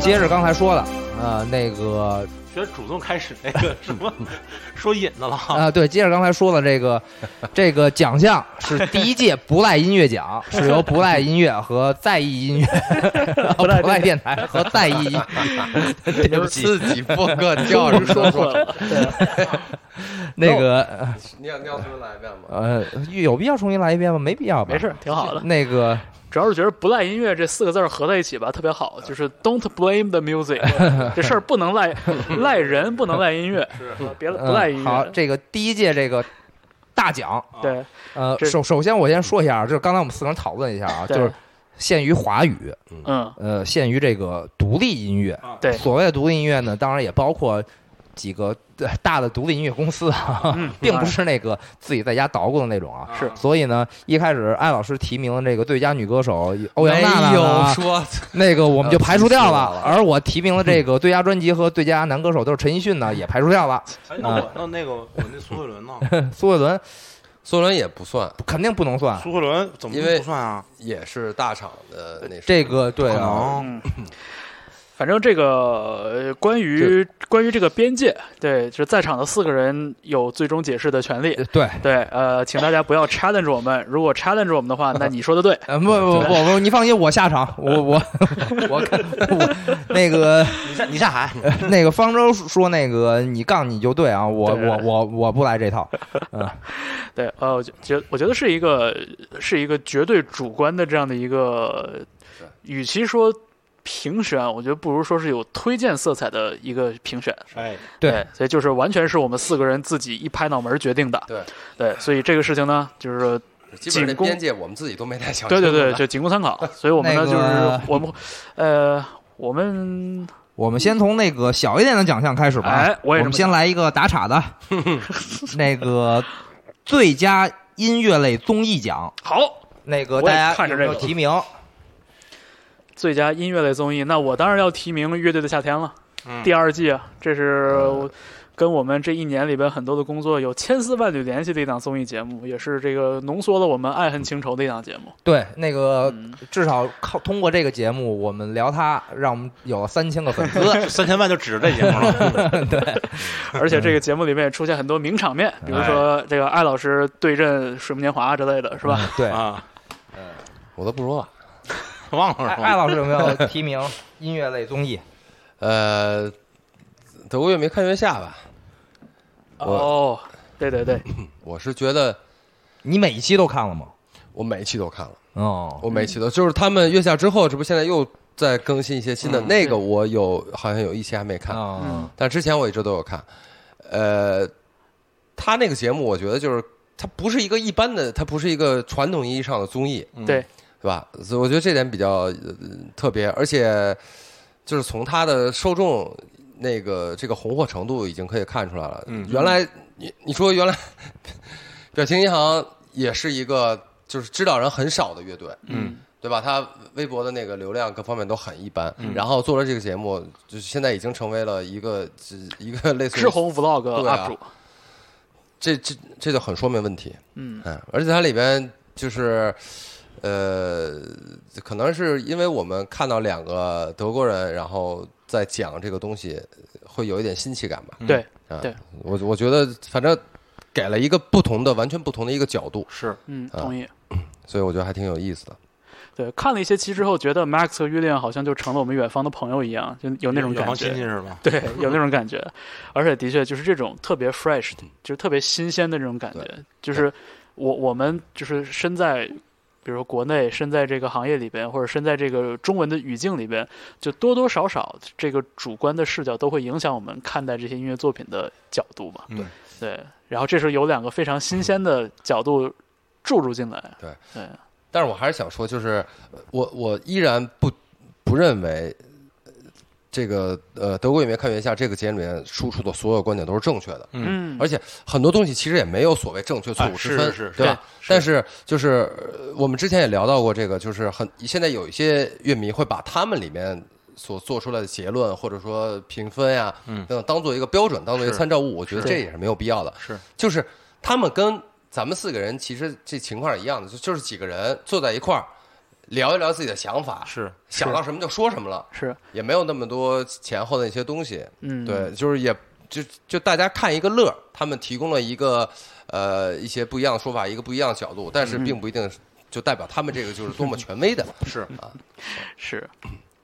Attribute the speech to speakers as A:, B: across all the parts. A: 接着刚才说的，
B: 嗯
A: 呃，那个
C: 觉得主动开始那个什么说引子了，
A: 啊，对，接着刚才说的这 个，这个奖项是第一届不赖音乐 奖，是由不赖音乐和在意音乐、不赖电台和在意音 乐，对不起，
D: 自己播客叫着
B: 说
D: 说
B: 错
D: 说，
B: 了，对，
A: 那个
D: 你要你要重新来一遍 吗？
A: 呃，有必要重新来一遍吗？没必要吧。
B: 没事，挺好的。
A: 那个
B: 主要是觉得“不赖音乐”这四个字儿合在一起吧，特别好，就是 “Don't blame the music”，这事儿不能赖赖人，不能赖音乐，啊别不赖音
A: 嗯，好，
B: 乐。
A: 这个第一届这个大奖，
B: 对
A: 呃，
B: 这
A: 首首先我先说一下，啊就是刚才我们四个人讨论一下啊，就
B: 对
A: 是限于华语，
B: 嗯，
A: 呃，限于这个独立音乐。
B: 对
A: 所谓的独立音乐呢，当然也包括几个呃大的独立音乐公司啊，
B: 嗯
A: 并不是那个自己在家捣鼓的那种啊。
B: 是
D: 嗯
A: 所以呢，一开始艾老师提名的这个最佳女歌手欧阳
D: 没
A: 娜娜
D: 有
A: 呢，
D: 说，
A: 那个我们就排除掉
D: 呃气死我了
A: 而我提名的这个最佳专辑和最佳男歌手都是陈奕迅呢，也排除掉了。
C: 哎，那我那那个我那苏慧伦呢？
A: 苏慧伦
D: 苏伦也不算，
A: 肯定不能算，
C: 苏慧伦怎么
D: 因为
C: 不算啊？
D: 也是大厂的那什么
A: 这个对
C: 可
A: 啊，
C: 能
B: 嗯反正这个呃关于关于这个边界，对，就是在场的四个人有最终解释的权利。
A: 对。。
B: 对，呃，请大家不要 challenge 我们，如果 challenge 我们的话，那你说的对
A: 呃，不不不不，你放心，我下场，我 我我看我那个呃
C: 你下你下海，
A: 那个方舟说那个你杠你就对啊，我
B: 对
A: 我我我不来这套，
B: 对，呃，我觉觉我觉得是一个是一个绝对主观的这样的一个，与其说评选，我觉得不如说是有推荐色彩的一个评选。
C: 哎，
A: 对
B: 所以就是完全是我们四个人自己一拍脑门儿决定的。
D: 对
B: 对，所以这个事情呢，就是说
D: 基本上这
B: 仅供
D: 边界我们自己都没太想
B: 对
D: 清楚
B: 对
D: 呢。
B: 对，就仅供参考。所以我们呢，
A: 那个
B: 就是我们，呃，我们
A: 我们先从那个小一点的奖项开始吧。
B: 哎我也这么
A: 我们先来一个打 岔的，那个最佳音乐类综艺奖，
B: 好
A: 那个
B: 我
A: 大
B: 也
A: 家
B: 看着
A: 有没有
B: 这个
A: 提名？
B: 最佳音乐类综艺，那我当然要提名《乐队的夏天》了，
C: 嗯
B: 第二季啊，这是跟我们这一年里边很多的工作有千丝万缕联系的一档综艺节目，也是这个浓缩了我们爱恨情仇的一档节 目。
A: 对，那个
B: 嗯，
A: 至少靠通过这个节目，我们聊它，让我们有了三千个 粉丝。
C: 三千万就指着这节目了。
B: 而且这个节目里面也出现很多名场面，比如说这个艾老师对阵水木年华之类的，是吧？
A: 对，
C: 啊，
D: 我都不说了。
C: 忘
A: 艾
C: 了是
A: 艾
C: 吧？
A: 老师有没有提名音乐类综艺？
D: 呃，德国乐迷看月下吧，我
B: 哦，对对对，
D: 我是觉得
A: 你每一期都看了吗？
D: 我每一期都看了，
A: 哦，
D: 我每一期都就是他们月下之后，这不现在又在更新一些新的，
C: 嗯
D: 那个我有好像有一期还没看，嗯
A: 啊，
D: 但之前我一直都有看。呃，他那个节目我觉得就是它不是一个一般的，它不是一个传统意义上的综艺，
C: 嗯
B: 对
D: 对吧？所以我觉得这点比较、呃特别，而且就是从它的受众那个这个红火程度已经可以看出来了。
C: 嗯
D: 原来你你说原来表情银行也是一个就是知道人很少的乐队，
C: 嗯，
D: 对吧？他微博的那个流量各方面都很一般，然后做了这个节目，就是现在已经成为了一个这一个类似于
B: 志宏 Vlog
D: 对
B: UP
D: 啊
B: 主，
D: 这这这就很说明问题。
B: 嗯
D: 嗯，而且它里边就是，呃，可能是因为我们看到两个德国人，然后在讲这个东西，会有一点新奇感吧。
B: 对，
D: 啊、
B: 对，
D: 我我觉得反正给了一个不同的、完全不同的一个角度，
C: 是
B: 嗯，
D: 啊
B: 同意。
D: 所以我觉得还挺有意思的。
B: 对，看了一些期之后，觉得 Max 和 Julian 好像就成了我们远方的朋友一样，就有那种
C: 远
B: 感
C: 房亲戚
B: 觉。
C: 是吧？
B: 对，有那种感觉，而且的确就是这种特别 fresh，就是特别新鲜的这种感觉。就是我我们就是身在，比如说国内，身在这个行业里边，或者身在这个中文的语境里边，就多多少少这个主观的视角都会影响我们看待这些音乐作品的角度嘛。
C: 对
B: 对，然后这时候有两个非常新鲜的角度注入进来。
D: 对
B: 对，
D: 但是我还是想说，就是呃我我依然不不认为。呃这个呃，德国演员看月下这个节目里面输出的所有观点都是正确的，
B: 嗯，
D: 而且很多东西其实也没有所谓正确错误
C: 哎
D: 之
C: 是
D: 分，
C: 是是
D: 对吧？
C: 是
D: 但是就是呃我们之前也聊到过这个，就是很现在有一些乐迷会把他们里面所做出来的结论或者说评分呀、
C: 嗯
D: 等等当做一个标准，当做一个
C: 是
D: 参照物，我觉得
C: 是
D: 这也是没有必要的。
C: 是，
D: 就是他们跟咱们四个人其实这情况是一样的，就就是几个人坐在一块儿，聊一聊自己的想法，
C: 是
D: 想到什么就说什么了，
B: 是，
D: 也没有那么多前后的一些东西。
B: 嗯，
D: 对，就是也就就大家看一个乐儿，他们提供了一个呃一些不一样的说法，一个不一样的角度，
A: 嗯
D: 但是并不一定就代表他们这个就是多么权 威的。
C: 是
D: 啊，
B: 是，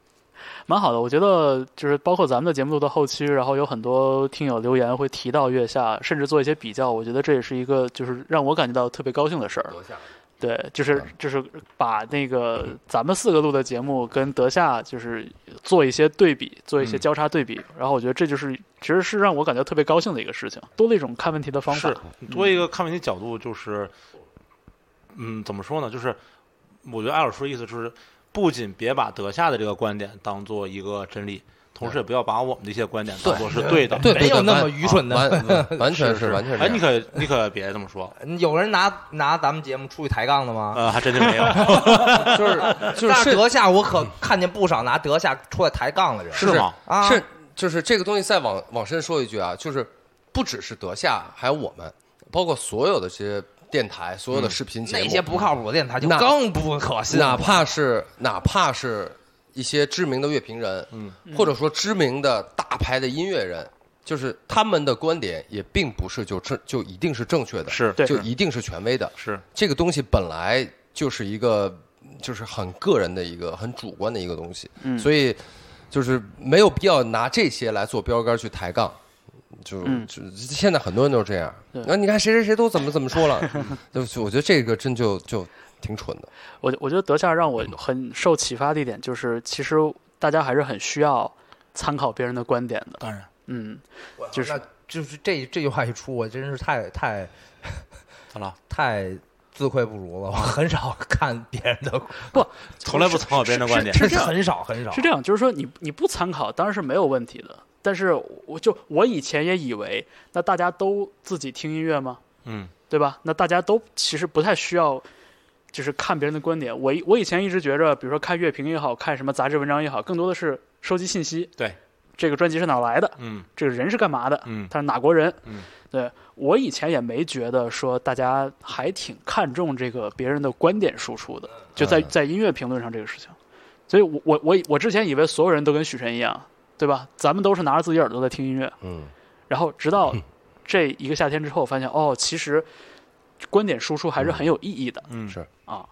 B: 蛮好的。我觉得就是包括咱们的节目录到后期，然后有很多听友留言会提到月下，甚至做一些比较。我觉得这也是一个就是让我感觉到特别高兴的事儿。
D: 留下
B: 对，就是
D: 嗯
B: 就是把那个咱们四个录的节目跟德夏就是做一些对比，做一些
C: 嗯
B: 交叉对比。然后我觉得这就是其实是让我感觉特别高兴的一个事情，多了一种看问题的方法
C: 是。多一个看问题角度，就是，嗯，怎么说呢？就是我觉得艾老师说意思就是，不仅别把德下的这个观点当做一个真理，同时也不要把我们的一些观点当做是对的。
A: 对，
D: 对
A: 没有
D: 对
A: 那
D: 完
A: 么愚蠢的。
D: 完完完全
C: 是
D: 完全
C: 哎，
D: 这
C: 你
D: 样。
C: 可你可别这么说，
A: 嗯有人拿拿咱们节目出去抬杠的吗？
C: 呃，还真就没有。
D: 就是就是
A: 但
D: 甚
A: 是德夏，我可看见不少拿德夏出来抬杠的人。
C: 是吗？
A: 啊，
D: 是就是这个东西再往往深说一句啊，就是不只是德夏，还有我们，包括所有的这些电台、所有
C: 嗯
D: 的视频节目，
A: 那些不靠谱的电台就
D: 那
A: 更不可信
D: 哪
A: 了。
D: 怕是哪怕是一些知名的乐评人，
C: 嗯，
D: 或者说知名的大牌的音乐人，就是他们的观点也并不是就正就一定是正确的，
C: 是
B: 对
D: 就一定是权威的。
C: 是，
D: 这个东西本来就是一个就是很个人的一个很主观的一个东西，
B: 嗯
D: 所以就是没有必要拿这些来做标杆去抬杠。就
B: 嗯
D: 就现在很多人都是这样，
B: 对
D: 那你看谁谁谁都怎么怎么说了， 就就我觉得这个真就就挺蠢的。
B: 我我觉得德夏让
C: 嗯
B: 我很受启发的一点就是，其实大家还是很需要参考别人的观点的。
C: 当然，
B: 嗯，
A: 我操
B: 就是
A: 那就是这这句话一出，我真是太太
C: 咋了？
A: 太自愧不如了。我很少看别人的，
C: 从来不参考别人的观点。
A: 真是很少很
C: 啊
A: 少
B: 是。这样，就是说你你不参考当然是没有问题的，但是我就我以前也以为，那大家都自己听音乐吗？
C: 嗯，
B: 对吧？那大家都其实不太需要，就是看别人的观点。我以我以前一直觉着，比如说看乐评也好看什么杂志文章也好，更多的是收集信息。
C: 对，
B: 这个专辑是哪儿来的？
C: 嗯
B: 这个人是干嘛的？
C: 嗯
B: 他是哪国人？
C: 嗯，
B: 对我以前也没觉得说大家还挺看重这个别人的观点输出的，就在
D: 嗯
B: 在音乐评论上这个事情。所以我，我我我之前以为所有人都跟许晨一样，对吧？咱们都是拿着自己耳朵在听音乐，
D: 嗯，
B: 然后直到这一个夏天之后，发现哦，其实观点输出还是很有意义的。
C: 嗯，
D: 是
B: 啊，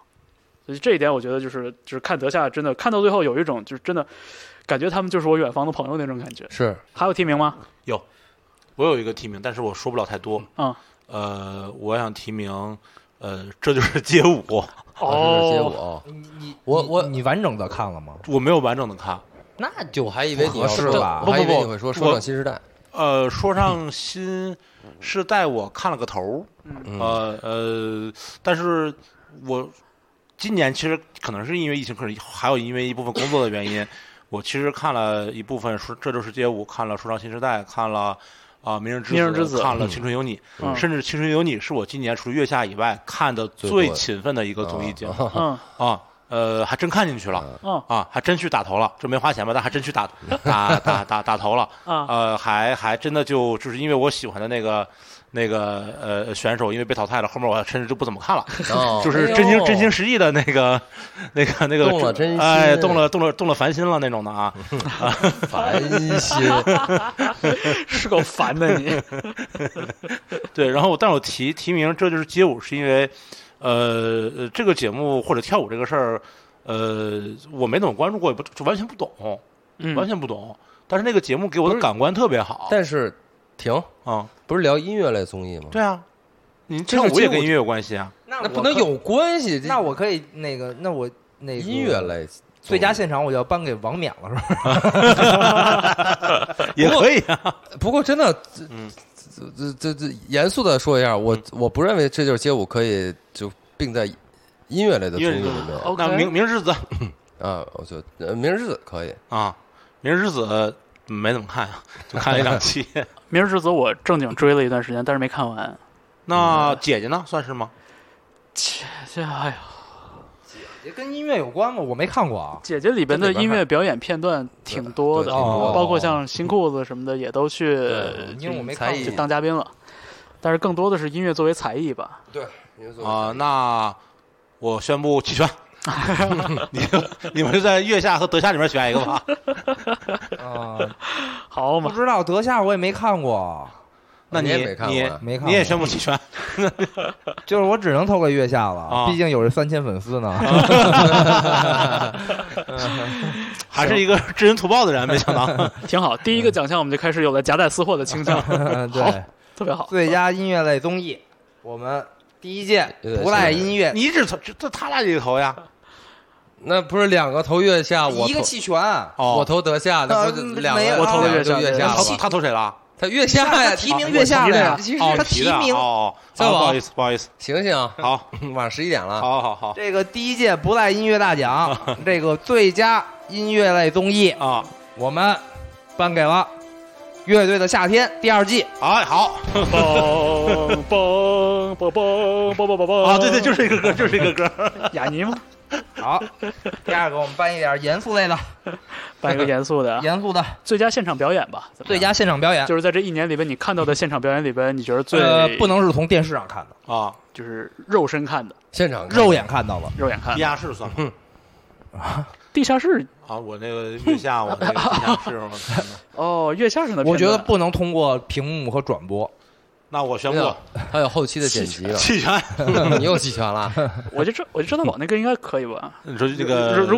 B: 所以这一点我觉得就是就是看德夏真的看到最后有一种就是真的感觉他们就是我远房的朋友那种感觉。
D: 是
B: 还有提名吗？
C: 我有一个提名，但是我说不了太多。
B: 嗯，
C: 呃，我想提名，呃，这就是街舞，
D: 这是街舞
B: 哦，
D: 啊。
A: 你你
D: 我
A: 你
D: 我
A: 你完整的看了吗？
C: 我没有完整的看。
A: 那
D: 就我还以为你要
A: 不合适
D: 说
A: 吧
D: 我还以
C: 不
D: 为
C: 不不
D: 你会说
C: 我
D: 说唱新 时代。
C: 呃，说唱新是带我看了个头
B: 嗯
D: 嗯
C: 儿，呃呃，但是我今年其实可能是因为疫情，可能还有因为一部分工作的原 因，我其实看了一部分说这就是街舞，看了说唱新时代，看了啊、明日之
B: 明日之子
C: 看了青春有你，
B: 嗯
C: 甚至青春有你是我今年除了月下以外看的
D: 最多的
C: 最勤奋的一个综艺节目啊、
B: 嗯
C: 呃，还真看进去了。
B: 嗯
C: 啊，还真去打头了，这没花钱吧？但还真 去打打打打打头了。
B: 啊
C: 呃，还还真的就就是因为我喜欢的那个那个呃选手，因为被淘汰了，后面我甚至就不怎么看了，
D: 哦
C: 就是真心、真心实意的那个那个那个
D: 动了真心
C: 哎，动了动了动了凡心了那种的 啊，
D: 烦心，
B: 是够烦的你。
C: 对。然后，但是我提提名这就是街舞，是因为呃呃这个节目或者跳舞这个事儿，呃我没怎么关注过，也不就完全不懂，
B: 嗯
C: 完全不懂。但是那个节目给我的感官特别好，
D: 但是停，
C: 嗯，
D: 不是聊音乐类综艺吗？
C: 对啊，你
D: 嗯这
C: 跳
D: 是
C: 舞也
D: 街舞
C: 跟音乐有关系啊，
A: 那
D: 那不能
A: 我可。
D: 有关系。这
A: 那我可以那个，那我那个
D: 音乐
C: 嗯
D: 类综艺
A: 最佳现场我就要颁给王冕了，是吧？
C: 也
D: 不过
C: 可以啊，
D: 不过真的，这
C: 嗯
D: 这这这严肃的说一下，我我不认为这就是街舞可以就并在音乐类的综
C: 音乐
D: 艺里
C: 类
D: 面
B: 哦 OK
C: 那明明日之子
D: 啊。我觉得呃明日可以，
C: 啊，明日之子没怎么看啊，就看了一两期。
B: 明日之子我正经追了一段时间，但是没看完。
C: 那姐姐呢？算是吗？
B: 姐姐，哎呀，
A: 也跟音乐有关吗？我没看过啊。
B: 姐姐里边的音乐表演片段挺多的，
D: 对对
A: 挺多的
B: 包括像新裤子什么的也都去
C: 呃
D: 对
A: 因为我没看
D: 才
A: 过
D: 艺
B: 就当嘉宾了。但是更多的是音乐作为才艺吧，
D: 对
C: 啊啊、那我宣布弃权。 你你们就在月下和德夏里面选一个吧。
A: 啊，
B: 好
A: 不
B: 嘛，
A: 知道德夏我也没看过，
C: 那
D: 你
C: 你
D: 也没看过
C: 你
D: 啊
A: 没看
C: 你也
A: 过
C: 宣布弃权，
A: 就是我只能投给月下
C: 啊
A: 了，毕竟有这三千粉丝呢。
C: 还是一个知恩图报的人，没想到。
B: 挺好。第一个奖项我们就开始有了夹带私货的倾向，
A: 对，
B: 特别好。
A: 最 佳音乐类综艺，我们第一届
D: 对
A: 不赖音乐
C: 你只投这这他俩也投呀？
D: 那不是两个投月下，我
A: 一个
D: 投
A: 弃权，啊
C: 哦，
D: 我投德啊下，那不
A: 呃
D: 是两个
A: 没有
D: 两
A: 我投
D: 个
B: 月下
D: 就月
B: 对
D: 下
C: 他
D: 了
C: 投
D: 吗？
C: 他投谁了？
D: 他月下呀，
A: 提名月下了呀，其实
C: 哦，
A: 他
C: 啊提
A: 提
C: 的
A: 名
C: 哦。哦，
D: 在
C: 哦
D: 我嗯
C: 不好意思，不好意思，
D: 醒醒，好，
C: 好，
D: 晚上十一点了。
C: 好好好
A: 这个第一届不赖音乐大奖，这个最佳音乐类综艺，
C: 啊，
A: 我们颁给了《乐队的夏天》第二季。
C: 哎，好
B: 嘣嘣嘣嘣嘣嘣嘣嘣
C: 啊，对对，就是这个歌，就是这个歌。
B: 雅尼嘛，
A: 好，第二个我们颁一点严肃类的，
B: 办一个 严肃的啊，
A: 严肃的
B: 最佳现场表演吧，怎么
A: 最
B: 样
A: 佳现场表演，
B: 就是在这一年里边你看到的现场表演里边，你觉得最
A: 呃，不能是从电视上看的，
C: 啊，
B: 就是肉身看的，
D: 现场看
A: 肉眼看到了。
B: 肉眼看
C: 地
B: 的，
C: 下室算吗？
B: 地下室
C: 啊，我那个月下，我那个地下室，我看看
B: 哦，月下是的片段，
A: 我觉得不能通过屏幕和转播，
C: 那我宣
D: 没有
B: 啊
C: 布，
D: 还有后期的剪辑
C: 弃权。
D: 了， 你又弃权 了。
B: 我就知我就知道宝那个应该可以吧。
C: 你说这
B: 如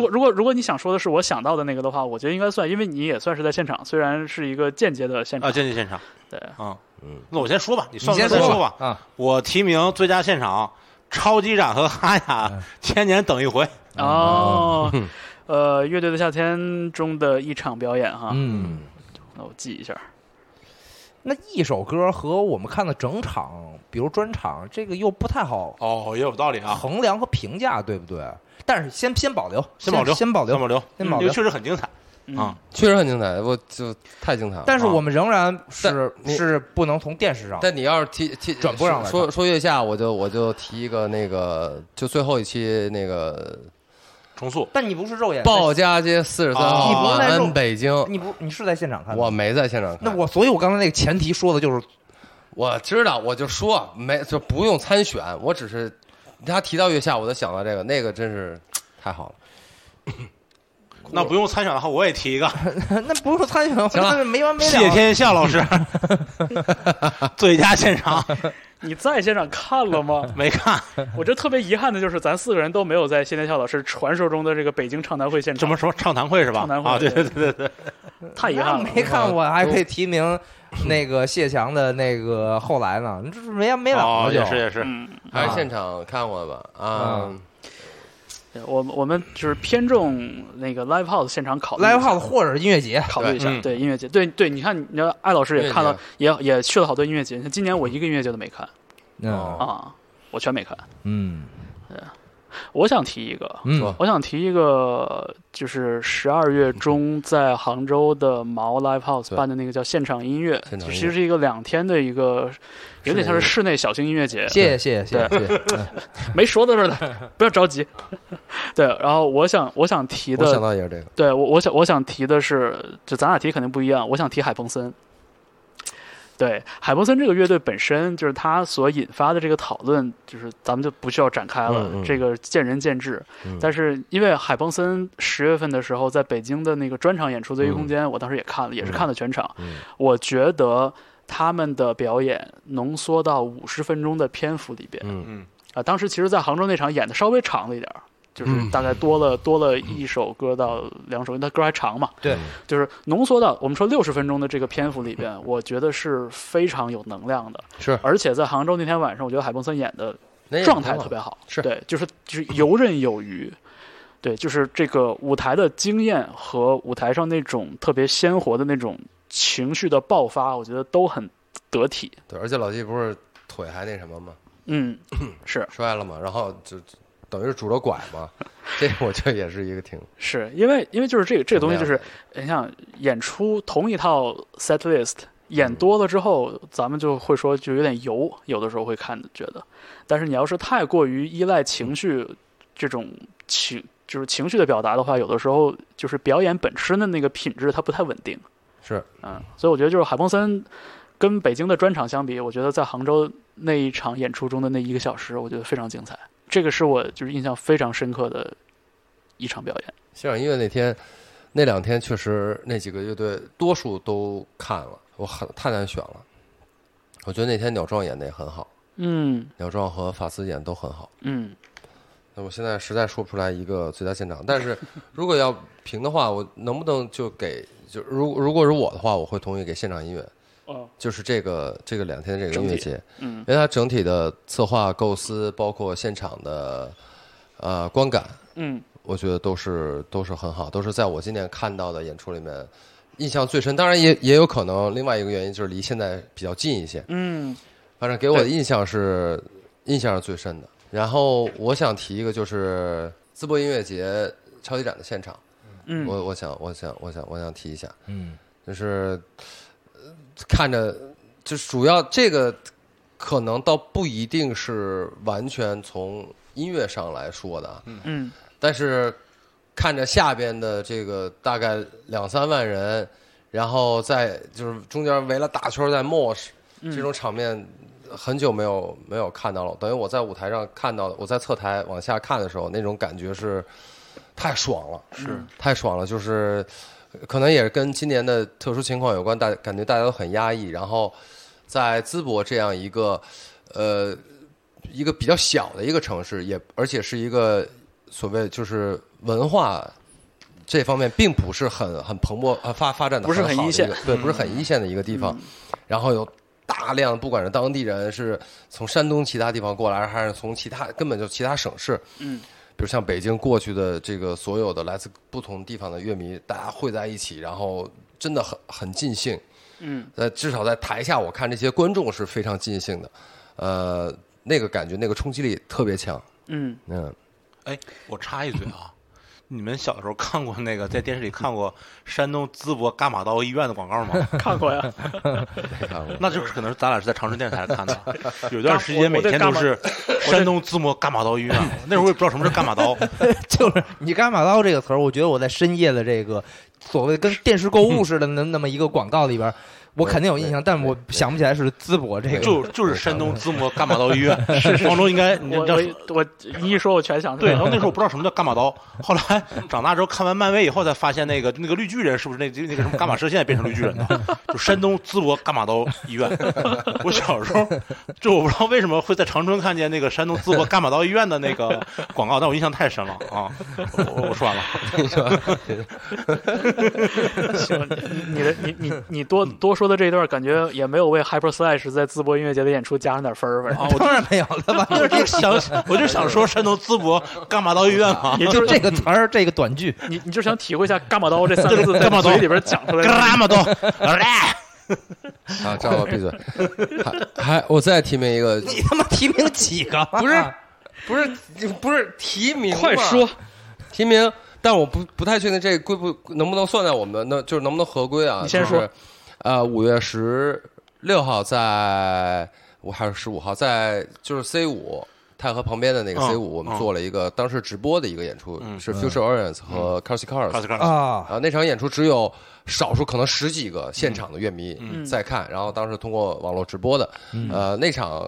C: 个，
B: 如果如果如果你想说的是我想到的那个的话，我觉得应该算，因为你也算是在现场，虽然是一个间接的现
C: 啊，
B: 场。
C: 见见现场
B: 对，
C: 啊，
D: 嗯，
C: 那我先说吧，你
A: 你
C: 算
A: 先
C: 再
A: 说
C: 吧。
A: 啊，
C: 我提名最佳现场，超级展和哈雅，
B: 嗯
C: 千年等一回。
B: 哦
D: 嗯，
B: 呃，乐队的夏天中的一场表演哈，
A: 嗯，
B: 那我记一下。
A: 那一首歌和我们看的整场，比如专场，这个又不太好
C: 哦，也有道理 啊，
A: 衡量和评价，对不对？但是先先保留，
C: 先保留，
A: 先保
C: 先保
A: 留，
C: 留，
A: 先
C: 嗯
A: 保
C: 因为
A: 留。
C: 确实很精彩
B: 嗯
C: 啊。
D: 确实很精彩，我就太精彩了。
A: 但是我们仍然是
D: 但你
A: 是不能从电视上
D: 但你要是提提
A: 转播上来
D: 说说月下，我就我就提一个那个，就最后一期 那个
C: 重塑
A: 但你不是肉眼，
D: 鲍家街四十三
C: 哦
D: 号
C: 你不
A: 是在
D: 晚
A: 录
D: 安北京，
A: 你不你是在现场看的？
D: 我没在现场看。
A: 那我所以，我刚才那个前提说的就是
D: 我知道，我就说没就不用参选，我只是他提到月下，我就想到这个，那个真是太好了。
B: 啊
C: 那不用参选的话，我也提一个
A: 那不是参选，我
D: 行了
A: 那没完没
C: 谢
A: 了。
C: 天笑 老师，最佳现场
B: 你在现场看了吗？
C: 没看，
B: 我这特别遗憾的就是，咱四个人都没有在谢天笑老师传说中的这个北京唱谈会现
C: 什
B: 场
C: 么，什么唱谈会是吧？
B: 畅谈会
C: 啊，对对
B: 对
C: 对对对，
B: 太遗
A: 那
B: 憾了。
A: 没看我还可以提名那个谢强的那个后来呢，你这是没完没了
C: 哦，
A: 了就
C: 也是也是，
B: 嗯，
D: 还是现场看过吧啊
A: 嗯，
B: 对我们我们就是偏重那个 live house 现场考虑一下
A: live house 或者是音乐节，
B: 考虑一
C: 对
B: 下，
C: 嗯
B: 对音乐节，对对，你看，你看艾老师也看了，也也去了好多音乐节。像今年我一个音乐节都没看
A: 嗯
D: 哦
B: 啊，我全没看。
A: 嗯
B: 我想提一个，
A: 嗯
D: 说
B: 我想提一个，就是十二月中在杭州的毛 Live House
D: 对
B: 办的那个叫现场音乐，
D: 现场音
B: 就
D: 乐
B: 其实是一个两天的一个，有点像是室内小型音乐节。
A: 谢谢谢谢谢谢，
B: 没说到这儿呢，不要着急。 对，然后我想我想提
D: 我想
B: 的，
D: 到也是这个，
B: 对我我想我想提的是，就咱俩提肯定不一样，我想提海鹏森。对，海鹏森这个乐队本身就是他所引发的这个讨论，就是咱们就不需要展开了，
D: 嗯嗯
B: 这个见仁见智。
D: 嗯
B: 但是因为海鹏森十月份的时候在北京的那个专场演出《最异空间》，我当时也看了，也是看了全场。
D: 嗯
B: 我觉得他们的表演浓缩到五十分钟的篇幅里边啊、
D: 嗯
C: 嗯，
B: 当时其实，在杭州那场演的稍微长了一点儿。就是
D: 嗯
B: 大概多了多了一首歌到两首，因为他歌还长嘛。
A: 对，
B: 就是浓缩到我们说六十分钟的这个篇幅里边，我觉得是非常有能量的。
D: 是
B: 而且在杭州那天晚上，我觉得海鹏森演的
D: 那也
B: 状态
D: 挺好
B: 特别好，
D: 是
B: 对，就是就是游刃有余，对，就是这个舞台的经验和舞台上那种特别鲜活的那种情绪的爆发，我觉得都很得体。
D: 对，而且老纪不是腿还那什么吗？
B: 嗯，是
D: 摔了嘛，然后就就等于是拄着拐嘛， 这我觉得也是一个挺
B: 是因为因为就是 这个这个东西就是
D: 挺
B: 你想演出同一套 set list 演多了之后，咱们就会说就有点油，有的时候会看觉得，但是你要是太过于依赖情绪这种情就是情绪的表达的话，有的时候就是表演本身的那个品质它不太稳定。
D: 是，
B: 嗯，所以我觉得就是海鹏森跟北京的专场相比，我觉得在杭州那一场演出中的那一个小时，我觉得非常精彩。这个是我就是印象非常深刻的一场表演。
D: 现场音乐那天，那两天确实那几个乐队多数都看了，我很太难选了。我觉得那天鸟壮演的也很好，
B: 嗯
D: 鸟壮和法斯演都很好。
B: 嗯
D: 那我现在实在说不出来一个最佳现场，但是如果要评的话，我能不能就给就如如果是我的话，我会同意给现场音乐，
B: 哦
D: 就是这个这个两天的这个音乐节，
B: 嗯
D: 因为它整体的策划构思，包括现场的呃观感，
B: 嗯
D: 我觉得都是都是很好，都是在我今年看到的演出里面印象最深。当然也也有可能另外一个原因就是离现在比较近一些，
B: 嗯
D: 反正给我的印象是印象是最深的。然后我想提一个就是淄博音乐节超级展的现场，
B: 嗯，
D: 我我想我想我想我想提一下，
A: 嗯
D: 就是呃看着就是主要这个可能倒不一定是完全从音乐上来说的啊，
B: 嗯
D: 但是看着下边的这个大概两三万人，然后在就是中间围了大圈儿在 mosh，这
B: 嗯
D: 种场面很久没有没有看到了。等于我在舞台上看到的，我在侧台往下看的时候，那种感觉是太爽了，
B: 嗯
C: 是
D: 太爽了，就是呃可能也是跟今年的特殊情况有关，大感觉大家都很压抑。然后在淄博这样一个呃一个比较小的一个城市，也而且是一个所谓就是文化这方面并不是很很蓬勃呃发发展的
B: 不是
D: 很
B: 很
D: 好的
B: 一线嗯
D: 个对，不是很一线的一个地方。然后有大量不管是当地人是从山东其他地方过来，还是从其他根本就其他省市，
B: 嗯，
D: 比如像北京过去的这个所有的来自不同地方的乐迷，大家汇在一起，然后真的很很尽兴。
B: 嗯，
D: 呃，至少在台下，我看这些观众是非常尽兴的，呃，那个感觉，那个冲击力特别强。
B: 嗯
D: 嗯，
C: 哎，我插一嘴啊，你们小的时候看过那个在电视里看过山东淄博伽马刀医院的广告吗？
B: 嗯看过呀，
D: 没看过。
C: 那就是可能是咱俩是在长春电视台看 的，有一段时间每天都是山东淄博伽马刀医院，那时候我也不知道什么是伽马 刀，
A: 就是你“伽马刀”这个词儿，我觉得我在深夜的这个所谓跟电视购物似的那那么一个广告里边儿，我肯定有印象，但我想不起来是淄博这个。
C: 就就是山东淄博伽马刀医 院，黄州应该你
B: 我
C: 知道
B: 我我你一说我全想出
C: 对，
B: 来
C: 然后
B: 了，
C: 那时候我不知道什么叫伽马刀，后来长大之后看完漫威以后才发现那个那个绿巨人是不是那那个什么伽马射线变成绿巨人的，就山东淄博伽马刀医院。 我小时候就我不知道为什么会在长春看见那个山东淄博伽马刀医院的那个广告，但我印象太深了啊！我我我说完了，
B: 行，你的你你你多多说的这一段，感觉也没有为 Hyper Slash 在淄博音乐节的演出加上点分儿，反正。
A: 当然没有了吧？
C: 我就想 我就想说山东淄博伽马刀医院 嘛，
B: 也
A: 就
B: 就是
A: 这个词儿，这个短剧，
B: 你你就想体会一下“伽马刀”这三个字在
C: 马刀
B: 嘴里边讲出来的，
C: 伽马 刀，来，
D: 啊，张老闭嘴。 还还，我再提名一个，
A: 你他妈提名几个？
D: 不是不是不是提名嘛，
B: 啊快说！
D: 提名，但我不不太确定这归不能不能算在我们的，那就是能不能合规啊？
B: 你先
D: 就是
B: 说。
D: 呃，五月十六号在，我还是十五号在，就是 C 五太和旁边的那个
C: 嗯
D: C 五，我们
C: 嗯
D: 做了一个当时直播的一个演出，
C: 嗯
D: 是 Future Orients 和 c a r s y Cars
C: 卡斯卡斯，
A: 啊，
D: 啊，那场演出只有少数可能十几个现场的乐迷
B: 嗯
D: 在看，然后当时通过网络直播的，
A: 嗯
D: 呃，那场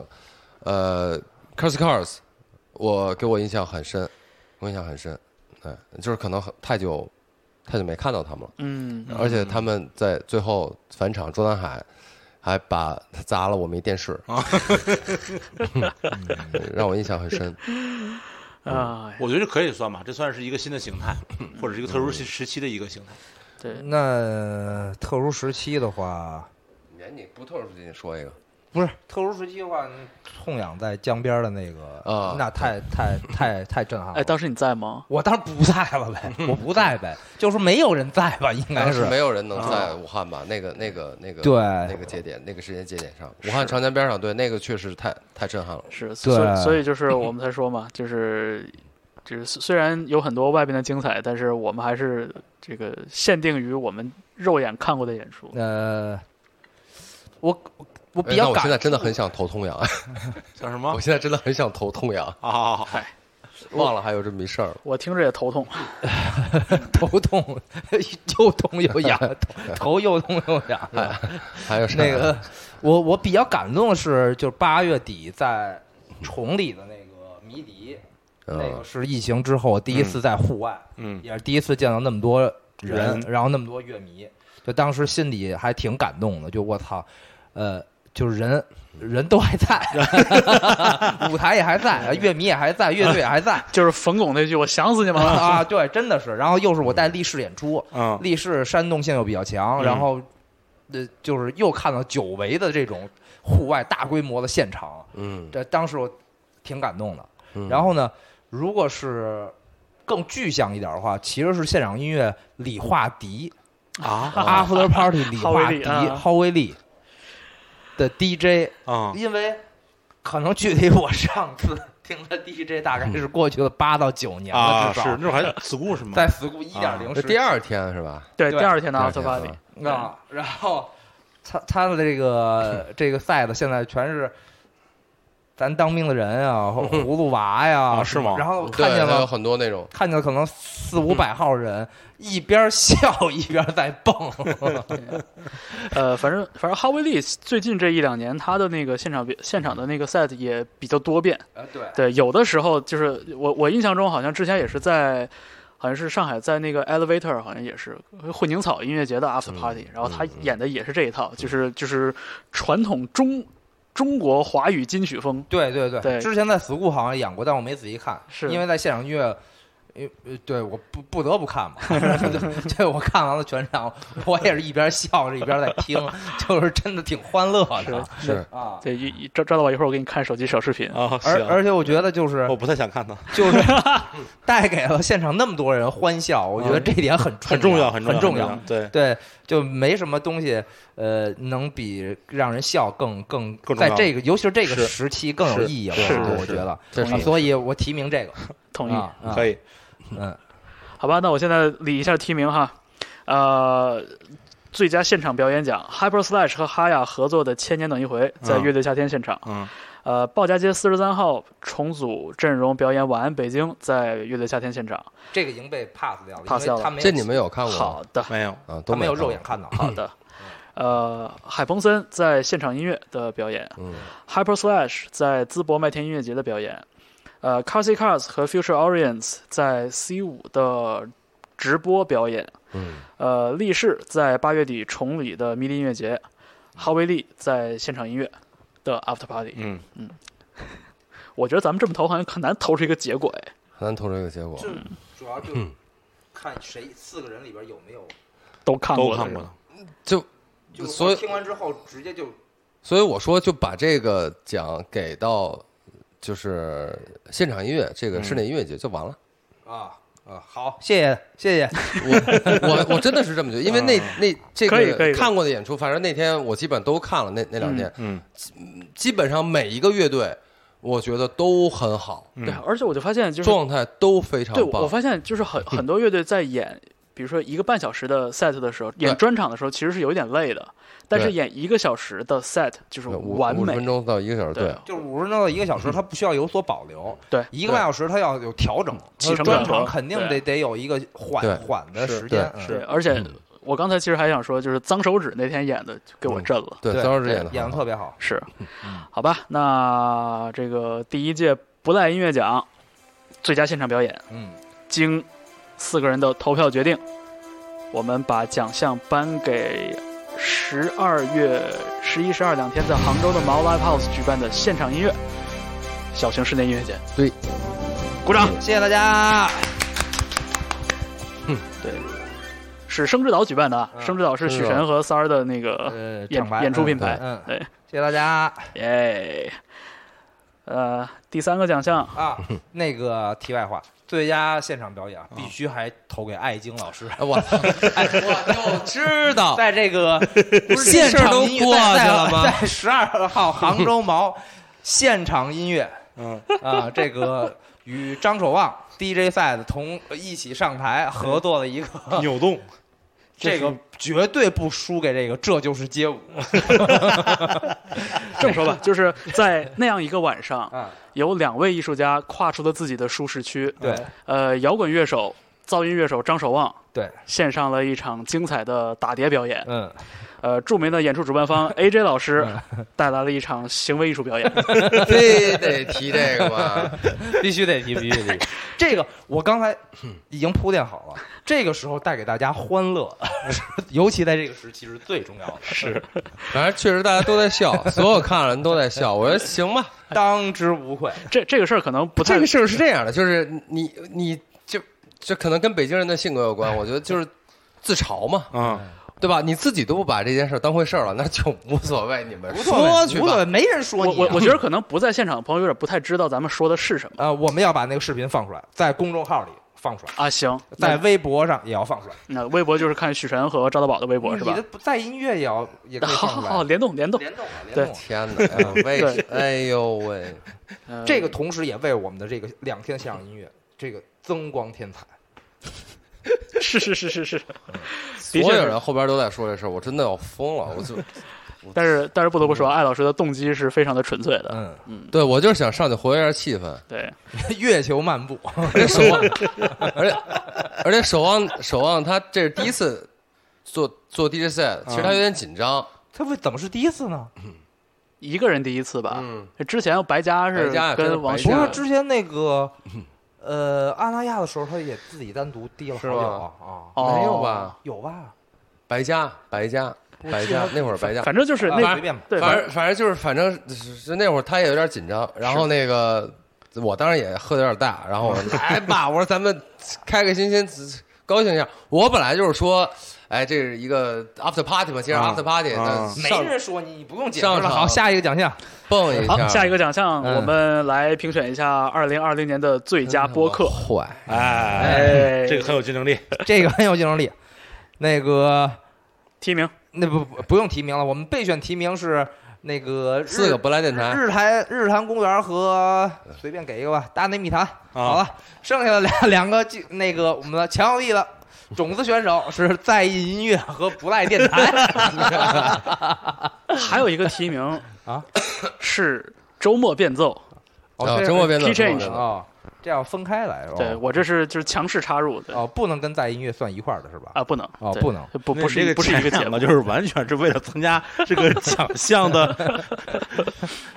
D: 呃 Cars Cars，我给我印象很深，我印象很深，对，就是可能很太久太久没看到他们了，
B: 嗯
D: 而且他们在最后返场中南海。还把砸了我们一电视，
B: 哦
D: 嗯让我印象很 深。
B: 啊，
C: 我觉得这可以算吧，这算是一个新的形态，或者是一个特殊时时期的一个形态。
B: 对，
A: 那特殊时期的话，
D: 年你不透出去，你说一个
A: 不是特殊时期的话，痛痒在江边的那个
D: 啊
A: 那太太太太震撼了。
B: 哎，当时你在吗？
A: 我当时不在了呗，我不在呗，就是没有人在吧，应该
D: 当时
A: 是。
D: 没有人
B: 啊
D: 能在武汉吧？那个、那个、那个，
A: 对
D: 那个节点、那个时间节点上，武汉长江边上，对，那个确实太太震撼了。
B: 是，所
A: 对
B: 以所以就是我们才说嘛，就是就是虽虽然有很多外边的精彩，但是我们还是这个限定于我们肉眼看过的演出。
A: 呃，我我比
D: 哎那
A: 较
D: 我现在
A: 感，啊
D: 真的很想投痛痒，
C: 像什
D: 我
C: 么？
D: 现在真的很想投痛痒，
C: 啊，好好好，
D: 忘了还有这么一事儿了。
B: 我听着也头痛，
A: 头痛， 又痛又 痒，头头又痛又痒。
D: 哎还有啥啊
A: 那个，我我比较感动的是，就是八月底在崇礼的那个迷笛那
D: 嗯
A: 个，呃是疫情之后第一次在户外，
C: 哎嗯
A: 也是第一次见到那么多人
C: 人，
A: 然后那么多乐迷，就当时心里还挺感动的。就我操，呃，就是人
C: 嗯
A: 人都还 在，舞台也还
C: 哎
A: 在，乐迷也还在，乐队也还 在
B: 就是冯巩那句“我想死你们了
A: 啊！对，真的是。然后又是我带立式演出，
C: 嗯
A: 立式煽动性又比较强，
C: 嗯
A: 然后呃，就是又看到久违的这种户外大规模的现场，
D: 嗯，
A: 这当时我挺感动的。
D: 嗯
A: 然后呢，如果是更具象一点的话，其实是现场音乐李化迪、
C: 啊
A: After Party 李
B: 浩威
A: 化
B: 利
A: 迪、
B: 啊
A: 浩威利的 DJ，
C: 啊
A: 因为可能距离我上次听他 DJ 大概是过去了八到九年了，
C: 啊！
A: 至
C: 是啊
A: 少、
C: 那会儿还 school 是吗？
A: 在 school 一点零
D: 这第二天是吧？”。
B: 对，
A: 对
B: 第二天的
D: 第
B: 阿
D: 二
B: 特
D: 天
B: 巴黎
D: 啊，
A: 啊，然后他他的这个这个赛子现在全是。咱当兵的人啊，或葫芦娃呀、
C: 嗯啊是吗
A: 然后
D: 对，
A: 看见
D: 它
A: 了
D: 有很多那种，
A: 看见可能四五百号人、一边笑一边在蹦，
B: 呃，反正反正哈维利最近这一两年他的那个现场表现场的那个 set 也比较多变，
A: 啊对，
B: 对，有的时候就是我我印象中好像之前也是在，好像是上海在那个 Elevator 好像也是混凝草音乐节的 After Party，、然后他演的也是这一套，就是就是传统中中国华语金曲风，
A: 对对对，
B: 对
A: 之前在 school 好像演过，但我没仔细看，
B: 是
A: 因为在现场音乐。因呃，对，我不不得不看嘛，这我看完了全场，我也是一边笑着一边在听，就是真的挺欢乐的
D: 是
A: 啊。
B: 对，一一赵赵老板一会儿我给你看手机小视频，
C: 啊，
A: 而
C: 行，哦
A: 而且我觉得就是
C: 我不太想看他，
A: 就是带给了现场那么多人欢笑，我觉得这点很
C: 很
A: 重
C: 重要，
A: 很
C: 重
A: 重
C: 很重要。 对，
A: 对，就没什么东西，呃，能比让人笑更更
C: 更重
A: 在
C: 要
A: 这个，尤其是这个
C: 是
A: 时期更有
C: 是
A: 意义了，
C: 是
A: 啊
C: 是
A: 我觉
C: 是
A: 得。
D: 这
A: 啊
D: 是
A: 所以我提名这个
B: 同意。
A: 啊，啊
C: 可以。
A: 嗯，
B: 好吧，那我现在理一下提名哈，呃，最佳现场表演奖，Hyper Slash 和哈雅合作的《千年等一回》在
C: 嗯
B: 乐队夏天现场，
C: 嗯
B: 呃，鲍家街四十三号重组阵容表演《晚安北京》在乐队夏天现场。
A: 这个已经被 pass 掉了，
B: pass
A: 因
B: 掉
A: 为
B: 了
A: 他没有
D: 这你们有看过吗？
B: 好的，
C: 没有
D: 啊，都
A: 他没有
D: 看过
A: 肉眼。看到，
B: 好的。呃，海鹏森在现场音乐的表演
D: 嗯
B: ，Hyper Slash 在淄博麦田音乐节的表演，呃，Carsy Cars 和 Future Orients 在 C 五的直播表演，
D: 嗯，
B: 呃，力士在八月底崇礼的迷笛音乐节，哈维利在现场音乐的 After Party。
C: 嗯，
B: 我觉得咱们这么投好像很难投出一个结果哎。
D: 很难投出这个结果。
A: 主要就看谁四个人里边有没有，
B: 都看过
C: 都
B: 了
C: 看
B: 是
C: 过
B: 吧
C: 了。
D: 就
A: 就
D: 所以
A: 听完之后直接就
D: 所以我说，就把这个奖给到就是现场音乐这个室
A: 嗯
D: 内音乐节就完了。
A: 啊啊，好，谢谢谢谢，
D: 我我我真的是这么觉得，因为
B: 啊
D: 那那这
B: 可以可以
D: 个看过的演出，反正那天我基本都看了，那那两天
C: 嗯
D: 基本上每一个乐队，我觉得都很好，
B: 对，
C: 嗯
B: 而且我就发现就是
D: 状态都非常
B: 对，我我
D: 棒。
B: 发现就是 很很多乐队在演，比如说一个半小时的 set 的时候，演
D: 对
B: 专场的时候其实是有一点累的，但是
D: 对
B: 演一个小时的 set 就是
D: 五
B: 完
D: 五十
B: 美
D: 分。钟到一个小时，对，
A: 就是五十分钟到一个小时，他不需要有所保留，
B: 对
A: 一个半小时他要有调整，
B: 起承
A: 专
B: 转合
A: 场肯定
B: 对
A: 得得有一个
D: 对
A: 缓缓的
C: 是
A: 时间，
D: 对
A: 嗯
B: 对，而且我刚才其实还想说，就是脏手指那天演的就给我震了。
D: 对，
A: 对
D: 张老师演的
A: 演的特别
D: 嗯
A: 好，
B: 是，好吧，那这个第一届不赖音乐奖最佳现场表演，
A: 嗯，
B: 经四个人的投票决定，我们把奖项颁给十二月十一、十二两天在杭州的毛 Live House 举办的现场音乐小型室内音乐节。
D: 对，
B: 鼓掌。
A: 谢谢大家。
B: 对，是生之岛举办的啊，
A: 嗯
B: 生之岛是许
D: 生之岛
B: 晨和三儿的那个
A: 呃，
B: 演
A: 厂牌
B: 演出
A: 嗯
B: 品牌。
A: 嗯，
B: 对，
A: 谢谢大家
B: 耶。呃，第三个奖项，
A: 啊。那个题外话，最佳现场表演啊必须还投给艾京老师。
D: 哎我 操我就知 道，
A: 在这个
D: 现场
A: 音乐
D: 都过去了吗
A: 在 在十二号杭州毛 现场音乐
C: 嗯
A: 啊，这个与张守望 DJ 赛的同一起上台合作的一个
C: 嗯，扭动，
A: 这个绝对不输给这个，这就是街舞
B: 这么说吧，就是在那样一个晚上，
A: 啊！
B: 有两位艺术家跨出了自己的舒适区。
A: 对
B: 呃，摇滚乐手、噪音乐手张守望
A: 对，
B: 献上了一场精彩的打碟表演，
A: 嗯，
B: 呃，著名的演出主办 方 AJ 老师带来了一场行为艺术表演。
D: 这得提这个吧？
A: 必须得提，必须得提。 这个我刚才 已经铺垫好了，这个时候带给大家欢乐， 尤其在这个时期是最重要的。
B: 是，
D: 反正确实大家都在笑，所有看了人都在笑。我说行吧，
A: 当之无愧。
B: 这这个事儿可能不太
D: 这个事儿是这样的，就是你你就这可能跟北京人的性格有关，我觉得就是自嘲嘛，
C: 嗯，
D: 对吧？你自己都不把这件事儿当回事儿了，那就无所谓，你们
A: 无所
D: 哎说
A: 谓，
D: 去
A: 无所
D: 吧
A: 谓，。没人说
B: 我
A: 你、啊
B: 我我觉得可能不在现场的朋友有点不太知道咱们说的是什么
A: 呃，我们要把那个视频放出来，在公众号里放出来，
B: 啊。 行，
A: 在
B: 那
A: 微博上也要放出来，
B: 那微博就是看许晨和赵大宝的微博是
A: 你
B: 吧
A: 的？不在音乐也要也可以
B: 好
A: 放
B: 好
A: 出
B: 好，
A: 来，
B: 联动联动。
A: 联动啊，联
B: 对
A: 动啊。
D: 天哪！哎呀为
B: 对
D: 哎呦喂，
B: 呃
A: 这个同时也为我们的这个两天现场音乐这个增光添彩。
B: 是是是是是，
A: 嗯
D: 所
B: 的确
D: 有
B: 是
D: 人后边都在说这事儿，我真的要疯了。我就
B: 但是但是不得不说，艾老师的动机是非常的纯粹的。
A: 嗯，
D: 对我就是想上去活跃一下气氛，
B: 对，
A: 月球漫步，
D: 而且守望，而且而且守望守望，他这是第一次做做 DJ set，其实他有点紧张。
A: 他为怎么是第一次呢？
B: 一个人第一次吧。
D: 嗯，
B: 之前白嘉是
D: 白嘉跟
B: 跟王
D: 白
B: 迅
D: 嘉
A: 不是之前那个，呃，阿那亚的时候，他也自己单独滴了好
D: 是吗
A: 久啊啊，
B: 哦
D: 没有吧？
A: 有吧？
D: 白嘉，白嘉，白
A: 记得
D: 嘉，那会儿白嘉，
B: 反正就是
A: 啊
B: 那
A: 随便吧。
B: 对，
D: 反正反正就是反正是是那会儿他也有点紧张，然后那个我当然也喝的有点大，然后我说哎爸，我说咱们开开心心高兴一下。我本来就是说，哎，这是一个 after party 嘛，既然
C: 啊
D: after party，
C: 啊
D: 那
A: 没
D: 上
A: 人说你，你不用解释
D: 上
A: 了。
D: 场
A: 好，下一个奖项，
D: 蹦一
B: 好，下一个奖项
A: 嗯
B: 我们来评选一下二零二零年的最佳播客。
D: 坏，
C: 哎，
B: 哎，
C: 这个很有竞争力。
A: 这个很有竞争力。那个，
B: 提名
A: 那不不不用提名了，我们备选提名是那个日
D: 四个不来电台，
A: 日坛日坛公园和随便给一个吧，大内密谈。
D: 啊
C: 啊
A: 好了，剩下的两 两个就那个我们的强有力的种子选手是在意音乐和不赖电台。
B: 还有一个提名
A: 啊，
B: 是周末变奏。哦
D: 啊，周末变奏
B: Key
D: 周末
B: change
D: 变奏
A: 哦，这样分开来是吧？
D: 哦
B: 对我这是就是强势插入的
A: 哦，不能跟在意音乐算一块儿的是吧？
B: 啊，不能
A: 哦
B: 对
A: 不能
B: 不不是
C: 这
B: 一
C: 个
B: 不是一个节
C: 前两
B: 目
C: 个，就是完全是为了增加这 个奖项 的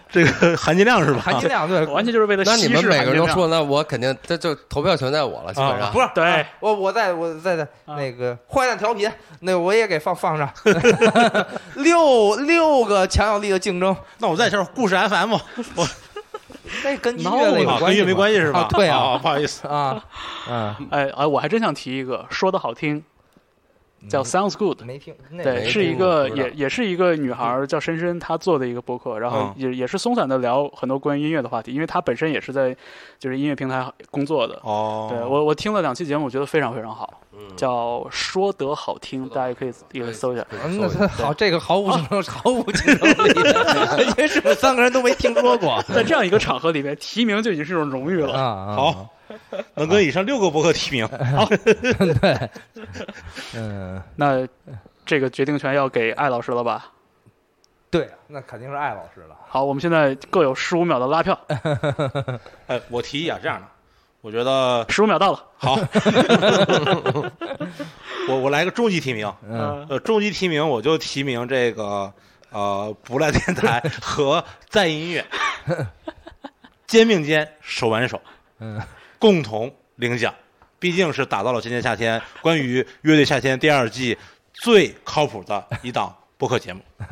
C: 这个含金量是吧？
A: 含金量对，
B: 完全就是为了
D: 那你
B: 稀
D: 们
B: 释
D: 每
B: 含
D: 个
B: 金
D: 人都
B: 量。
D: 说，那我肯定这就投票权在我了，基本上
C: 啊
A: 不是
B: 对
A: 啊我我在我在在
B: 啊
A: 那个坏蛋调频，那我也给放放上 六六个强有力的竞争，
C: 那我再一下故事 FM，我
A: 那跟音乐类有
C: 啊
A: 关
C: 跟
A: 系
C: 乐没
A: 吗
C: 关系是吧
A: 啊？对啊
C: 啊，不好意 思，
A: 啊，嗯，
B: 哎哎，我还真想提一个，说的好听，
D: 嗯
B: 叫 Sounds Good。
A: 嗯没听那
B: 对，
D: 没
B: 是一
D: 听过
B: 个
D: 不知道
B: 也也是一个女孩儿叫深深，她做的一个播客，然后
C: 嗯
B: 也也是松散的聊很多关于音乐的话题，因为她本身也是在就是音乐平台工作的。
C: 哦，
B: 对我我听了两期节目，我觉得非常非常好，叫说得好听，大家可以也可以搜一下。
A: 嗯，那他 好，这个毫无竞争，毫无竞争力， 因为是我们三个人都没听说过
B: 在这样一个场合里面，提名就已经是一种荣誉
A: 啊
B: 了。
A: 啊。啊，
C: 好，能跟以上六个博客提名，
A: 嗯，
B: 那这个决定权要给艾老师了吧？
A: 对，那肯定是艾老师了。
B: 好，我们现在各有十五秒的拉票，
C: 哎，我提议啊，这样的，我觉得
B: 十五秒到了。
C: 好，我我来个终极提名，
A: 嗯，
C: 呃，终极提名我就提名这个呃不赖电 台和在音乐，肩并肩，手挽手，
A: 嗯，
C: 共同领奖，毕竟是打造了今年夏天关于《乐队夏天》第二季最靠谱的一档播客节目，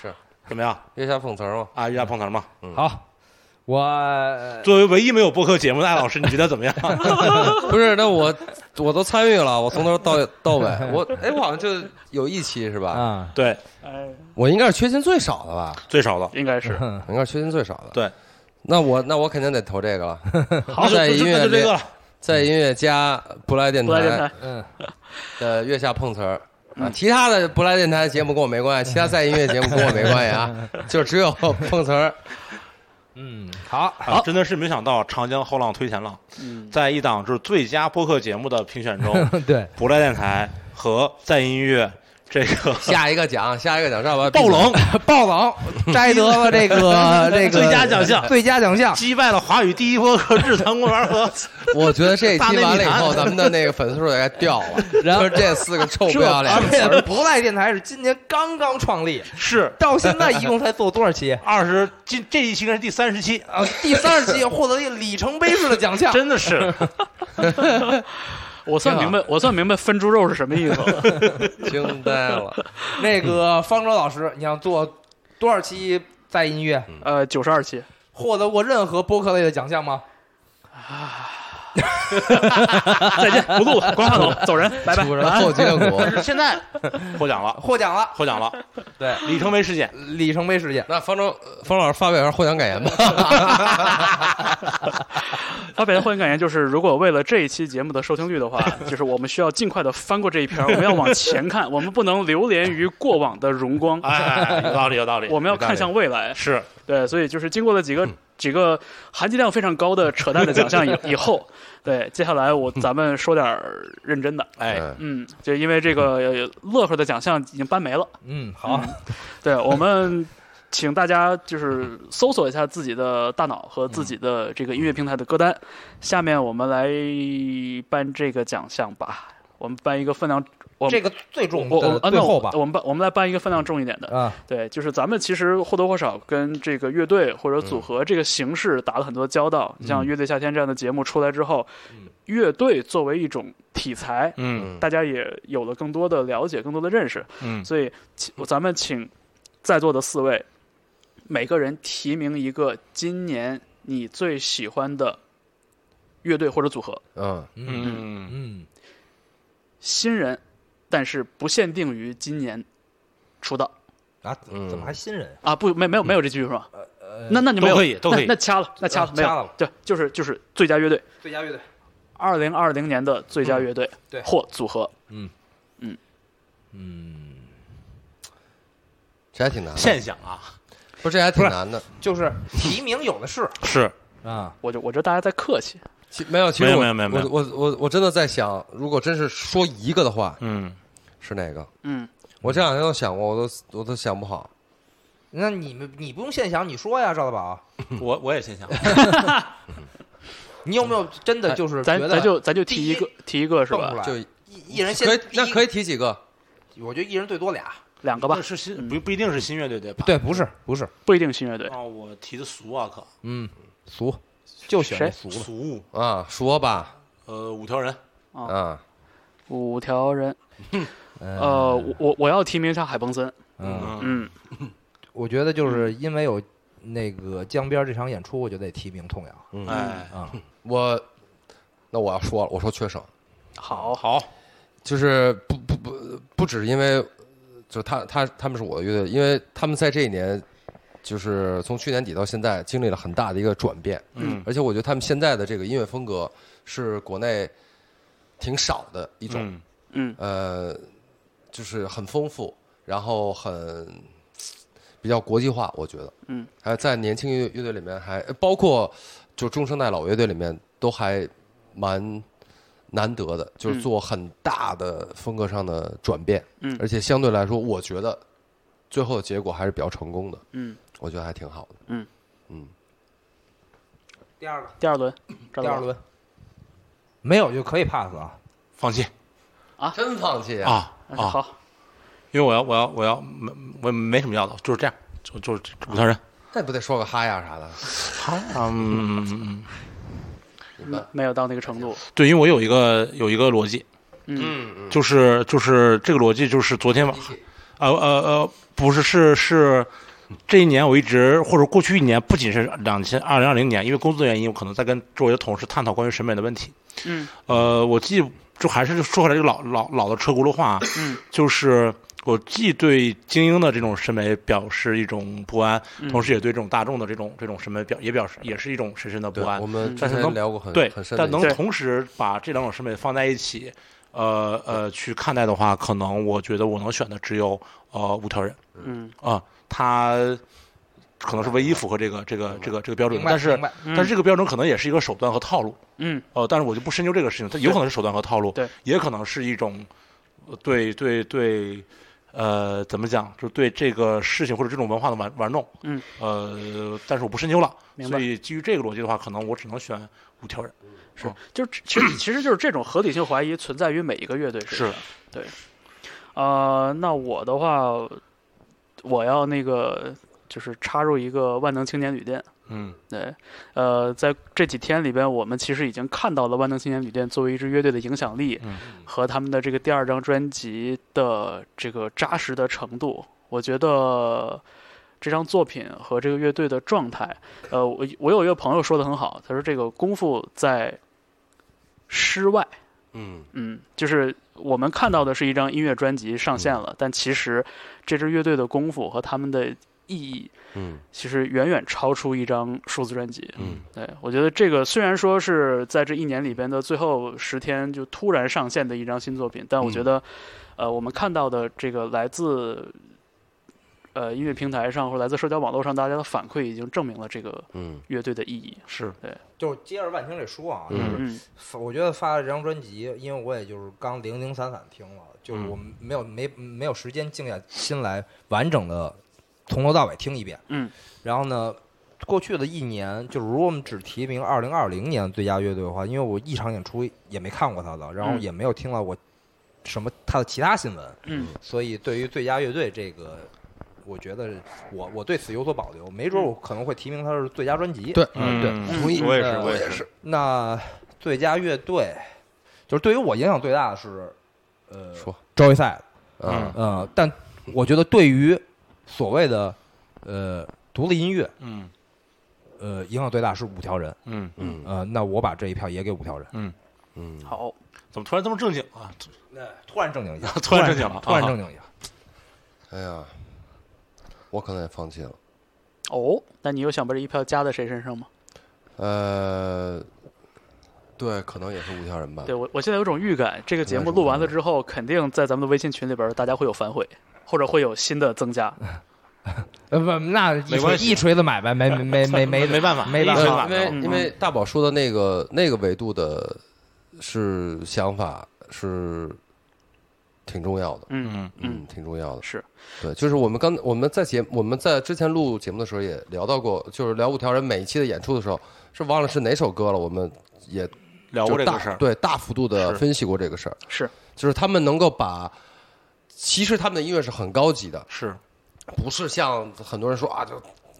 D: 是
C: 怎么样
D: 月下碰瓷儿嘛，
C: 啊？一大碰头嘛。
A: 好，
D: 嗯
A: 我
C: 作为唯一没有播客节目的艾老师，你觉得怎么 样？
D: 不是，那我我都参与了，我从头到到 尾，我哎，我好像就有一期是吧？
A: 啊，
C: 对，
B: 哎，
D: 我应该是缺勤最少的吧？
C: 最少的。
B: 应该是
A: 嗯
D: 我应该是缺勤最少的。
C: 对，
D: 那我那我肯定得投这个了，
C: 好，那
D: 在
C: 就
D: 音乐
C: 那就这
D: 里
C: 个了。啊
D: 在音乐加不来电
B: 不来电
D: 台
B: 台。
A: 嗯，
D: 的月下碰瓷儿。
C: 嗯
D: 啊，其他的不来电台节目跟我没关系，其他在音乐节目跟我没关系 啊，就只有碰瓷儿。
A: 嗯，好，
C: 啊，真的是没想到长江后浪推前浪，
B: 嗯，
C: 在一档就是最佳播客节目的评选中，
A: 对，
C: 不赖电台和在音乐这个
D: 下一个奖，下一个奖，让我
C: 爆冷
A: 爆冷 摘得了这 个这个
C: 最佳奖项
A: 最佳奖项。
C: 击败了华语第一波和日坛公园和
D: 我觉得这 一
C: 大
D: 期
C: 内密
D: 完了以后，
C: 谈
D: 咱们的那个粉丝数得该掉了。
A: 然
D: 就是这四个臭不要脸的词
A: 啊这
D: 儿，
A: 不赖电台是今年刚刚创 立，
C: 是？
A: 到现在一共才做多少期
C: 二十，今这一期应该是第三十期，
A: 啊，第三十期获得一个里程碑式的奖项，
C: 真的是
B: 我算
D: 挺
B: 明白，我算明白分猪肉是什么意思了。
D: 惊呆了。
A: 那个方舟老师，你想做多少期在音乐？
B: 呃，九十二期，
A: 获得过任何播客类的奖项吗？
B: 再见，不录了，关 话筒，走人，拜拜。
D: 主人后脊梁骨，
A: 现在
C: 获奖了，
A: 获奖了，
C: 获奖了，
A: 对，
C: 里程碑事件，
A: 里程碑事件。
D: 那方舟呃方老师发表一下获奖感言吧。
B: 他表现获奖感言就是，如果为了这一期节目的收听率的话，就是我们需要尽快的翻过这一篇，我们要往前看，我们不能流连于过往的荣光，
C: 哎哎，哎有道理，有道理，
B: 我们要看向未来。
C: 是
B: 对，所以就是经过了几个几个含金量非常高的扯淡的奖项 以以后，对，接下来我咱们说点儿认真的，
C: 哎，
D: 嗯
B: 嗯，就因为这个呃乐呵的奖项已经搬没了，
A: 嗯，好，
B: 对我们。请大家就是搜索一下自己的大脑和自己的这个音乐平台的歌单。下面我们来颁这个奖项吧，我们颁一个分量，我
A: 这个最重
B: 我我
A: 的
B: 啊
A: 最
B: 那
A: 后
B: 我
A: 吧。
B: 我们颁我们来颁一个分量重一点的。
A: 啊，
B: 对，就是咱们其实或多或少跟这个乐队或者组合这个形式打了很多交道。像《
A: 嗯
B: 乐队夏天》这样的节目出来之后，乐队作为一种题材，
C: 嗯
B: 大家也有了更多的了解、更多的认识。
C: 嗯，
B: 所以，请咱们请在座的四位，每个人提名一个今年你最喜欢的乐队或者组合。
D: 嗯，
C: 嗯
A: 嗯，
B: 新人，但是不限定于今年出道
A: 啊，
D: 嗯
A: 怎么还新人？
B: 啊！不，没没有没有这句是
A: 嗯
B: 吧？那那你没
C: 都
B: 有
C: 可以，都可以
B: 那那，掐了，那掐了，
A: 啊
B: 没有，
A: 呃掐了
B: 对，就是就是最佳乐队，
A: 最佳乐队。
B: 二零二零年的最佳乐队、
A: 嗯对
B: 或组合，
D: 这还挺难的，
C: 现象啊，
D: 不是这还挺难的。
A: 就是提名有的是
C: 是
A: 啊，
B: 我就我觉得大家在客气，
D: 其没有，其实
C: 没有
D: 我
C: 没有没有没有
D: 我我我我真的在想，如果真是说一个的话，
C: 嗯，
D: 是哪个？
B: 嗯，
D: 我这两天都想过，我都我都想不好。
A: 那你们你不用现想，你说呀，赵大宝，
C: 我我也现象，
A: 你有没有真的哎就是觉
B: 哎咱
A: 得
B: 咱就咱就
A: 第
B: 提
A: 一
B: 一个提一个是
A: 蹦出
B: 吧？
A: 来？
C: 嗯
D: 就
A: 一一人先
D: 可以，那可
A: 以，
D: 以提几个？
A: 我觉得一人最多俩。
B: 两个吧
C: 那，是新不不一定是新乐队对吧？
A: 对，不是不是，
B: 不一定新乐队，
C: 哦，我提的俗啊，可
A: 嗯，俗，就选这俗
B: 谁
A: 的。
C: 俗，
D: 啊，说吧，
C: 呃，五条人，
D: 啊，
B: 五条人，
C: 嗯
B: 呃，我我我要提名一下海崩森，
A: 嗯，
C: 嗯，
B: 嗯，
A: 我觉得就是因为有那个江边这场演出，我就得提名痛痒
C: 哎，
A: 啊。
D: 我那我要说了，我说缺省，
B: 好，
C: 好，
D: 就是不不不不只是因为，就是他他他们是我的乐队，因为他们在这一年，就是从去年底到现在，经历了很大的一个转变，
C: 嗯
D: 而且我觉得他们现在的这个音乐风格是国内挺少的一种，
C: 嗯
B: 嗯
D: 呃，就是很丰富，然后很比较国际化，我觉得，
B: 嗯，
D: 还有在年轻乐乐队里面还包括就中生代老乐队里面都还蛮难得的，就是
B: 嗯
D: 做很大的风格上的转变，
B: 嗯
D: 而且相对来说，我觉得最后的结果还是比较成功的，
B: 嗯，
D: 我觉得还挺好的，
A: 第二个，
B: 第二轮，第
A: 第二轮没有就可以 pass 啊。
C: 放弃
D: 真放弃啊！
C: 啊啊，
B: 哎嗯好，
C: 因为我要我要我要没我没什么要的，就是这样，就就是五条人。
D: 那不得说个哈呀啥的，
C: 嗯，
B: 嗯没有到那个程度，
C: 对，因为我有一个有一个逻辑，
B: 嗯
D: 嗯
C: 就是就是这个逻辑就是昨天晚，呃呃呃，不是是是这一年我一直或者过去一年，不仅是两千二零二零年，因为工作原因，我可能在跟周围的同事探讨关于审美的问题。
B: 嗯
C: 呃，我既就还是说回来这个老老老的车轱辘话，啊
B: 嗯，
C: 就是我既对精英的这种审美表示一种不安，
B: 嗯
C: 同时也对这种大众的这种这种审美表也表示也是一种深深的
D: 对
C: 不，安
D: 我。们之
C: 但是
D: 前
C: 能
D: 聊过很
C: 对
D: 很，深的
C: 但
D: 一
C: 能
B: 对
C: 同时把这两种审美放在一起，呃呃，去看待的话，可能我觉得我能选的只有呃五条人
B: 嗯
C: 啊、他可能是唯一符合这个这个这个这个标准
A: 明
C: 的，
A: 白，
C: 但是
A: 明白
C: 但是这个标准可能也是一个手段和套路，
B: 嗯
C: 呃，但是我就不深究这个事情，它有可能是手段和套路，
B: 对，
C: 也可能是一种呃对对对呃，怎么讲，就对这个事情或者这种文化的玩玩弄，
B: 嗯，
C: 呃，但是我不深究了，
B: 明白
C: 所以基于这个逻辑的话，可能我只能选五条人，
B: 是，就是 其实其实就是这种合理性怀疑存在于每一个乐队身上。
C: 是
B: 对。呃，那我的话，我要那个就是插入一个万能青年旅店。
C: 嗯
B: 对，呃，在这几天里边，我们其实已经看到了万能青年旅店作为一支乐队的影响力
C: 嗯
B: 和他们的这个第二张专辑的这个扎实的程度。我觉得这张作品和这个乐队的状态，呃，我我有一个朋友说的很好，他说这个功夫在诗外，
D: 嗯，
B: 嗯，就是我们看到的是一张音乐专辑上线
D: 嗯
B: 了，但其实这支乐队的功夫和他们的意义，
D: 嗯，
B: 其实远远超出一张数字专辑。
D: 嗯，
B: 对我觉得这个虽然说是在这一年里边的最后十天就突然上线的一张新作品，但我
D: 嗯
B: 觉得，呃，我们看到的这个来自。呃，音乐平台上或者来自社交网络上大家的反馈，已经证明了这个
D: 嗯
B: 乐队的意义。
C: 是
A: 就是接着万婷这说啊，就
D: 嗯
A: 是
B: 嗯
A: 发我觉得发了这张专辑，因为我也就是刚零零散散听了，就是
C: 嗯
A: 我没有没没有时间静下心来完整的从头到尾听一遍。
B: 嗯，
A: 然后呢，过去的一年，就是如果我们只提名二零二零年最佳乐队的话，因为我一场演出也没看过他的，然后
B: 嗯
A: 也没有听到过什么他的其他新闻，
B: 嗯
A: 所以对于最佳乐队这个。我觉得我我对此有所保留，没
B: 嗯
A: 准我可能会提名他是最佳专辑。
D: 对，
C: 嗯
D: 对，同意，
C: 我也是
A: 呃
C: 我也是
D: 是，
A: 那最佳乐队，就是对于我影响最大的是，呃，
D: 说
A: 周 y 赛，
D: 嗯
A: 嗯，但我觉得对于所谓的呃独立音乐，
C: 嗯
A: 呃，影响最大是五条人，
C: 嗯，
D: 嗯
A: 呃，那我把这一票也给五条人，
D: 嗯，
B: 好，
C: 怎么突然这么正经啊？，
A: 那 突然正经一下啊
C: 突然正经了
A: 突然正经一下，
D: 哎呀，我可能也放弃了。
B: 哦，那你又想把这一票加在谁身上吗？
D: 呃，对，可能也是五条人吧。
B: 对我，我现在有种预感，这个节目录完了之后，肯定在咱们的微信群里边儿，大家会有反悔，或者会有新的增加。
A: 呃，不，那一
C: 没
A: 锤
C: 关系
A: 一锤子买卖，没没没没没
C: 没办法
A: 没办
C: 一锤
A: 法
C: 子，
D: 因为
B: 嗯
D: 因为大宝说的那个那个维度的是想法是挺重要的，
B: 嗯
C: 嗯
B: 嗯，
D: 挺重要的。
B: 是，
D: 对，就是我们刚我们在节我们在之前录节目的时候也聊到过，就是聊五条人每一期的演出的时候，是忘了是哪首歌了，我们也
C: 聊过
D: 就
C: 这
D: 大
C: 个事儿，
D: 对大幅度的
C: 是
D: 分析过这个事儿，
B: 是，
D: 就是他们能够把，其实他们的音乐是很高级的，
C: 是
D: 不是像很多人说啊，就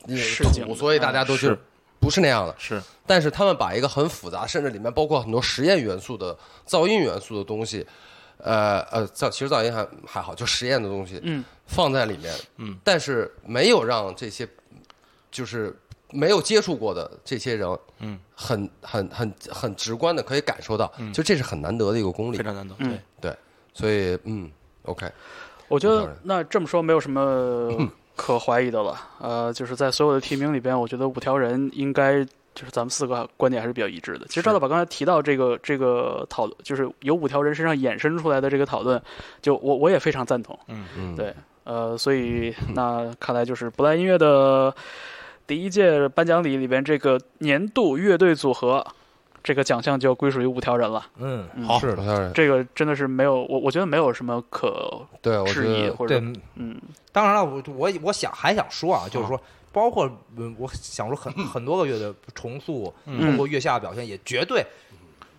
D: 因
B: 市
D: 为
B: 井
D: 土，所以大家都
C: 嗯是
D: 是不是那样的。
C: 是
D: 但是他们把一个很复杂，甚至里面包括很多实验元素的噪音元素的东西，呃呃，噪其实噪音还还好，就实验的东西
B: 嗯
D: 放在里面，
C: 嗯，
D: 但是没有让这些就是没有接触过的这些人，
C: 嗯，
D: 很很很很直观的可以感受到，就这是很难得的一个功力
C: 非，常难得，
B: 嗯
C: 对，
D: 对，所以嗯，OK，
B: 我觉
D: 五条
B: 得
D: 人
B: 那这么说没有什么可怀疑的了。呃，就是在所有的提名里边，我觉得五条人应该就是咱们四个观点还是比较一致的。其实赵大宝刚才提到这个这个讨论，就是由五条人身上衍生出来的这个讨论，就我我也非常赞同。
D: 嗯，
B: 对呃，所以那看来就是不赖音乐的第一届颁奖礼里边，这个年度乐队组合这个奖项就归属于五条人了。
A: 嗯，
B: 嗯
C: 好
A: 是
D: 五
A: 的，
D: 条人，
B: 这个真的是没有我，我觉得没有什么可
D: 对，我觉
B: 质疑
D: 得
B: 或者
A: 对，
B: 嗯
A: 当然了，我我我想还想说啊，就是说，包括嗯我想说很很多个乐队重塑，
B: 嗯
A: 包括月下的表现也绝对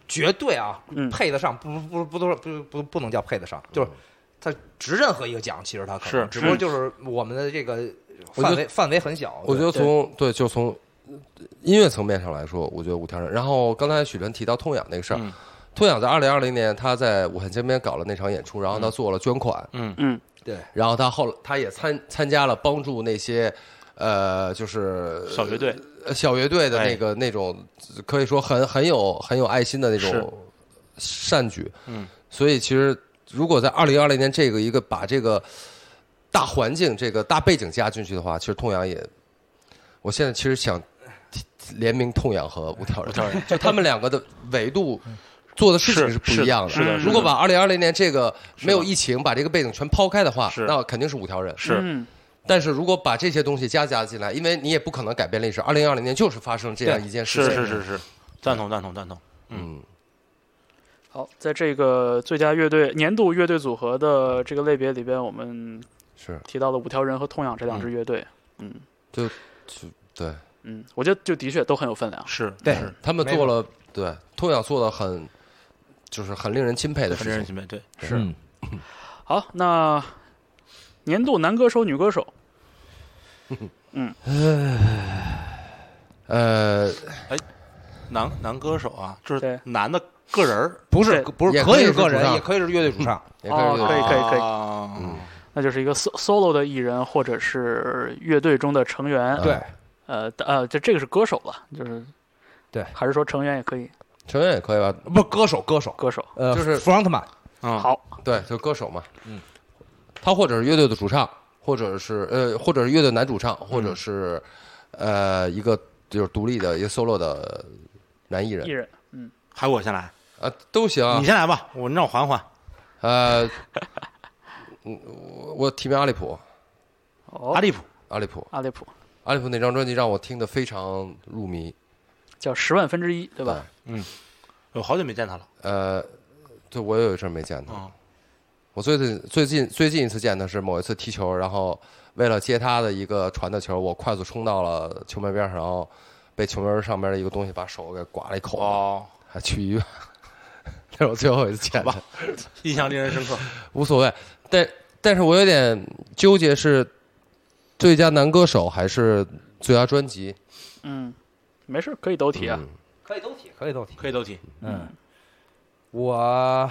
A: 绝对啊，
B: 嗯
A: 配得上，不不不不不不不能叫配得上，就是他值任何一个奖，其实他可能
C: 嗯是
A: 只不过就是我们的这个
D: 我
A: 范
D: 觉得
A: 围范围很小，
D: 我觉
A: 对
D: 得从对，就从音乐层面上来说，我觉得五条人。然后刚才许晨提到痛痒那个事儿，
C: 嗯
D: 痛痒在二零二零年他在武汉街边搞了那场演出，然后他做了捐款，
C: 嗯
B: 嗯
A: 对
D: 然后他后来他也参参加了帮助那些呃，就是
C: 嗯小乐队
D: 呃小乐队的
C: 哎
D: 那个、那种可以说很很有很有爱心的那
C: 是
D: 种善举。
C: 嗯，
D: 所以其实如果在二零二零年这个一个把这个大环境这个大背景加进去的话，其实痛痒也，我现在其实想提联名痛痒和五条人，
C: 五条人
D: 就他们两个的维度。做的事情
C: 是
D: 是不一样的。嗯
C: 是
B: 的是的
D: 如果把二零二零年这个没有疫情，把这个背景全抛开的话
C: 是，
D: 那肯定是五条人。
C: 是
B: 嗯
D: 但是如果把这些东西加加进来，因为你也不可能改变历史，二零二零年就是发生这样一件事
C: 是是
D: 情。
C: 是是，赞同赞同赞同，
D: 嗯，
B: 好，在这个最佳乐队年度乐队组合的这个类别里边，我们
D: 是
B: 提到了五条人和痛仰这两支乐队。嗯
D: 就对
B: 嗯，我觉得就的确都很有分量。
C: 是
A: 对
C: 是，
D: 他们
A: 没
D: 做了对，痛仰做的很，就是很令人钦佩的
C: 很令
D: 事
C: 人
D: 情。
C: 钦佩。对，
A: 是
B: 好，那年度男歌手、女歌手，
D: 呃，
C: 男男歌手啊，就
B: 对
C: 是男的个人儿，
A: 不是
B: 对
A: 不
D: 也
A: 是
D: 可以
A: 以
D: 是
A: 个
D: 主唱
A: 人，也可以是乐队主唱，
D: 也可以
B: 哦
D: 说
B: 可以可以可以
C: 啊
D: 嗯
B: 那就是一个 so- solo 的艺人或者是乐队中的成员。
D: 嗯
A: 对，
B: 呃呃，这这个是歌手了，就是
A: 对
B: 还是说成员也可以，
D: 成员也可以吧？
A: 不歌手歌手，
B: 歌手。
A: 呃，
D: 就是
A: frontman，
C: 嗯
B: 好，
D: 对，就是歌手嘛。
A: 嗯，
D: 他或者是乐队的主唱，或者是呃，或者是乐队男主唱，或者是呃一个就是独立的一个 solo 的男
B: 艺
D: 艺人
B: 人嗯
C: 还我先来，
D: 啊，都行啊。
C: 你先来吧，我让我缓缓。
D: 呃，嗯我我提名阿利普，
B: 哦，
C: 阿利普，
D: 阿利普，
B: 阿利普
D: 阿利普那张专辑让我听得非常入迷，
B: 叫十万分之一，对吧？
C: 我好久没见他了。
D: 呃，对我也有一阵儿没见他，
C: 嗯
D: 我最近最近最近一次见他是某一次踢球，然后为了接他的一个传的球，我快速冲到了球门边上，然后被球门上边的一个东西把手给刮了一口，
C: 哦，
D: 还去医院。那是我最后一次见他，
C: 印象令人深刻。
D: 无所谓。但但是我有点纠结是最佳男歌手还是最佳专辑？
B: 嗯，没事，可以都提啊。
D: 嗯
A: 可以都提，可以都提。
C: 可以都提。
A: 嗯，我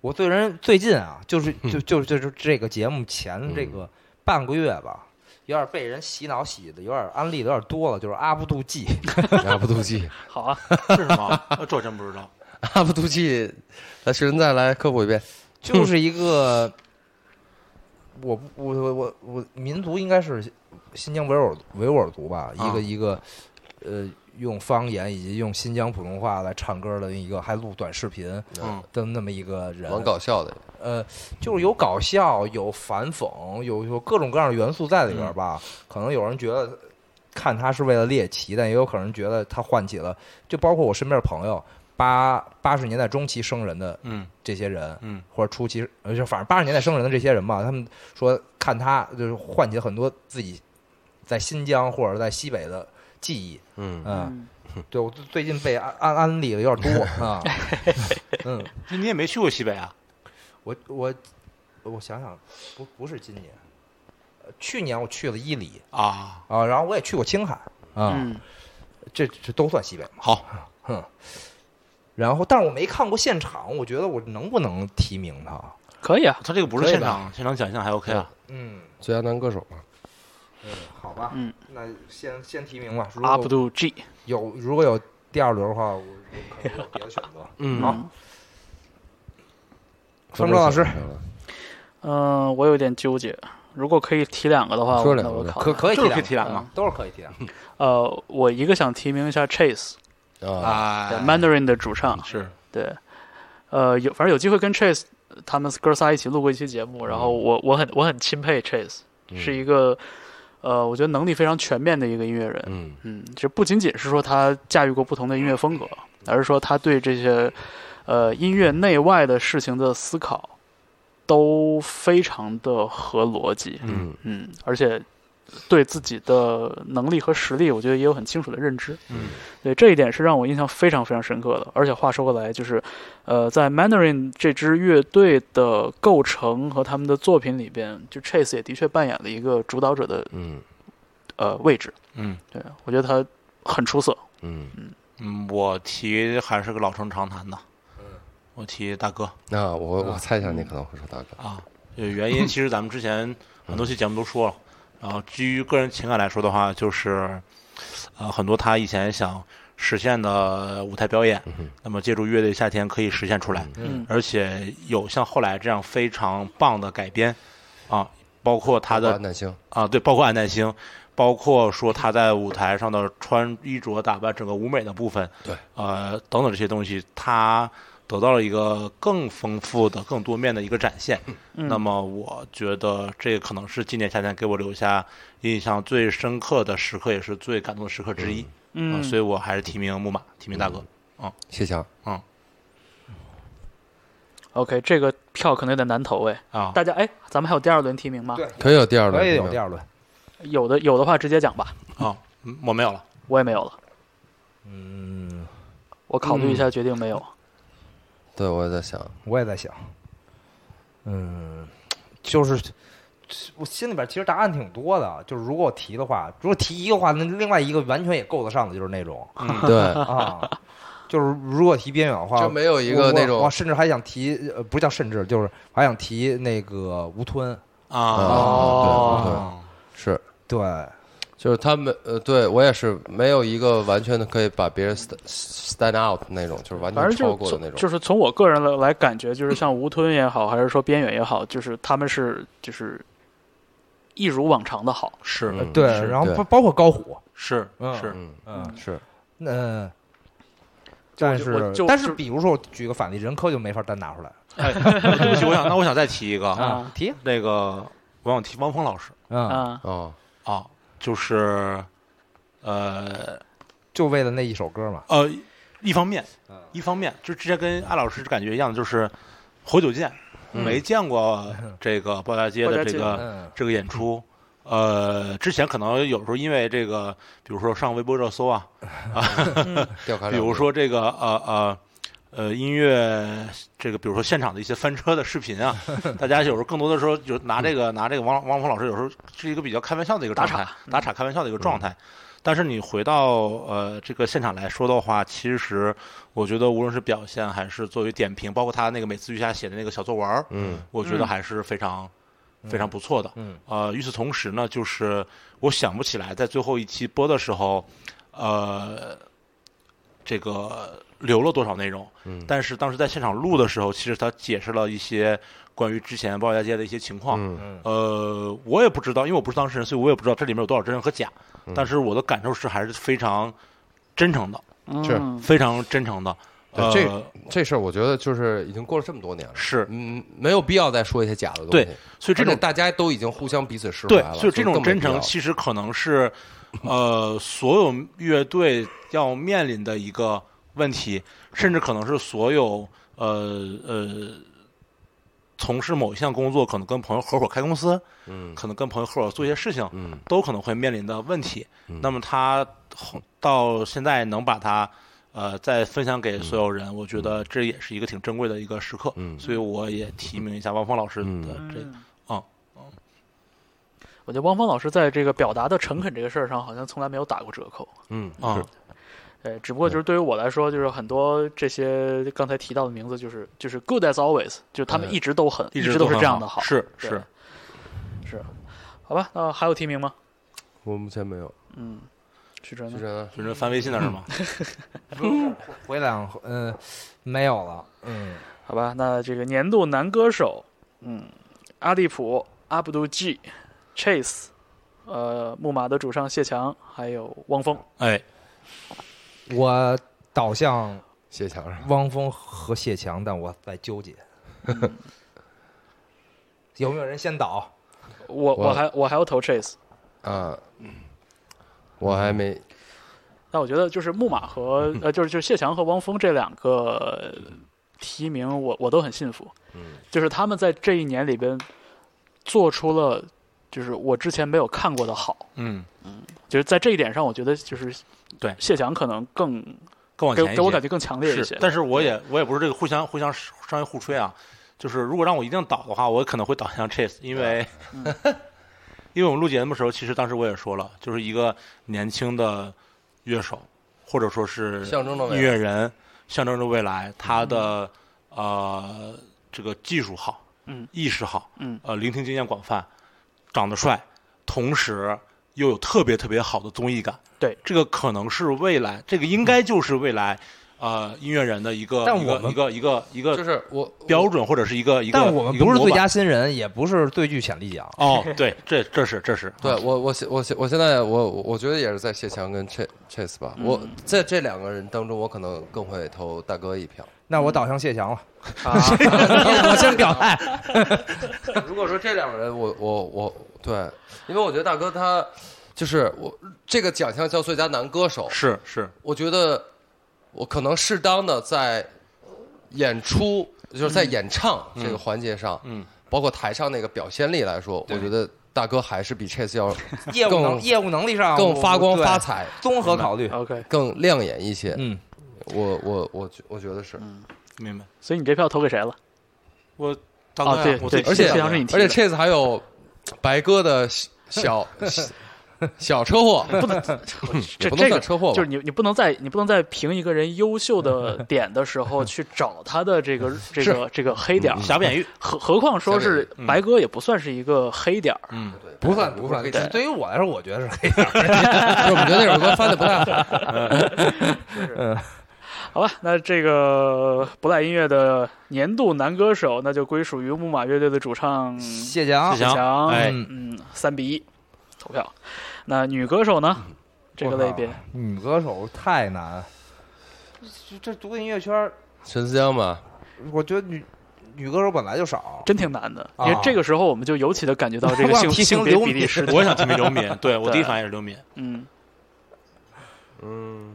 A: 我对人最近啊，就是
D: 嗯
A: 就就就是这个节目前这个半个月吧，有点被人洗脑洗的，有点安利的有点多了，就是阿布杜季，
D: 阿布杜季，
B: 好啊，
C: 是吗？呃这我真不知道。
D: 阿布杜季，来，石人再来科普一遍。
A: 就是一个。我不我我我我民族应该是新疆维吾尔维吾尔族吧，一
C: 啊
A: 个一个，呃，用方言以及用新疆普通话来唱歌的一个，还录短视频
C: 嗯，
A: 的那么一个人，
D: 蛮搞笑的，
A: 呃，就是有搞笑，有反讽，有有各种各样的元素在里边儿吧。可能有人觉得看他是为了猎奇，但也有可能觉得他唤起了，就包括我身边的朋友，八八十年代中期生人的
C: 嗯
A: 这些人，
C: 嗯，
A: 或者初期，呃，就反正八十年代生人的这些人吧，他们说看他就是唤起了很多自己在新疆或者在西北的记忆，
D: 嗯，
A: 嗯，，对我最最近被安安安利的有点 多啊，嗯，
C: 那你也没去过西北啊？
A: 我我我想想，不不是今年，呃去年我去了伊犁
C: 啊，
A: 啊，然后我也去过青海啊，
B: 嗯，
A: 这这都算西北嘛。
C: 好，
A: 然后，但是我没看过现场，我觉得我能不能提名他？
B: 可以啊，
C: 他这个不是现场，现场奖项还 OK 啊。
A: 嗯，
D: 最佳男歌手嘛，
A: 好吧，
B: 嗯，
A: 那先先提名吧。如
B: 阿布
A: 果
B: 杜 G，
A: 有如果有第二轮的话，我我可能有别的选择。
C: 嗯
A: 好，方舟老师
B: 嗯，我有点纠结。如果可以提两个的话，
D: 说
B: 那
D: 两个
B: 我
D: 呗
B: 考
A: 可
B: 虑
A: 可以
C: 这
A: 提
C: 是
A: 两
C: 可以
A: 个
C: 提两个吗？
A: 都是可以提两个。
B: 呃，我一个想提名一下 Chase，
D: 啊，
C: 啊
B: 对 Mandarin 的主唱，
C: 是
B: 对，呃，有反正有机会跟 Chase 他们哥仨一起录过一期节目，然后我我很我很钦佩 Chase，是一个呃，我觉得能力非常全面的一个音乐人。
D: 嗯
B: 嗯，这不仅仅是说他驾驭过不同的音乐风格，而是说他对这些呃音乐内外的事情的思考都非常的合逻辑。
D: 嗯
B: 嗯，而且对自己的能力和实力，我觉得也有很清楚的认知。
C: 嗯，
B: 对这一点是让我印象非常非常深刻的。而且话说回来，就是呃，在 Mandarin 这支乐队的构成和他们的作品里边，就 Chase 也的确扮演了一个主导者的
D: 嗯
B: 呃位置。
C: 嗯
B: 对我觉得他很出色。
D: 嗯，
C: 嗯，我提还是个老生常谈的。我提大哥
D: 那我我猜想你可能会说大哥，
C: 啊，呃原因其实咱们之前很多期节目都说了。然后基于个人情感来说的话，就是呃很多他以前想实现的舞台表演，那么借助乐队夏天可以实现出来。
B: 嗯
C: 而且有像后来这样非常棒的改编啊，包括他的
D: 安南星，
C: 啊，对，包括安耐星，包括说他在舞台上的穿衣着打扮，整个舞美的部分，
D: 对，
C: 呃，等等这些东西，他得到了一个更丰富的、更多面的一个展现。
B: 嗯
C: 那么，我觉得这可能是今年夏天给我留下印象最深刻的时刻，也是最感动的时刻之一。啊
B: 嗯
C: 啊所以我还是提名木马，提名大哥。
D: 谢翔，
C: 嗯，
B: OK，这个票可能有点难投哎。
C: 啊，
B: 大家哎，咱们还有第二轮提名吗？
A: 对
D: 可以有第二轮，
A: 可以嗯有
D: 是吧
A: 第二轮。
B: 有的有的话直接讲吧，
C: 啊，嗯我没有了。
B: 我也没有了，
A: 嗯，
B: 我考虑一
C: 嗯
B: 下决定没有。
D: 对，我也在想，
A: 我也在想，嗯，就是我心里边其实答案挺多的，啊就是如果我提的话，如果提一个话，那另外一个完全也够得上的，就是那种
D: 对，
A: 啊，就是如果提边缘的话，
D: 就没有一个
A: 我
D: 那
A: 我我
D: 种
A: 甚至还想提，呃，不叫甚至，就是还想提那个吴吞，
C: 啊，
B: 哦
D: 啊，对，对是，
A: 对，
D: 嗯就是他们呃，对我也是没有一个完全的可以把别人 stand stand out 那种，就是完
B: 反
D: 全
B: 正
D: 超
B: 就
D: 过
B: 是
D: 的
B: 从
D: 那种，
B: 就是从我个人来来感觉，就是像吴吞也好，还是说边远也好，就是他们是就是一如往常的好。
C: 是
D: 嗯
A: 对，
B: 是
A: 然后
D: 对
A: 包包括高虎，
C: 是
A: 嗯
C: 是，
D: 嗯，
A: 嗯，
D: 是，
A: 那。但
B: 就我
A: 是
B: 就，
A: 但，
B: 就是
A: 比如说，我举个反例，人科就没法单拿出来
C: 哎，对不起，我想那我想再提一个，
B: 啊
A: 提，
C: 那个我想提汪峰老师
A: 嗯，
B: 啊，
D: 哦，
C: 啊，就是呃
A: 就为了那一首歌嘛，
C: 呃，一方面
A: 嗯，
C: 一方面就之前跟艾老师感觉一样，就是好久见，
D: 嗯
C: 没见过这个鲍家街
B: 鲍家
C: 的
B: 嗯街
C: 这个
A: 嗯，
C: 这个演出。呃，之前可能有时候因为这个，比如说上微博热搜啊，
D: 调侃，
C: 比如，说这个呃呃呃音乐这个，比如说现场的一些翻车的视频啊，大家有时候更多的时候就拿这个拿这个王王鹏老师有时候是一个比较开玩笑的一个状态嗯打
B: 打，
C: 岔开玩笑的一个状态。但是你回到呃这个现场来说的话，其实我觉得无论是表现还是作为点评，包括他那个每次瑜伽写的那个小作文儿，
D: 嗯
C: 我觉得还是非常、非常不错的。
A: 嗯，
C: 呃，与此同时呢，就是我想不起来在最后一期播的时候，呃，这个留了多少内容。
D: 嗯
C: 但是当时在现场录的时候，其实他解释了一些关于之前鲍家街的一些情况。
D: 嗯
A: 嗯
C: 呃，我也不知道，因为我不是当事人，所以我也不知道这里面有多少真和假。
D: 嗯
C: 但是我的感受是还是非常真诚的，
D: 是
B: 嗯，
C: 非常真诚的。
D: 对
C: 呃，
D: 这个这事儿我觉得就是已经过了这么多年了，
C: 是，
D: 嗯，没有必要再说一些假的东西，
C: 对所以这
D: 而且
C: 种
D: 大家都已经互相彼此释怀
C: 对
D: 了，，
C: 所以这种
D: 更没
C: 真
D: 必要
C: 诚其实可能是，呃，所有乐队要面临的一个问题，甚至可能是所有呃呃从事某一项工作，可能跟朋友合伙开公司，
D: 嗯
C: 可能跟朋友合伙做一些事情，
D: 嗯
C: 都可能会面临的问题。那么他后到现在能把它呃再分享给所有人，我觉得这也是一个挺珍贵的一个时刻。
D: 嗯
C: 所以我也提名一下汪峰老师
D: 嗯
C: 的这个
B: 嗯
C: 哦。
B: 我觉得汪峰老师在这个表达的诚恳这个事儿上，好像从来没有打过折扣。
D: 嗯
C: 啊、
D: 是
B: 呃，只不过就是对于我来说，就是很多这些刚才提到的名字，就是就是 good as always，就是他们
D: 嗯
B: 一直都很、
C: 哎一
B: 直
C: 都
B: 是
C: 很
B: 这样的好，
C: 是
B: 对
C: 是，
B: 是，好吧？那、还有提名吗？
D: 我目前没有，
B: 嗯，徐哲
D: 徐
B: 呢？
D: 晨呢
C: 就是翻微信的是
B: 嗯
C: 吗？
A: 回两嗯、没有了，嗯，
B: 好吧，那这个年度男歌手，嗯，阿利普、阿布杜 G、Chase，呃，木马的主唱谢强，还有汪峰。
C: 哎，
A: 我导向
D: 谢强是吧
A: 汪峰和谢强，但我在纠结， 有没有人先倒？
B: 我我
D: 我
B: 还我还要投 Chase，
D: 啊，我还没
B: 但我觉得就是木马和
C: 嗯
B: 呃，就是就是谢强和汪峰这两个提名我，我都很信服。
D: 嗯，
B: 就是他们在这一年里边做出了就是我之前没有看过的好，
C: 嗯，
B: 就是在这一点上，我觉得就是
C: 对
B: 谢强可能更
C: 更往
B: 给
C: 前
B: 给我感
C: 觉
B: 觉更强烈一些
C: 是，。但是我也我也不是这个互相互相商业互吹啊，就是如果让我一定倒的话，我可能会倒向 Chase，因为、
B: 啊 嗯
C: 因为我们录节目的时候，其实当时我也说了，就是一个年轻的乐手，或者说是
D: 象征着未来
C: 音乐人，象征着未来，他的、呃这个技术好，
B: 嗯，
C: 意识好，
B: 嗯，
C: 呃，聆听经验广泛，长得帅，同时又有特别特别好的综艺感。
B: 对，
C: 这个可能是未来，这个应该就是未来，呃，音乐人的一个
A: 但
C: 一
A: 我
C: 个
A: 们
C: 一个一个一
D: 就
C: 个
D: 是我
C: 嗯标准，或者是一个一个。
A: 但我们
C: 一个
A: 不是
C: 模
A: 最
C: 板
A: 佳新人，也不是最具潜力奖，
C: 哦，对，这这是这是
D: 对我，我现我现我现在我我我觉得也是在谢强跟 Chase Chase 吧，我在这两个人当中，我可能更会投大哥一票。
A: 那我导向谢强了，
D: 啊，
A: 我
D: 嗯
A: 先表态，
D: 如果说这两个人，我我我对，因为我觉得大哥他就是我这个奖项叫最佳男歌手，
C: 是是
D: 我觉得我可能适当的在演出就是
B: 嗯
D: 在演唱这个环节上，
C: 嗯，
D: 包括台上那个表现力来说，我
C: 对
D: 觉得大哥还是比 Chase 要
A: 业务能
D: 更
A: 业务能力上
D: 更发光
A: 对
D: 发财、
A: 综合考虑，
B: OK，
D: 更亮眼一些。
A: 嗯，
D: 我我我觉我觉得是，
C: 明白。
B: 所以你这票投给谁了？
C: 我大
B: 啊，
C: 哥
B: 对
C: 呀，我
B: 对，
C: 最
D: 而且
B: 这张是你提
D: 而且
B: 的，
D: Chase 还有白哥的小小 小车祸，
B: 不能这
D: 也不能
B: 这个
D: 算车祸吧
B: 就是你你不能在你不能在评一个人优秀 的点的时
D: 嗯
B: 候去找他的这个这个这个黑点儿，
C: 瑕不掩瑜。
B: 何何况说是
C: 嗯
B: 白哥也不算是一个黑点儿，
C: 嗯，
A: 不算哎不算，
B: 对
A: 对于我来说，我觉得是黑
D: 就是我们觉得那首歌翻的不太好。
B: 好吧？那这个不赖音乐的年度男歌手，那就归属于木马乐队的主唱
A: 嗯
D: 嗯
A: 谢翔
C: 谢，翔
B: 翔，
C: 哎
A: 嗯
B: 嗯，三比一投票。那女歌手呢？
D: 嗯
B: 这个类别
A: 我靠女歌手太难，这这独立音乐圈儿，
D: 陈思江嘛，
A: 我觉得女女歌手本来就少，
B: 真挺难的，因
A: 啊
B: 为这个时候我们就尤其的感觉到这
A: 我
B: 个
A: 想
B: 性
A: 提醒
B: 性别
A: 刘
B: 比例
A: 敏
B: 失调。
C: 我也想提名刘敏，对我
B: 对
C: 第一反应也是刘敏。
B: 嗯，
D: 嗯，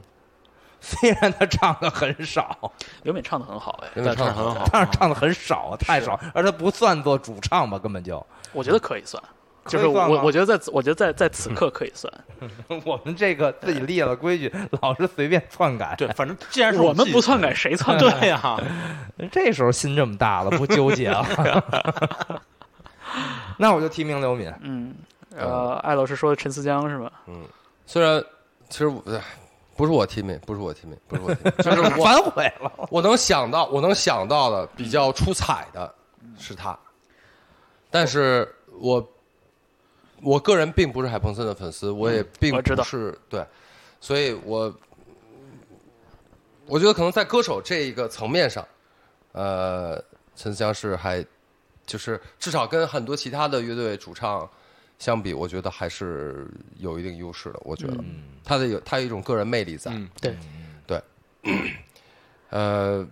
A: 虽然她唱的很少，
B: 刘敏唱的很好哎，
D: 因为
C: 但
D: 唱
C: 是很好，
A: 但是唱的很少，啊太少，而她不算做主唱吧，根本就。
B: 我觉得可以算，就
A: 可以
B: 是
A: 算
B: 我
A: 吗
B: 我觉得在此我觉得在在此刻可以算，
A: 我们这个自己立了规矩，老是随便篡改，
C: 对，反正既然是
B: 我们嗯
C: 自己
B: 不篡改，谁 篡改？
C: 对呀，
A: 这时候心这么大了，不纠结了。 那我就提名刘敏，
B: 嗯，呃，艾老师说陈思江是吧？
D: 虽然其实我唉不是我提名，不是我提名，不是我提名， 就是我
A: 反悔了。
D: 我能想到，我能想到的比较出彩的是他，但是我我个人并不是海鹏森的粉丝，我也并
B: 嗯我知
D: 不
B: 道
D: 是对，所以我我觉得可能在歌手这一个层面上，呃，陈思阳是还就是至少跟很多其他的乐队主唱相比，我觉得还是有一定优势的。我
B: 嗯
D: 觉得、他的有他有一种个人魅力在，
C: 嗯，
B: 对，
D: 呃，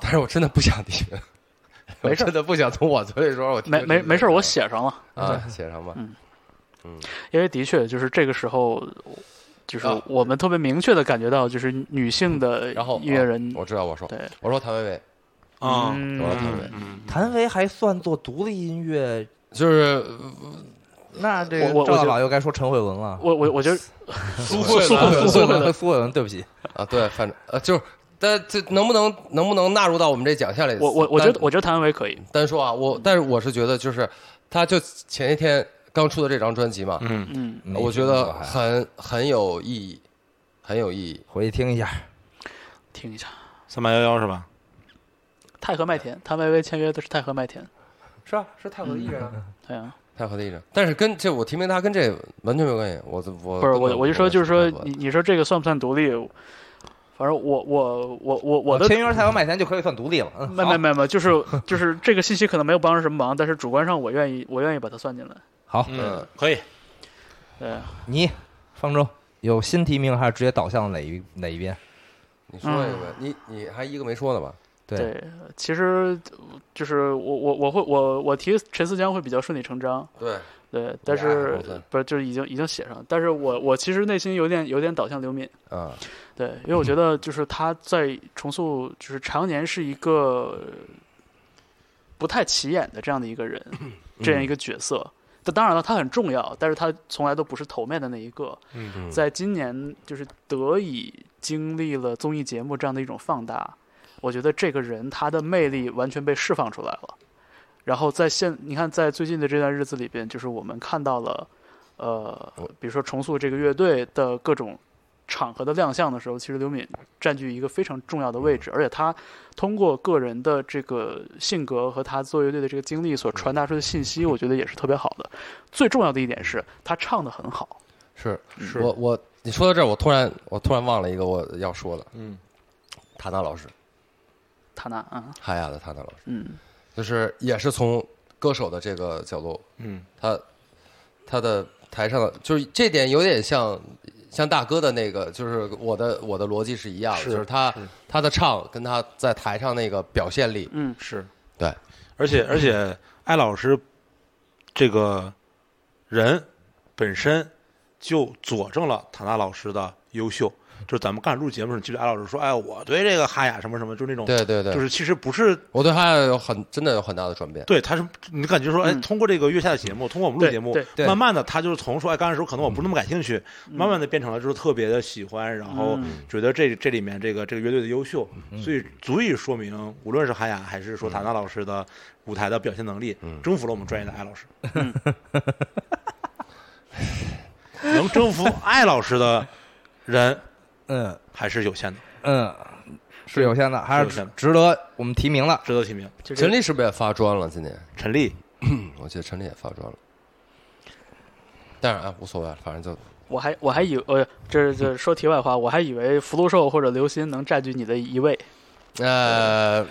D: 但是我真的不想提名， 我
B: 没事儿
D: 真的不想从我嘴里说，我提名
B: 没没没事儿，
D: 这个
B: 我写上了，
D: 啊，写上吧。
B: 因为的确就是这个时候，就是
D: 啊
B: 我们特别明确的感觉到，就是女性的
D: 然后
B: 呃音乐人
D: 啊，我知道，我说
B: 对，
D: 我说谭维维，
C: 啊，
B: 嗯
D: 我说谭维维，
C: 嗯，
A: 谭维还算做独立音乐，
D: 就是
A: 那这
B: 我我
A: 个
B: 我
A: 赵
B: 觉
A: 大
B: 得
A: 佬又该说陈慧文了。
B: 我我我觉得
D: 苏
A: 慧
D: 苏
A: 文，
D: 苏
A: 苏
D: 慧
A: 慧
D: 伦
A: 文，苏慧文，对不起，
D: 啊，对，反正呃，就是，但这能不能能不能纳入到我们这奖项里？
B: 我我我觉得
D: 单
B: 我觉得谭维维可以，
D: 单说啊，我但是我是觉得就是，他就前一天刚出的这张专辑嘛，
C: 嗯，
B: 嗯，
D: 我觉得
A: 还
D: 很很有意义，很有意义。
A: 回去听一下。
B: 听一下
C: 三八幺幺是吧？
B: 太和麦田，谭维维签约的是太和麦田，
D: 是啊，是太和的艺人啊，
B: 对啊，
D: 太和的艺人。但是跟这我提名他跟这完全没有关系。我我
B: 不是我我就说就是说
D: 呃我
B: 你你说这个算不算独立？反正我我我我我
D: 啊
B: 的
A: 签约太和麦田就可以算独立了。 嗯
B: 没没没没，就是就是这个信息可能没有帮上什么忙，但是主观上我愿意，我愿意把它算进来。
A: 好，好
C: 嗯，可以，
B: 对，
A: 你方舟有新提名还是直接倒向哪一哪一边？
D: 你说一
B: 嗯
D: 个，你你还一个没说呢吧？
A: 对，
B: 对，其实就是我我我会我我提陈思江会比较顺理成章，
D: 对，
B: 对，但
D: 哎
B: 是
D: 我的
B: 不是就是已经已经写上了，但是我我其实内心有点有点导向刘敏，
D: 啊，
B: 对，因为我觉得就是他在重塑就是常年是一个不太起眼的这样的一个人，这样一个角色。但当然了，他很重要，但是他从来都不是头面的那一个。
C: 嗯，
B: 在今年就是得以经历了综艺节目这样的一种放大，我觉得这个人他的魅力完全被释放出来了。然后在现你看，在最近的这段日子里边，就是我们看到了，呃，比如说重塑这个乐队的各种场合的亮相的时候，其实刘敏占据一个非常重要的位置，而且他通过个人的这个性格和他做乐队的这个经历所传达出的信息，我觉得也是特别好的。最重要的一点是他唱的很好。
D: 是
C: 是
D: 我我你说到这儿，我突然我突然忘了一个我要说的，
C: 嗯，
D: 塔纳老师，
B: 塔纳啊，
D: 哈亚的塔纳老师，
B: 嗯
D: 就是也是从歌手的这个角度，
C: 嗯，
D: 他他的台上的就是这点有点像像大哥的那个，就是我的我的逻辑是一样的，
C: 是
D: 就是他
C: 是
D: 他的唱跟他在台上那个表现力，
B: 嗯，
C: 是
D: 对，
C: 而且而且艾老师这个人本身就佐证了塔纳老师的优秀。就是咱们刚才录节目时，记得艾老师说：“哎，我对这个哈雅什么什么，就是那种，
D: 对对对，
C: 就是其实不是
D: 我对他有很真的有很大的转变。
C: 对，他是你感觉说，哎，
B: 嗯
C: 通过这个月下的节目，通过我们录
B: 对
C: 节目
B: 对，
A: 对
C: 慢慢的他就是从说，哎，刚开始可能我不是那么感兴趣，慢慢的变成了就是特别的喜欢，然后
B: 嗯
C: 觉得这这里面这个这个乐队的优秀，所以足以说明，无论是韩雅还是说塔纳老师的舞台的表现能力，征服了我们专业的艾老师， 能征服艾老师的人
A: 嗯
C: 还是有限的，
A: 嗯，是有限的，还是
C: 是有限的
A: 值得我们提名的。
C: 值得提名。
B: 就这
D: 陈立是不是也发专了？今年
C: 陈立，
D: 嗯我记得陈立也发专了，但是哎无所谓，反正就
B: 我还我还以呃，这这说题外话，我还以为福禄寿或者刘鑫能占据你的一位，
D: 呃，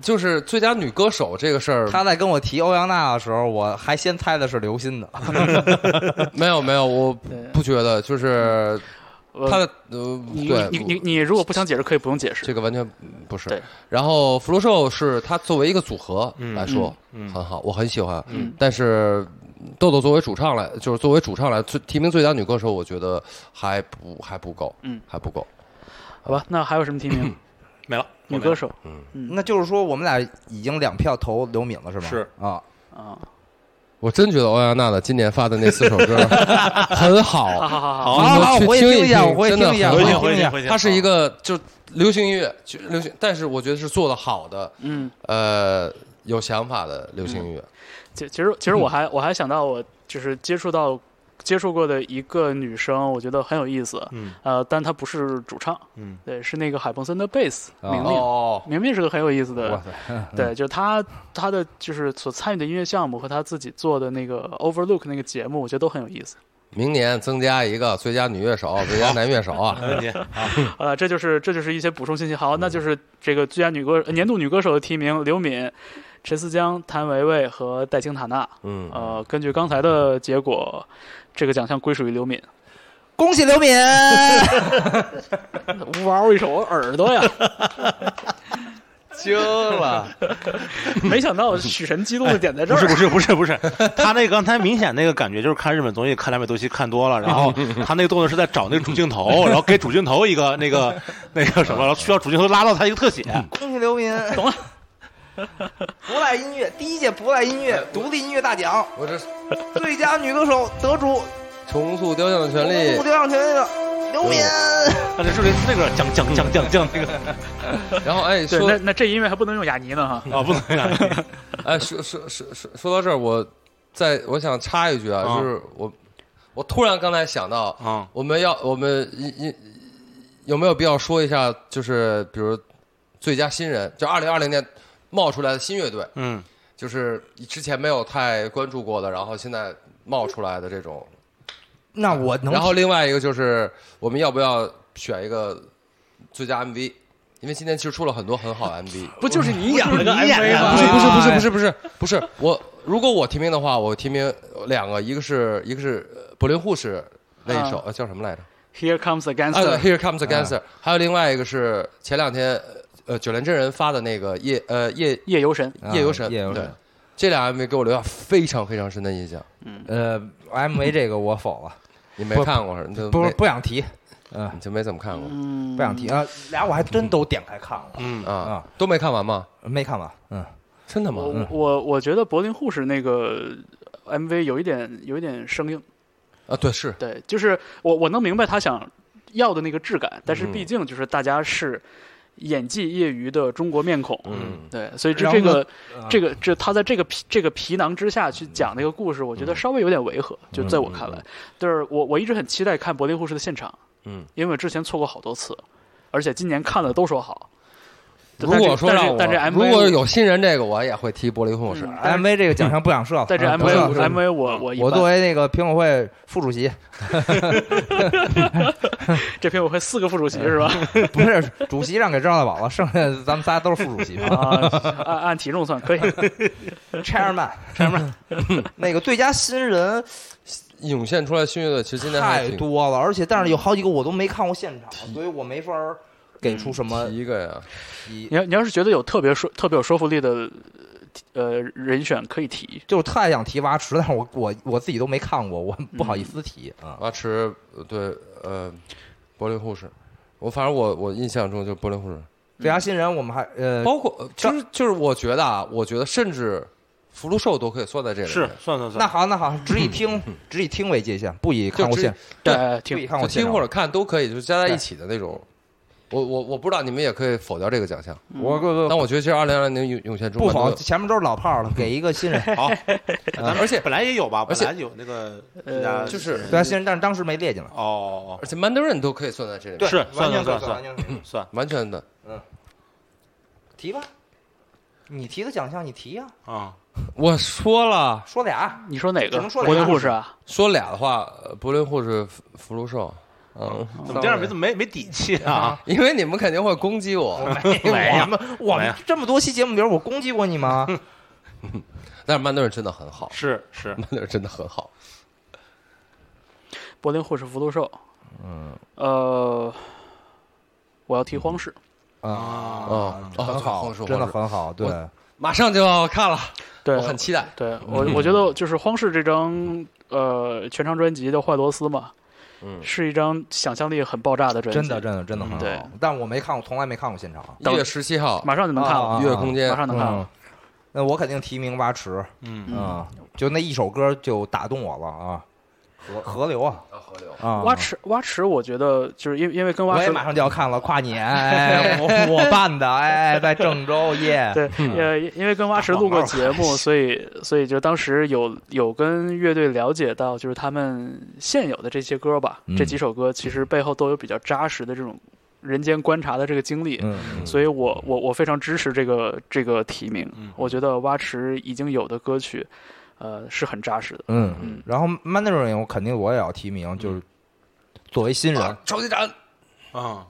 D: 就是最佳女歌手这个事儿，
A: 他在跟我提欧阳娜的时候，我还先猜的是刘鑫的。
D: 没有没有，我
B: 对
D: 不觉得，就是
B: 呃
D: 她的呃，
B: 你
D: 对，
B: 你你你如果不想解释，可以不用解释。
D: 这个完全不是
B: 对。
D: 然后福禄寿是他作为一个组合
C: 嗯
D: 来说
C: 嗯
D: 很好，我很喜欢。
B: 嗯
D: 但是豆豆作为主唱来，就是作为主唱来最提名最佳女歌手，我觉得还不还不够，
B: 嗯
D: 还不够。
B: 好吧，那还有什么提名？
C: 没了，我
B: 女
C: 没了
B: 歌手
A: 那就是说，我们俩已经两票投刘敏了，是吗？
C: 是
A: 啊，
B: 啊，
D: 我真觉得欧阳娜娜今年发的那四首歌很
B: 好
D: 好，
C: 好
B: 好好好，
A: 好好好
D: 你们去
A: 我也
D: 听
A: 听一下
D: 听
A: 我也
D: 真的
A: 听一下
D: 很
C: 回去
D: 好
C: 回去
A: 好
C: 回去，
D: 它是一
C: 个
D: 个就流行音乐，就流行，但是我觉得是做的好的，
B: 嗯，
D: 呃，有想法的流行音乐。
B: 其其实其实我还我还想到我就是接触到接触过的一个女生，我觉得很有意思，
C: 嗯
B: 呃，但她不是主唱，
C: 嗯
B: 对，是那个海鹏森的贝斯
A: 哦
B: 明明。
D: 哦，
B: 明明是个很有意思
A: 哇
B: 的，
A: 塞，
B: 对，就是她她的就是所参与的音乐项目和她自己做的那个 Overlook 那个节目，我觉得都很有意思。
D: 明年增加一个最佳女乐手、最佳男乐手啊。
C: 没问题。
B: 啊，这就是这就是一些补充信息。好，那就是这个最佳女歌呃年度女歌手的提名：刘敏、陈思江、谭维维和戴青塔娜。
D: 嗯，
B: 呃，根据刚才的结果，这个奖项归属于刘敏。
A: 恭喜刘敏！
B: 呜嗷一首，我耳朵 呀！
A: 惊了，
B: 没想到许神激动的点在这
C: 不
B: 儿。
C: 是不是不是不是，他那个刚才明显那个感觉就是看日本综艺看两百多期看多了，然后他那个动作是在找那个主镜头， 然后给主镜头一个那个那个什么，然后需要主镜头拉到他一个特写。
A: 恭喜刘敏！
B: 懂了。
A: 不赖音乐第一届不赖音乐独立音乐大奖
D: 我这
A: 最佳女歌手得主，
D: 重塑雕像的权
A: 目
D: 利。
A: 标上权的刘敏。嗯
C: 那这是不是那个讲讲讲讲讲那个
D: 然后哎，
B: 对，
D: 说
B: 那那这音乐还不能用雅尼呢哈。
C: 啊？不能讲，
D: 哎说说说说说到这儿，我在我想插一句啊，
C: 啊
D: 就是我我突然刚才想到，
C: 啊
D: 我们要我们一一有没有必要说一下，就是比如最佳新人，就二零二零年冒出来的新乐队，
C: 嗯，
D: 就是之前没有太关注过的，然后现在冒出来的这种。
A: 那我能
D: 然后另外一个就是，我们要不要选一个最佳 MV？因为今年其实出了很多很好的 MV。
B: 不就是你演了个
C: 你演
B: MV
C: 的
B: 吗？
D: 不是不是不是不是不是不是我，如果我提名的话，我提名两个，一个是一个是呃柏林护士那一首、呃叫什么来着？
B: Here comes the
D: 啊
A: 哎
B: gangster，
D: ，Here Comes the Gangster，、还有另外一个是前两天呃九连真人发的那个夜呃夜
B: 夜游神。
A: 啊
D: 夜游神，
A: 夜游神
D: 对，这俩 MV 给我留下非常非常深的印象。
A: 呃 MV 这个我否了，
D: 你没
A: 不
D: 看过是吧？你就
A: 不是
D: 没
A: 不想提，嗯，
D: 你就没怎么看过、
B: 嗯，
A: 不想提啊。俩我还真都点开看了，
D: 啊
C: 嗯
A: 啊？
D: 都没看完吗？
A: 没看完，嗯，
D: 真的吗？
B: 我我我觉得柏林护士那个 MV 有一点有一点生硬。
D: 啊，对，是
B: 对，就是我我能明白他想要的那个质感，但是
D: 嗯
B: 毕竟就是大家是演技业余的中国面孔，
D: 嗯
B: 对，所以这
A: 然后
B: 这
A: 呢
B: 个这
D: 啊
B: 个这他在这个皮这个皮囊之下去讲那个故事，我
D: 嗯
B: 觉得稍微有点违和，就在我看来，就是我我一直很期待看柏林护士的现场，
D: 嗯，
B: 因为我之前错过好多次，而且今年看了都说好。
D: 如果说
B: 但是
D: 让
B: 但是
D: 我
B: 但是
D: 如
B: MV
D: 果有新人这个，我也哎会踢玻璃护士。
B: 嗯但是
A: MV 哎这个奖项不想设，
B: 但这
A: 嗯不想
B: MV
A: 设
B: MV 我我一
A: 我
B: 般
A: 作为那个评委会副主席，
B: 这篇我会四个副主席是吧？
A: 不是主席让给郑大宝了，剩下咱们仨都是副主席嘛。
B: 啊，按按体重算可 以。
A: Chairman，Chairman，那个最佳新人
D: 涌现出来新乐队，其实今年还
A: 太
D: 挺
A: 多了，而且但是有好几个我都没看过现场，所以我没法儿给出什么
D: 嗯提一个呀，
A: 提
B: 你要你要是觉得有特别说特别有说服力的呃呃人选可以提。
A: 就是太想提蛙池，但是我我我自己都没看过，我不好意思提啊。
D: 蛙池呃对呃，柏林护士，我反正我我印象中就是柏林护士，
A: 最佳新人我们还呃，
D: 包括呃其实就是我觉得啊，我觉得甚至福禄寿都可以算在这里
C: 是
D: 面，
C: 算算算，
A: 那好那好，只以听
D: 嗯
A: 只以听为界限，不以看过
D: 就只
A: 现，
D: 对
B: 呃，
A: 不以
B: 挺
A: 看
D: 就
A: 过现
D: 听
A: 场
D: 或者看都可以，就是加在一起的那种。我我我不知道你们也可以否掉这个奖项，
A: 我我
D: 但我觉得其实二零二零年涌涌现中
A: 不
D: 国
A: 否，前面都是老炮儿了，给一个新人。
C: 好，
A: 嗯
C: 而且本来也有吧，
D: 而
C: 本
D: 且
C: 来有那个
B: 呃
C: 大家
D: 就是
A: 对啊，新人，但是当时没列进来。
C: 哦，
D: 而且 Mandarin 都可以算在这里面，
C: 是
A: 完
C: 算
A: 全
C: 算
A: 可以
C: 算算
A: 完全可以
C: 算，
D: 完全的。
A: 提吧，你提个奖项，你提呀，
C: 啊，
D: 我说了，
A: 说俩，
B: 你说哪
A: 只
B: 个
A: 能？说
B: 国内
A: 俩
B: 护士啊？
D: 说俩的话，呃柏林护士、福福禄寿，嗯，
C: 怎么这样没怎么没没底气 啊？
D: 因为你们肯定会攻击我，
C: 没有
A: 哎我们我
C: 没
A: 们
C: 有
A: 这么多期节目里边，我攻击过你吗？
D: 但是曼德尔真的很好，
C: 是是，
D: 曼德尔真的很好。
B: 柏林护士福禄寿。嗯。呃，我要提荒氏。
A: 啊
D: 哦哦
A: 很好
D: 黄，叔
A: 真的
D: 黄叔
A: 很好，对，
D: 马上就要看了，
B: 对，
D: 我很期待。
B: 对我，我觉得就是荒氏这张呃全长专辑的《坏螺丝》嘛，
D: 嗯
B: 是一张想象力很爆炸的专辑，
A: 真的真的真的很
B: 嗯对
A: 好，但我没看过，从来没看过现场。
D: 一月十七号，
B: 马上就能看了，
A: 啊
D: 月空间
B: 马上能看了。
A: 嗯，那我肯定提名蛙池，
C: 嗯，
A: 嗯，就那一首歌就打动我了啊，河河流啊
D: 啊河流，
A: 啊，
B: 蛙池，蛙池，我觉得就是因为因为跟蛙
A: 我也
B: 池
A: 马上就要看了，跨年，哎，我我办的，哎，在郑州耶，
B: 对，呃，因为跟蛙池录过节 目，所以所以就当时有有跟乐队了解到，就是他们现有的这些歌吧，
A: 嗯
B: 这几首歌其实背后都有比较扎实的这种人间观察的这个经历，
A: 嗯，
B: 所以我我我非常支持这个这个提名
C: 嗯。
B: 我觉得蛙池已经有的歌曲，呃，是很扎实的。
A: 嗯
B: 嗯
A: 嗯，然后 Mandarin 我肯定我也要提名，就是作为新人
D: 啊，超级展，
C: 啊，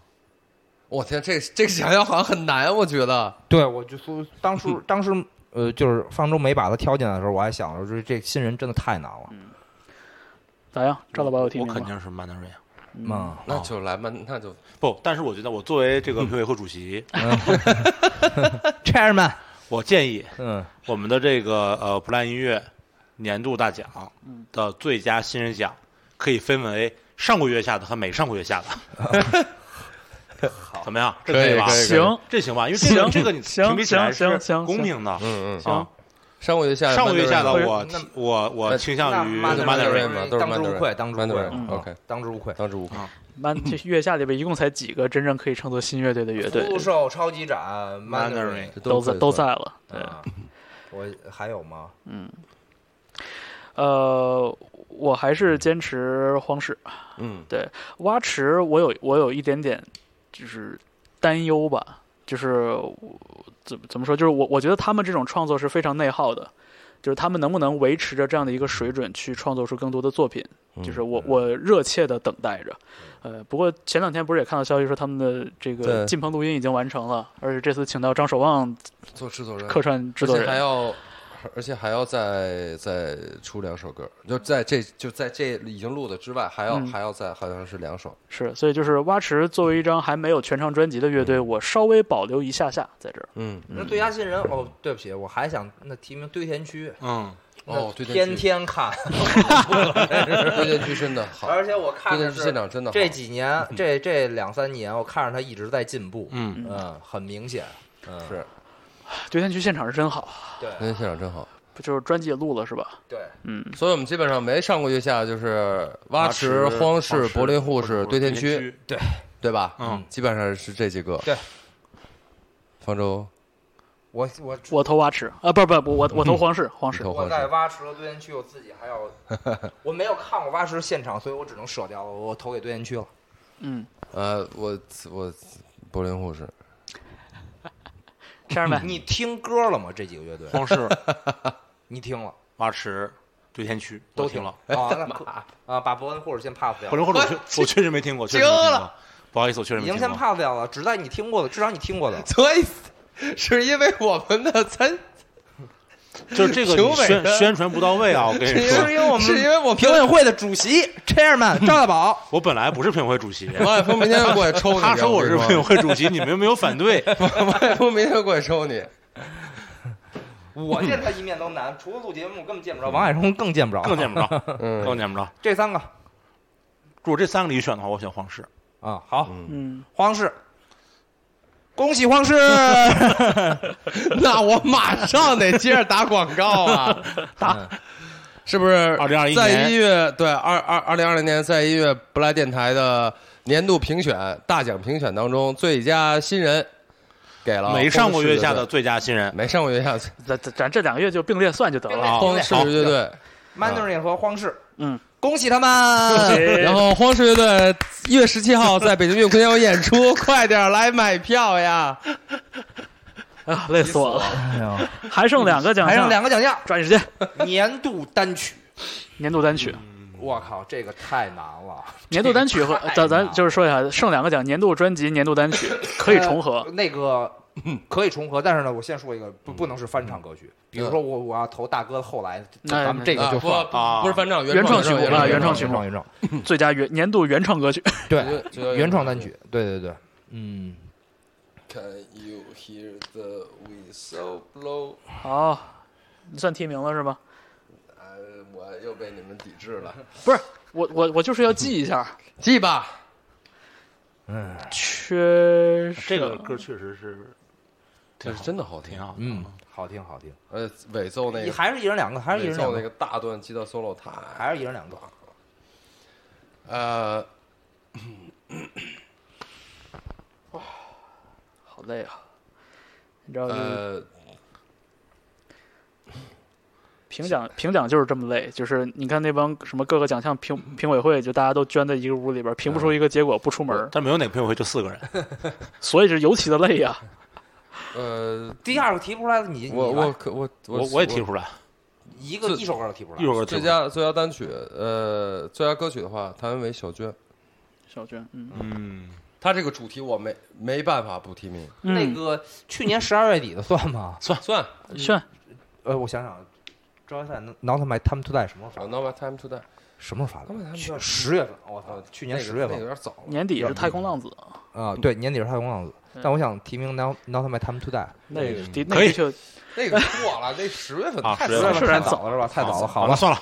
D: 我天，这个这个想象好像很难，我觉得。
A: 对我就说当初当时呃，就是方舟没把他挑进来的时候，我还想着这这新人真的太难了，
D: 嗯
B: 咋样？赵老板有提
C: 我
B: 名
C: 肯
B: 吗？
C: 定是曼德瑞。
A: 嗯，
D: 那就来曼，那就
C: 不，但是我觉得我作为这个
D: 嗯
C: 评委会主席，
A: Chairman，
C: 我建议
A: 嗯
C: 我们的这个呃不烂音乐年度大奖
B: 嗯
C: 的最佳新人奖可以分为上个月下的和每上个月下的。 好，怎么样？这
D: 可以
C: 吧？
D: 可以
B: 行
C: 这行吧？因为这个
B: 行
C: 这个你
B: 行
C: 评比起来
B: 行
C: 是
B: 行行
C: 公平的。
D: 嗯嗯，
B: 行
C: 啊，
D: 上个月下
C: 上个月下的
B: 那
C: 我我我倾向于
A: 那
D: Mandarin
C: Mandarin
D: 嘛都是
A: 当之无愧，当之无愧
D: Mandarin，
A: 嗯
D: OK
A: 当之无愧。
D: 当之无愧。
B: 那这月下里边一共才几个真正可以称作新乐队的乐队？
A: 福禄寿超级展
C: Mandarin
D: 这
B: 都
D: 可
B: 在
D: 以
B: 都在
D: 算
B: 了。对，
A: 啊，我还有吗？
B: 呃，我还是坚持荒氏
D: 嗯，
B: 蛙池，我有我有一点点就是担忧吧，就是我怎么怎么说，就是我我觉得他们这种创作是非常内耗的，就是他们能不能维持着这样的一个水准去创作出更多的作品，就是我我热切的等待着。呃，不过前两天不是也看到消息说他们的这个
D: 对
B: 进棚录音已经完成了，而且这次请到张守望
D: 做制作人，
B: 客串制
D: 而
B: 作
D: 且还
B: 人，
D: 要，而且还要再再出两首歌，就在这就在这已经录的之外，还要、
B: 嗯
D: 还要再好像是两首。
B: 是，所以就是蛙池作为一张还没有全长专辑的乐队，我稍微保留一下下在这儿。
D: 嗯，
A: 那最佳新人哦，对不起，我还想那提名堆填区，
C: 嗯，
D: 哦，
A: 那
D: 对
A: 天
D: 对对，
A: 天看，
D: 对对对，真的好，
A: 而且我看
D: 对
A: 着
D: 对
A: 是
D: 现场真的好。
A: 这几年这这两三年，我看着他一直在进步，
C: 嗯
A: 嗯，很明显，嗯，
D: 是，
B: 对天区现场是真好，
A: 对
D: 那现场真好。
B: 不就是专辑也录了是吧？
A: 对，
B: 嗯，
D: 所以我们基本上没上过月下，就是蛙池、
C: 池、
D: 荒市、
C: 市
D: 柏林护士、堆填区，，对吧？
C: 嗯，
D: 基本上是这几个。
A: 对，
D: 方舟、
A: 我我
B: 我投蛙池啊，不不不，我我投黄氏，黄
D: 你
B: 氏。
D: 头
A: 我
D: 荒
A: 在
D: 市，
A: 蛙池和堆填区，我自己还要，我没有看过蛙池现场，所以我只能舍掉了，我投给堆填区了。
B: 嗯，
D: 呃，我我柏林护士，
B: 这样呗，
A: 你听歌了吗？这几个乐队，
C: 荒市、
A: 你听了
C: 蛙池、堆填区我
A: 都
C: 听了。
A: 啊？那可啊，把伯恩护士先 pass 掉
C: 柏，林护士我确我确实没听过，确实没
D: 惊
C: 听过
D: 了。
C: 不好意思，我确实
A: 已
C: 没
A: 经
C: 听
A: 先
C: 过。
A: pass 掉了，只在你听过的，至少你听过的。
D: 所以是因为我们 的参
C: 就是这个
D: 评
C: 你
D: 委
C: 宣
D: 的
C: 宣传不到位啊！我跟你说，
A: 为我们
D: 是因为我们
A: 评委会的主席 Chairman 赵大宝，
C: 我本来不是评委会主席，
D: 王海峰明天要过来抽你。
C: 他说我是
D: 跟
C: 评
D: 你
C: 委会主席，你们又没有反对，
D: 王海峰明天过来抽你。
A: 我见他一面都难，除了录节目根本见不着，王海冲更见不着，
C: 更见不着，
D: 嗯
C: 更见不着。
A: 这三个
C: 如果这三个里选的话，我选皇室。
A: 啊，好，
D: 嗯，
B: 嗯，
A: 荒氏，恭喜 荒氏，
D: 那我马上 得接着打广告 啊，打。是不是？
C: 2021
D: 在
C: 年
D: 一月对二二二零二零年在一月不来电台的年度评选大奖评选当中，最佳新人给了
C: 没上过
D: 风氏
C: 月
D: 乐
C: 下
D: 队
C: 的最佳新人，
D: 没上过月下的
B: 咱咱咱这两个月就并列算就得了
A: 哦
B: 啊。
C: 好
D: 荒氏
C: 好
D: 乐队，
A: Mandarin 和荒氏，
B: 嗯，
A: 恭喜他
D: 嗯
A: 们，
D: 呃然后荒氏乐队一月十七号在北京运空间有演出， 快点来买票呀！
B: 啊，累死我了，
A: 哎呦
B: 还剩两个奖
A: 还剩
B: 项，
A: 两个奖 项，
B: 抓紧时间，
A: 年度单曲，
B: 年度单曲，
A: 我靠，这个太难了，
B: 年度单曲和
A: 这个太
B: 咱
A: 难
B: 咱
A: 了
B: 就是说一下，剩两个奖，年度专辑、年度单曲可以重合
A: 呃。那个嗯可以重合，但是呢，我先说一个，不不能是翻唱歌曲。比如说我我要投大哥的后来，就
B: 哎
A: 嗯咱们这个就
D: 啊不
A: 算
C: 啊
D: 不是翻唱，
B: 原创曲目啊
A: 原
B: 原
A: 创
B: 创曲目
A: 原创原创
B: 最佳原年度原创歌曲，
A: 对
D: 就就
A: 原创单曲，对对对，嗯，
D: Can you hear the wind so blow？
B: 好，你算提名了是吧？
D: 哎我又被你们抵制了，
B: 不是，我我我就是要记一下，
D: 记吧。
B: 缺
C: 这个歌确实是
D: 这
C: 挺
D: 是
C: 好，
D: 真的好
C: 挺
D: 听，啊
C: 好。
A: 嗯，好听好听，
D: 呃，尾奏那
A: 你
D: 个，
A: 还是一人两个，还是一
D: 尾
A: 人
D: 奏
A: 两
D: 那
A: 个，
D: 个大段吉他 solo 太，
A: 还是一人两个。
D: 呃，
B: 好累啊！你知道，就是
D: 呃，
B: 评奖评奖就是这么累，就是你看那帮什么各个奖项评评委会，就大家都圈在一个屋里边，评不出一个结果，不出门，
C: 但没有哪个朋友会就四个人，
B: 所以是尤其的累啊呀。
D: 呃，
A: 第二个提不出来的你，
D: 我
A: 你
D: 我
A: 吧
D: 可我
C: 我我也提出来，
A: 一个
D: 这
A: 一首歌都提不
C: 一
A: 出
C: 会
A: 来。
C: 儿
D: 最
C: 提出来。
D: 佳最佳单曲，呃，最佳歌曲的话，谭维维《小娟》，
B: 小娟，嗯
C: 嗯，
D: 他这个主题我没没办法不提名，
B: 嗯
A: 那个去年十二月底的算吗？
D: 算。
B: 炫，
A: 呃，我想想，周杰赛 Not My Time to Die 什么时候发的？
D: No more time to die，
A: 什么时候发
D: Not My Time
A: 的？
D: to
A: 去
D: Die
A: 十月份，我操，去年十月
D: 啊那个
A: 份
D: 有点早了。
B: 年底是太空浪子，
A: 啊，对，年底是太空浪子，
B: 嗯
A: 但我想提名 Not Not My Time to Die。
B: 那个的那
C: 可以
B: 的确
D: 那个过了，那十月份
C: 啊
D: 太
C: 十
A: 十
C: 月
A: 月份
C: 份
B: 是
A: 太
B: 然
A: 早了是吧？太早了，好
C: 了，
A: 吧。
C: 算了。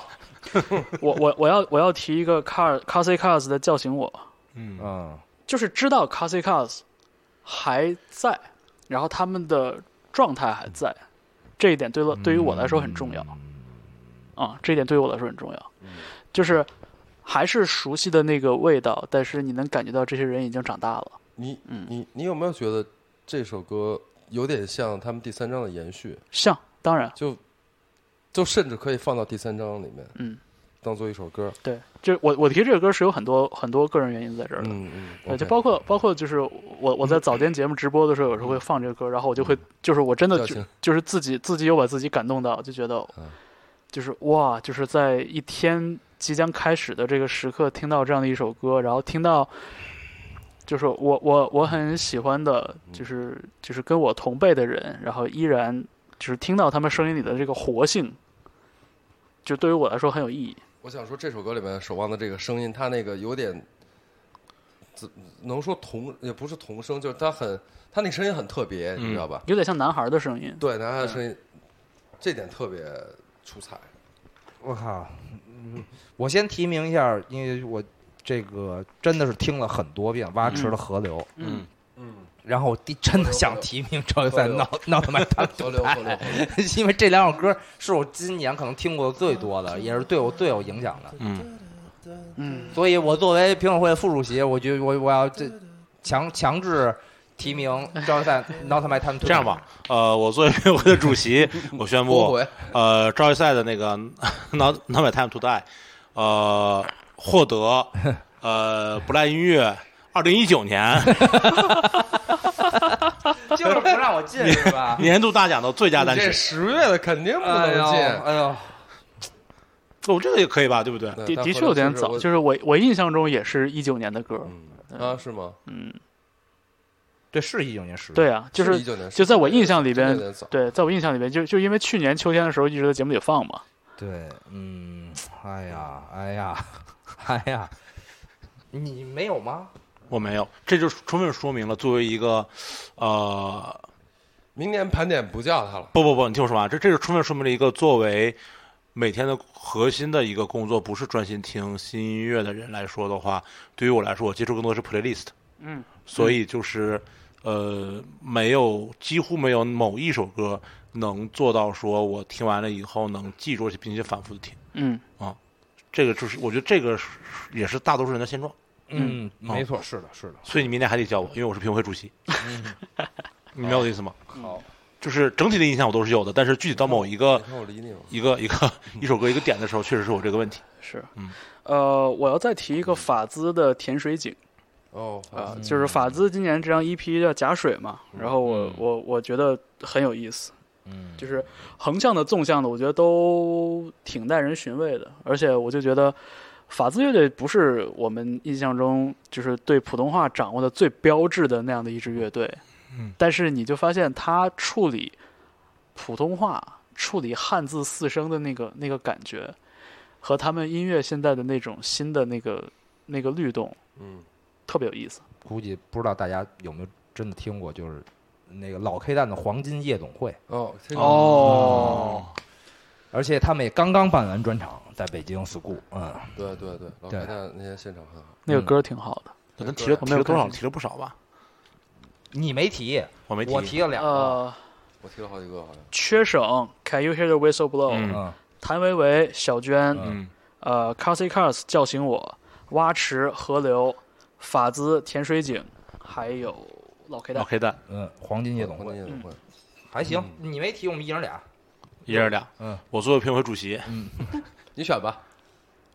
B: 我我我要我要提一个 Car Car C Cars 的叫醒我，
C: 嗯，
A: 嗯，
B: 就是知道 Car C Cars 还在，然后他们的状态还在，这一点对了
A: 嗯
B: 对于我来说很重要。啊，这一点对于我来说很重要，
D: 嗯
B: 就是还是熟悉的那个味道，但是你能感觉到这些人已经长大了。嗯
D: 你你你有没有觉得这首歌有点像他们第三章的延续？
B: 像当然，
D: 就就甚至可以放到第三章里面，
B: 嗯，
D: 当做一首歌。
B: 对，就是我我提这个歌是有很多很多个人原因在这儿的。
D: 嗯嗯，
B: 对，
D: OK
B: 就包括包括就是我我在早间节目直播的时候，有时候会放这个歌，然后我就会
D: 嗯
B: 就是我真的
D: 叫
B: 就
D: 醒
B: 就是自己自己有把自己感动到，就觉得
D: 嗯
B: 就是哇，就是在一天即将开始的这个时刻听到这样的一首歌，然后听到就是我我我很喜欢的，就是就是跟我同辈的人，然后依然就是听到他们声音里的这个活性，就对于我来说很有意义。
D: 我想说这首歌里面《守望》的这个声音，它那个有点。怎能说童也不是童声，就是它很，它那声音很特别，你知道吧？
B: 有点像男孩的声音，
D: 对，男孩
B: 嗯
D: 的声音，这点特别出彩。
A: 我靠，嗯我先提名一下，因为我这个真的是听了很多遍《蛙池的河流》，
C: 嗯，
D: 嗯，
A: 然后第真的想提名赵云赛
D: 河 流
A: 闹闹他妈他，
D: 河流，
B: 哎
D: 河流，河流。
A: 因为这两首歌是我今年可能听过最多的，也是对我最有影响的。
C: 嗯，
B: 嗯，
A: 所以我作为评委会的副主席，我觉得我我要这强强制提名赵云赛 Not My Time。
C: 这样吧，，呃，我作为委员会的主席，我宣
D: 后
C: 布，
D: 悔。
C: 呃，赵一赛的那个 Not Not My Time to Die，呃，获得呃不赖音乐二零一九年
A: 就是不让我进是吧？
C: 年度大奖的最佳单
D: 这
C: 曲。
D: 十月的肯定 不
A: 哎
D: 能
A: 呦，
D: 进。
A: 哎呦，
C: 哦，这个也可以吧，对不对？
B: 的的确有点早，就是我嗯我印象中也是一九年的歌，
D: 啊，是吗？
B: 嗯，
A: 对，是一九年十月。
B: 对啊，就是
D: 一九年，
B: 就在我印象里
D: 真的
B: 边
D: 有点早，
B: 对，在我印象里边，就就因为去年秋天的时候一直在节目里放嘛，
A: 对，嗯，哎呀，哎呀， 哎呀，你没有吗？
C: 我没有，这就充分说明了作为一个呃
D: 明年盘点不叫他了。
C: 不不不，你听我说完，啊这这是充分说明了一个作为每天的核心的一个工作，不是专心听新音乐的人来说的话，对于我来说，我接触更多是 playlist，
B: 嗯，
C: 所以就是呃，没有几乎没有某一首歌能做到说我听完了以后能记住，而且并且反复的听。
B: 嗯，
C: 这个就是我觉得这个是也是大多数人的现状，
A: 嗯，
C: 哦
A: 没错，是的，是的，
C: 所以你明天还得教我，因为我是评委会主席。
B: 嗯
C: 你明白我的意思吗？
D: 好，
C: 就是整体的印象我都是有的，但是具体到某一
B: 呃
C: 个
D: 你看我理你吗？
C: 一个一个 一首歌一个点的时候，确实是我这个问题。
B: 是
C: 嗯，
B: 呃，我要再提一个法兹的甜水井。
D: 哦，
B: 啊，就是法兹今年这张 EP 叫《假水》嘛，然后我我我觉得很有意思，
A: 嗯，
B: 就是横向的、纵向的，我觉得都挺耐人寻味的，而且我就觉得法兹乐队不是我们印象中就是对普通话掌握的最标志的那样的一支乐队，
C: 嗯，
B: 但是你就发现他处理普通话、处理汉字四声的那个那个感觉，和他们音乐现在的那种新的那个那个律动
D: 嗯，
B: 特别有意思。
A: 估计不知道大家有没有真的听过，就是那个老 K 蛋的黄金夜总会，
D: 哦，听着
B: 哦，
A: 而且他们也刚刚办完专场，在北京 school，嗯，
D: 对对对，老
A: 对
D: 看他那些现场很好。
B: 那
C: 嗯
B: 个歌挺好的。
C: 可能提了
B: 我
C: 提
B: 没有
C: 了多少？
B: 看
C: 提了不少吧？
A: 你没提，
C: 我没
A: 我提了两个，
B: 呃，
D: 我听了好几个，好像
B: 缺省，Can you hear the whistle blow？、
C: 嗯
A: 嗯，
B: 谭维维、小娟，
C: 嗯，
B: 呃，Carsy Cars 叫醒我，蛙池、河流、法兹、甜水井，还有老 K 蛋。
C: 老 K 蛋
A: 嗯，黄金夜总
D: 黄
A: 会
B: 嗯
D: 金夜总会，
A: 还行，你没提，我们一人俩，
C: 一人俩。
A: 嗯，
C: 我作为评委会主席，
D: 你选吧。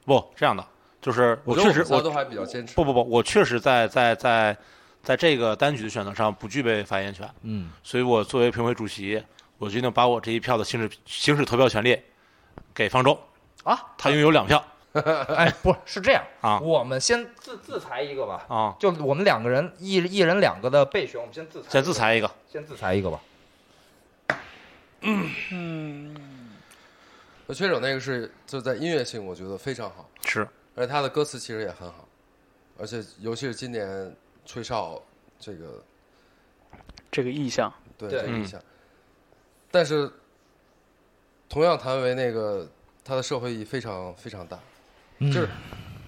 C: 不这样的，就是
D: 我
C: 我
D: 觉
C: 确
D: 得我
C: 实
D: 们仨
C: 我
D: 都还比较坚持。
C: 不不不，我确实在在在在这个单曲的选择上不具备发言权，
A: 嗯，
C: 所以我作为评委主席，我决定把我这一票的行使行使投票权利给方舟
A: 啊，
C: 他拥有两票
A: 哎，不是这样
C: 啊
A: 我们先自自裁一个吧，
C: 啊，
A: 就我们两个人一一人两个的备选，我们先自裁，
C: 先自，裁一个。
A: 先自裁一个吧，
D: 我缺手那个是就在音乐性，我觉得非常好，
C: 是，
D: 而且他的歌词其实也很好，而且尤其是今年吹哨这个
B: 这个意象，
D: 对
A: 对
D: 这个
C: 嗯
D: 意象，但是同样谭维那个他的社会意义非常非常大，
C: 嗯
D: 就是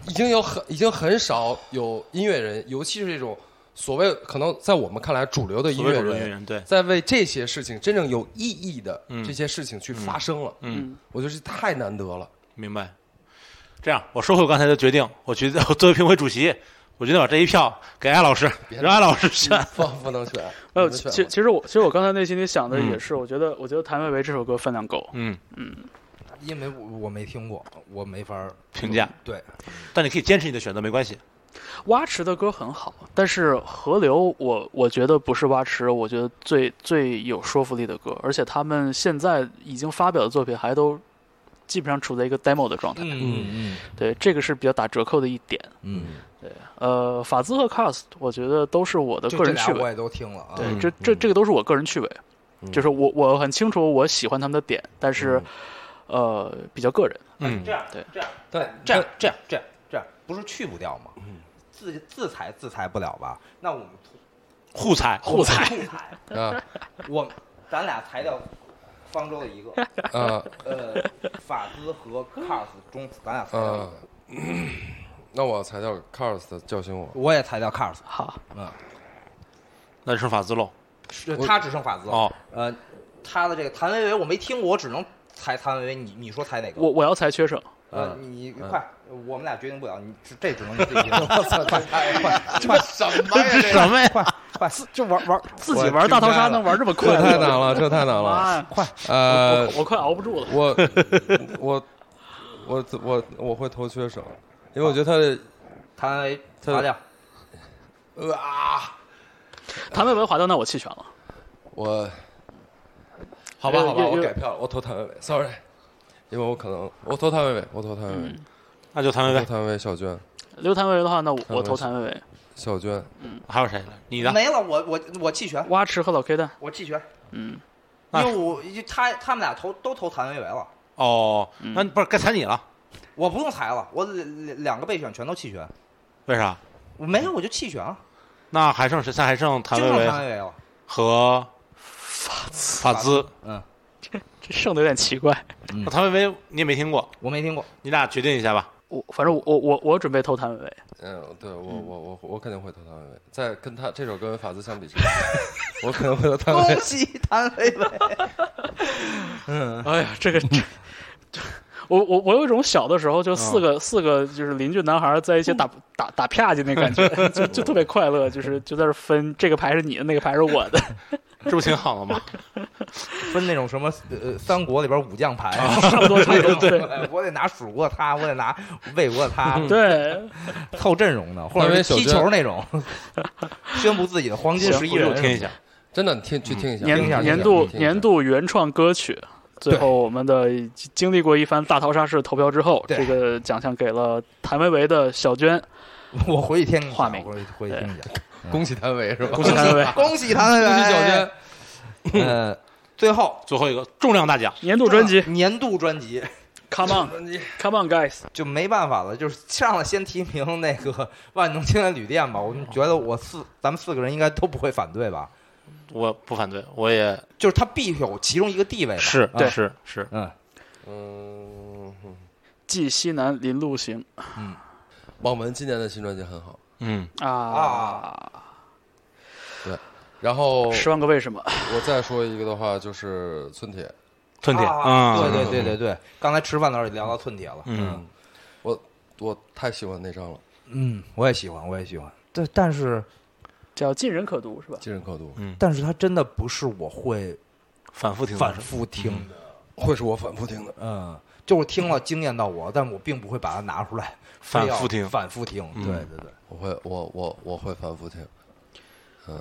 D: 已经有很已经很少有音乐人，尤其是这种所谓可能在我们看来主流的音
C: 所谓
D: 乐
C: 主流音乐
D: 人，
C: 人对，
D: 在为这些事情真正有意义的
C: 嗯
D: 这些事情去发声了，
C: 嗯，
D: 我觉得这太难 得了。
C: 明白。这样，我收回我刚才的决定，我决定作为评委主席，我决定把这一票给艾老师，
D: 别
C: 让艾老师选。
D: 不不能 选，
C: 哦
B: 没有，
D: 你们
B: 其
D: 选
B: 呃其
D: 吧
B: 其实我其实我刚才内心里想的
C: 嗯
B: 也是，我觉得我觉得谭维维这首歌分量够。
C: 嗯，
A: 因为我我没听过，我没法儿
C: 评价，嗯
A: 对，
C: 但你可以坚持你的选择，没关系。
B: 蛙池的歌很好，但是河流我我觉得不是蛙池，我觉得最最有说服力的歌，而且他们现在已经发表的作品还都基本上处在一个 demo 的状态，
A: 嗯
B: 对，这个是比较打折扣的一点。
A: 嗯
B: 呃，法兹和 Cast，我觉得都是我的
A: 嗯，就
B: 个
A: 这
B: 人
A: 俩
B: 趣
A: 我
B: 味，
A: 也都听了啊，
B: 对，
C: 嗯
B: 这这这个都是我个人趣味，
D: 嗯
B: 就是我我很清楚我喜欢他们的点，但是、
D: 嗯
B: 呃比较个人，
C: 嗯，这样
A: 但这样这样这样这样，不是去不掉吗？自自裁自裁不了吧？那我们
C: 互裁，
B: 互裁
A: 互裁，
D: 啊
A: 我咱俩裁掉方舟的一个，
D: 啊，
A: 呃，法兹和 Cars 中，咱俩裁掉一
D: 嗯
A: 个，，
D: 那我裁掉 Cars 的叫醒我，
A: 我也裁掉 Cars，
B: 好，
A: 嗯，
C: 那是法兹喽。
A: 是
D: 我
A: 他只剩法兹，
C: 哦，
A: 呃，他的这个谭维维我没听过，我只能裁谭维维，你你说裁哪个？
B: 我我要裁缺省，
A: 呃，
D: 嗯
A: 你
D: 嗯
A: 快，我们俩决定不了，你这这只能你自己决定。快快快快
D: 什么呀？这
C: 什么呀？
A: 快快，就玩玩
B: 自己玩大逃杀能玩这么快，
D: 这太难 了，这太难了。
B: 妈呀，
A: 快，
D: 呃，
B: 我快熬不住了。
D: 我我我我我会投缺手，因为我觉得他的
A: 谭维
D: 他
A: 罚掉。
D: 呃啊，
B: 谭维维划掉，那我弃权了。
D: 我好吧
B: 又
D: 好吧，
B: 又
D: 我
B: 又
D: 改票了，我投谭维维，sorry，因为我可能我投谭维维，我投谭维维，
C: 那就谭维
D: 我投
C: 维，
D: 谭维维，小娟，
B: 留谭维维的话，那我
D: 谭维
B: 我
D: 维
B: 投谭维维，
D: 小娟，
C: 还有谁呢？你呢？
A: 没了，我我我弃权，
B: 蛙池和老 K 蛋，
A: 我弃权。
B: 嗯，
A: 因
D: 哎
A: 为我他他们俩投都投谭维维了，
C: 哦，那不是该裁你了？
A: 我不用裁了，我两两个备选全都弃权，
C: 为啥？
A: 我没有我就弃权了，
C: 那还剩谁？那还剩谭
A: 就
C: 维
A: 剩
C: 维
A: 谭维维了。
C: 和法兹，
A: 嗯，
B: 这剩的有点奇怪。
A: 嗯
C: 谭维维你也没听过，
A: 我没听过。
C: 你俩决定一下吧。
B: 我反正我我我我准备投谭维维，
D: 嗯，对我我我我肯定会投汤唯，在跟他这首歌跟法兹相比之下，我可能会投汤唯
A: 恭。喜谭维维，
B: 哎呀，这个这，我我我有一种小的时候就四个、四个就是邻居男孩在一起打、打打啪叽那感觉，就就特别快乐，就是就在这分这个牌是你的，那个牌是我的，
C: 这不挺好的吗？
A: 分那种什么呃三国里边武将牌，
B: 差不多差不多啊对
A: 哎我得拿蜀国他，我得拿魏国他，
D: 嗯
B: 对，
A: 凑阵容的，或者是踢球那种， 宣布自己的黄金
B: 行
A: 十一
C: 回去
A: 人
C: 我。听一下，
D: 真的，你听去听一下，
A: 听一下听一下
B: 年年度
D: 听一下
B: 年度原创歌曲。最后，我们的经历过一番大逃杀式投票之后，
A: 对
B: 这个奖项给了谭维维的小娟，
A: 我回去听一下，
B: 画面
A: 我回去回去听一下。
D: 恭喜汤唯是吧？
B: 恭喜谭维维，
A: 恭喜谭维维，
D: 恭喜小娟。
A: 呃，最后
C: 最后一个重量大奖，
B: 年度专辑 《
A: 年度专辑
B: Come On
D: 专辑
B: Come On Guys》。
A: 就没办法了，就是上了先提名那个《万能青年旅店》吧。我们觉得我四咱们四个人应该都不会反对吧？
C: 我不反对，我也
A: 就是他必有其中一个地位吧。
C: 是
A: 啊
C: 是是，
A: 嗯，
D: 嗯，
B: 继西南林路行
D: 网文今年的新专辑很好，
C: 嗯，
B: 啊
A: 啊
D: 然后
B: 十万个为什么？
D: 我再说一个的话，就是村铁，
C: 春天
A: 啊，对对
C: 嗯
A: 对对对，刚才吃饭的时候也聊到寸铁了。
C: 嗯，
D: 我我太喜欢那张了，
A: 嗯，我也喜欢，我也喜欢。嗯对，但是
B: 叫《尽人可读》是吧？
D: 今人可读，
A: 但是它真的不是我会
C: 反复听，
A: 反复听的，
D: 会是我反复听的。
A: 嗯，就是听了惊艳到我，但我并不会把它拿出来非
C: 反
A: 要
C: 复听
A: 反复听。嗯对对对，
D: 我会，我我我会反复听，嗯，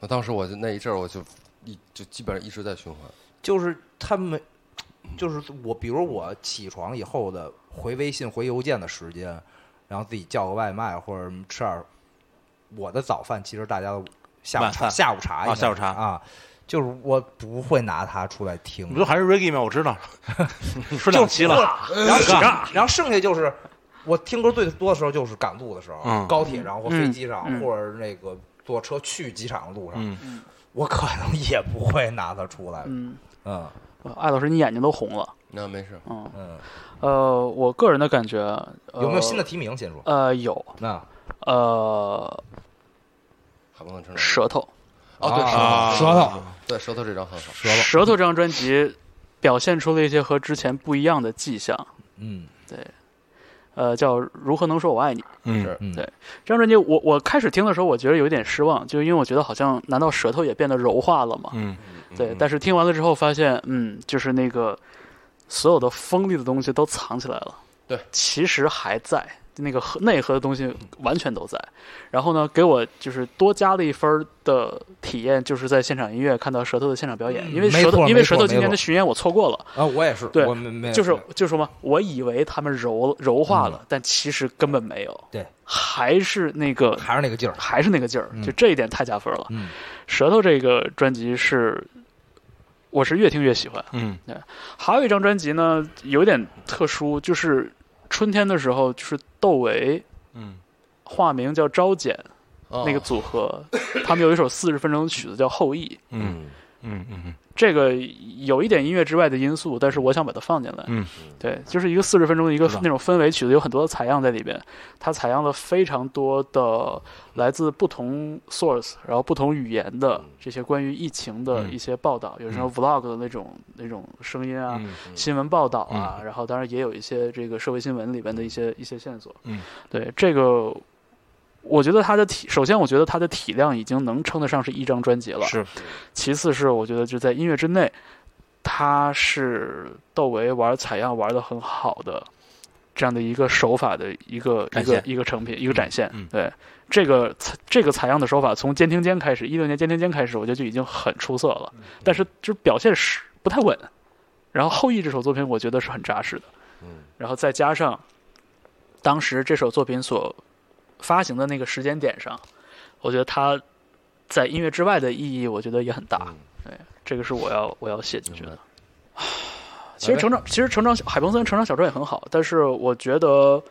D: 我当时我就那一阵儿我就一就基本上一直在循环，
A: 就是他们，就是我，比如我起床以后的回微信、回邮件的时间，然后自己叫个外卖或者什么吃点儿我的早饭，其实大家的下午
C: 晚
A: 茶、
C: 饭
A: 下午茶
C: 啊
A: 应该是
C: 下午茶
A: 啊，就是我不会拿它出来听
C: 你不，就还是 Reggae 吗？我知道，说两期了，
A: 然后
C: 嘎
A: 然后剩下就是我听歌最多的时候就是赶路的时候，
C: 嗯
A: 高铁上或飞机上、
B: 嗯嗯
A: 或者那个坐车去机场的路上，
C: 嗯，
A: 我可能也不会拿它出来。
B: 嗯，
A: 嗯
B: 呃艾老师，你眼睛都红了。
D: 那没事，
B: 嗯，
A: 嗯，
B: 呃，我个人的感觉，呃
A: 有没有新的？提名？先说。
B: 呃，有，
A: 那
B: 呃，
D: 还不能吃
B: 舌头，
D: 哦，对，舌
C: 啊
D: 头，
A: 舌头，
D: 对，舌头这张很好，
A: 舌头，
B: 舌头这张专辑表现出了一些和之前不一样的迹象。
A: 嗯
B: 呃，叫如何能说我爱你？
C: 嗯
D: 是
A: 嗯，
B: 对这张专辑我，我开始听的时候，我觉得有点失望，就是因为我觉得好像难道舌头也变得柔化了吗？
C: 嗯，
B: 对，
D: 嗯
B: 但是听完了之后发现，嗯，就是那个所有的锋利的东西都藏起来了，
D: 对，
B: 其实还在，那个核内核的东西完全都在。然后呢，给我就是多加了一分儿的体验，就是在现场音乐看到舌头的现场表演，
A: 嗯
B: 因为
A: 没
B: 舌头
A: 错，
B: 因为
A: 没
B: 舌
A: 错
B: 头今
A: 没
B: 年
A: 错
B: 的巡演我错过了，
A: 啊，我也是，
B: 对
A: 我没没
B: 就是就是什么，我以为他们柔柔化了，但其实根本没有，
A: 嗯对，嗯
B: 还是那个
A: 还是那个劲儿，
B: 还是那个劲儿，就这一点太加分了。
A: 嗯
B: 舌头这个专辑是，我是越听越喜欢。
C: 嗯，
B: 还有一张专辑呢，有点特殊，就是春天的时候，就是窦唯，
C: 嗯，
B: 化名叫昭简
D: 哦
B: 那个组合，他们有一首四十分钟的曲子叫《后裔》，
C: 嗯，嗯嗯
B: 这个有一点音乐之外的因素，但是我想把它放进来。
C: 嗯，
B: 对，就是一个四十分钟的一个
C: 知道
B: 那种氛围曲子，有很多的采样在里边，它采样了非常多的来自不同 source，然后不同语言的这些关于疫情的
C: 嗯
B: 一些报道，有时候 vlog 的那种那种声音啊，
C: 嗯
B: 新闻报道啊，然后当然也有一些这个社会新闻里边的一些一些线索。
C: 嗯，
B: 对这个。我觉得它的体，首先我觉得它的体量已经能称得嗯上是一张专辑了，
C: 是，
B: 其次是我觉得就在音乐之内，他是窦唯玩采样玩的很好的这样的一个手法的一个一
C: 展
B: 个
C: 现
B: 一个成品一个展现。
C: 嗯
B: 对这个采这个采样的手法，从《监听间》开始，一六年《监听间》开始，我觉得就已经很出色了，
C: 嗯
B: 但是就是表现是不太稳。然后《后羿》这首作品，我觉得是很扎实的。
D: 嗯，
B: 然后再加上当时这首作品所发行的那个时间点上，我觉得它在音乐之外的意义，我觉得也很大。对，这个是我要我要写进去的
D: 明。
B: 其实成长，其实成长，海鹏森成长小传也很好，但是我觉得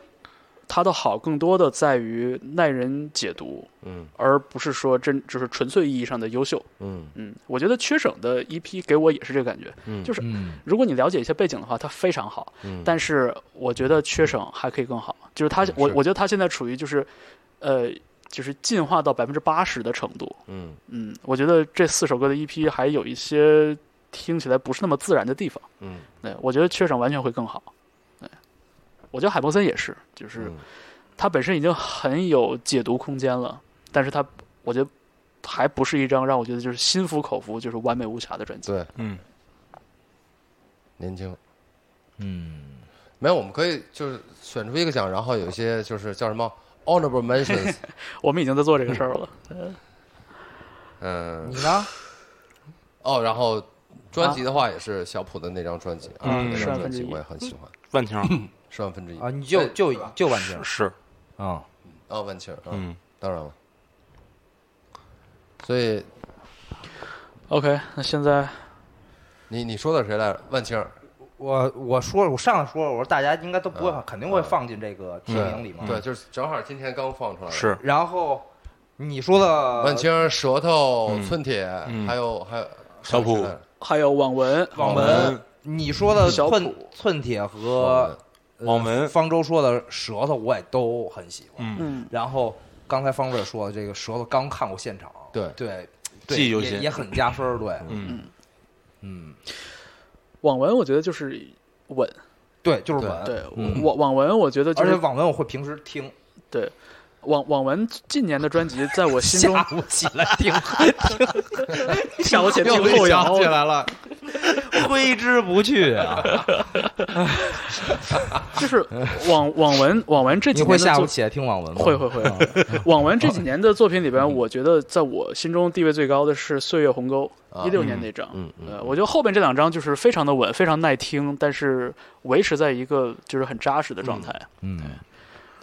B: 它的好更多的在于耐人解读，
D: 嗯
B: 而不是说真就是纯粹意义上的优秀。
D: 嗯
B: 嗯，我觉得缺省的 EP 给我也是这个感觉。
D: 嗯
B: 就是
A: 嗯，
B: 如果你了解一下背景的话，它非常好。
D: 嗯
B: 但是我觉得缺省还可以更好，就是它
D: 嗯
B: 我
D: 是
B: 我觉得它现在处于就是，呃，就是进化到百分之八十的程度。
D: 嗯
B: 嗯，我觉得这四首歌的 EP 还有一些听起来不是那么自然的地方。
D: 嗯
B: 对，我觉得缺省完全会更好。对，我觉得海鹏森也是，就是
D: 嗯
B: 它本身已经很有解读空间了，但是它我觉得还不是一张让我觉得就是心服口服，就是完美无瑕的专辑。
D: 对
C: 嗯，
D: 年轻。
A: 嗯，
D: 没有，我们可以就是选出一个奖，然后有一些就是叫什么 honorable mentions，
B: 我们已经在做这个事儿了。
D: 嗯
A: 你，呢？
D: 哦，然后专辑的话也是小普的那张专辑，啊，
C: 嗯
D: 那
C: 十
D: 张
B: 万
D: 专
B: 分之
D: 辑
B: 一
D: 我也很喜欢，
C: 万青儿
D: 十万分之一
A: 啊，你就
D: 哎
A: 就就万
C: 是
A: 庆
C: 是，
A: 啊，
D: 哦，万庆，嗯，
C: 嗯，
D: 当然了，所以
B: OK，那现在
D: 你你说的谁来着？万庆，
A: 我我说了我上来说了，我说大家应该都不会，肯定会放进这个提名里嘛。
D: 嗯对，就是正好今天刚放出来，
C: 嗯是
A: 然后你说的
D: 万青、舌头、寸铁，
C: 嗯
D: 还有还有
C: 小普
D: 还有谁来着
B: 还有网文，
A: 网
D: 网
A: 文
C: 文，
A: 你说的
B: 小
A: 寸
B: 谱
A: 寸铁和呃
C: 网文
A: 方舟说的舌头我也都很喜欢。
C: 嗯
B: 嗯，
A: 然后刚才方志说的这个舌头，刚看过现场，
D: 对
A: 对，
C: 记忆犹
A: 对也
C: 新
A: 也很加分儿，对，
C: 嗯
A: 嗯，
B: 网文我觉得就是稳，
A: 对，就是稳，
B: 对，
A: 嗯
B: 网网文我觉得就
A: 而且
B: 是
A: 网文我会平时听，
B: 对。网网文近年的专辑，在我心中
A: 下午起 来听，
B: 想不起听
D: 又
B: 后
D: 想
B: 摇
D: 起，来了，
A: 挥之不去啊！
B: 就是网网文网文 这
A: 你
B: 几
A: 会
B: 年的
A: 下午
B: 作
A: 起来听网文吗？哦
B: 会会会，网文这几年的作品里边，我觉得在我心中地位最高的是《岁月鸿沟
D: 啊》
B: 一六年那张，
D: 嗯嗯
B: 呃，我觉得后边这两张就是非常的稳，非常耐听，但是维持在一个就是很扎实的状态。
A: 嗯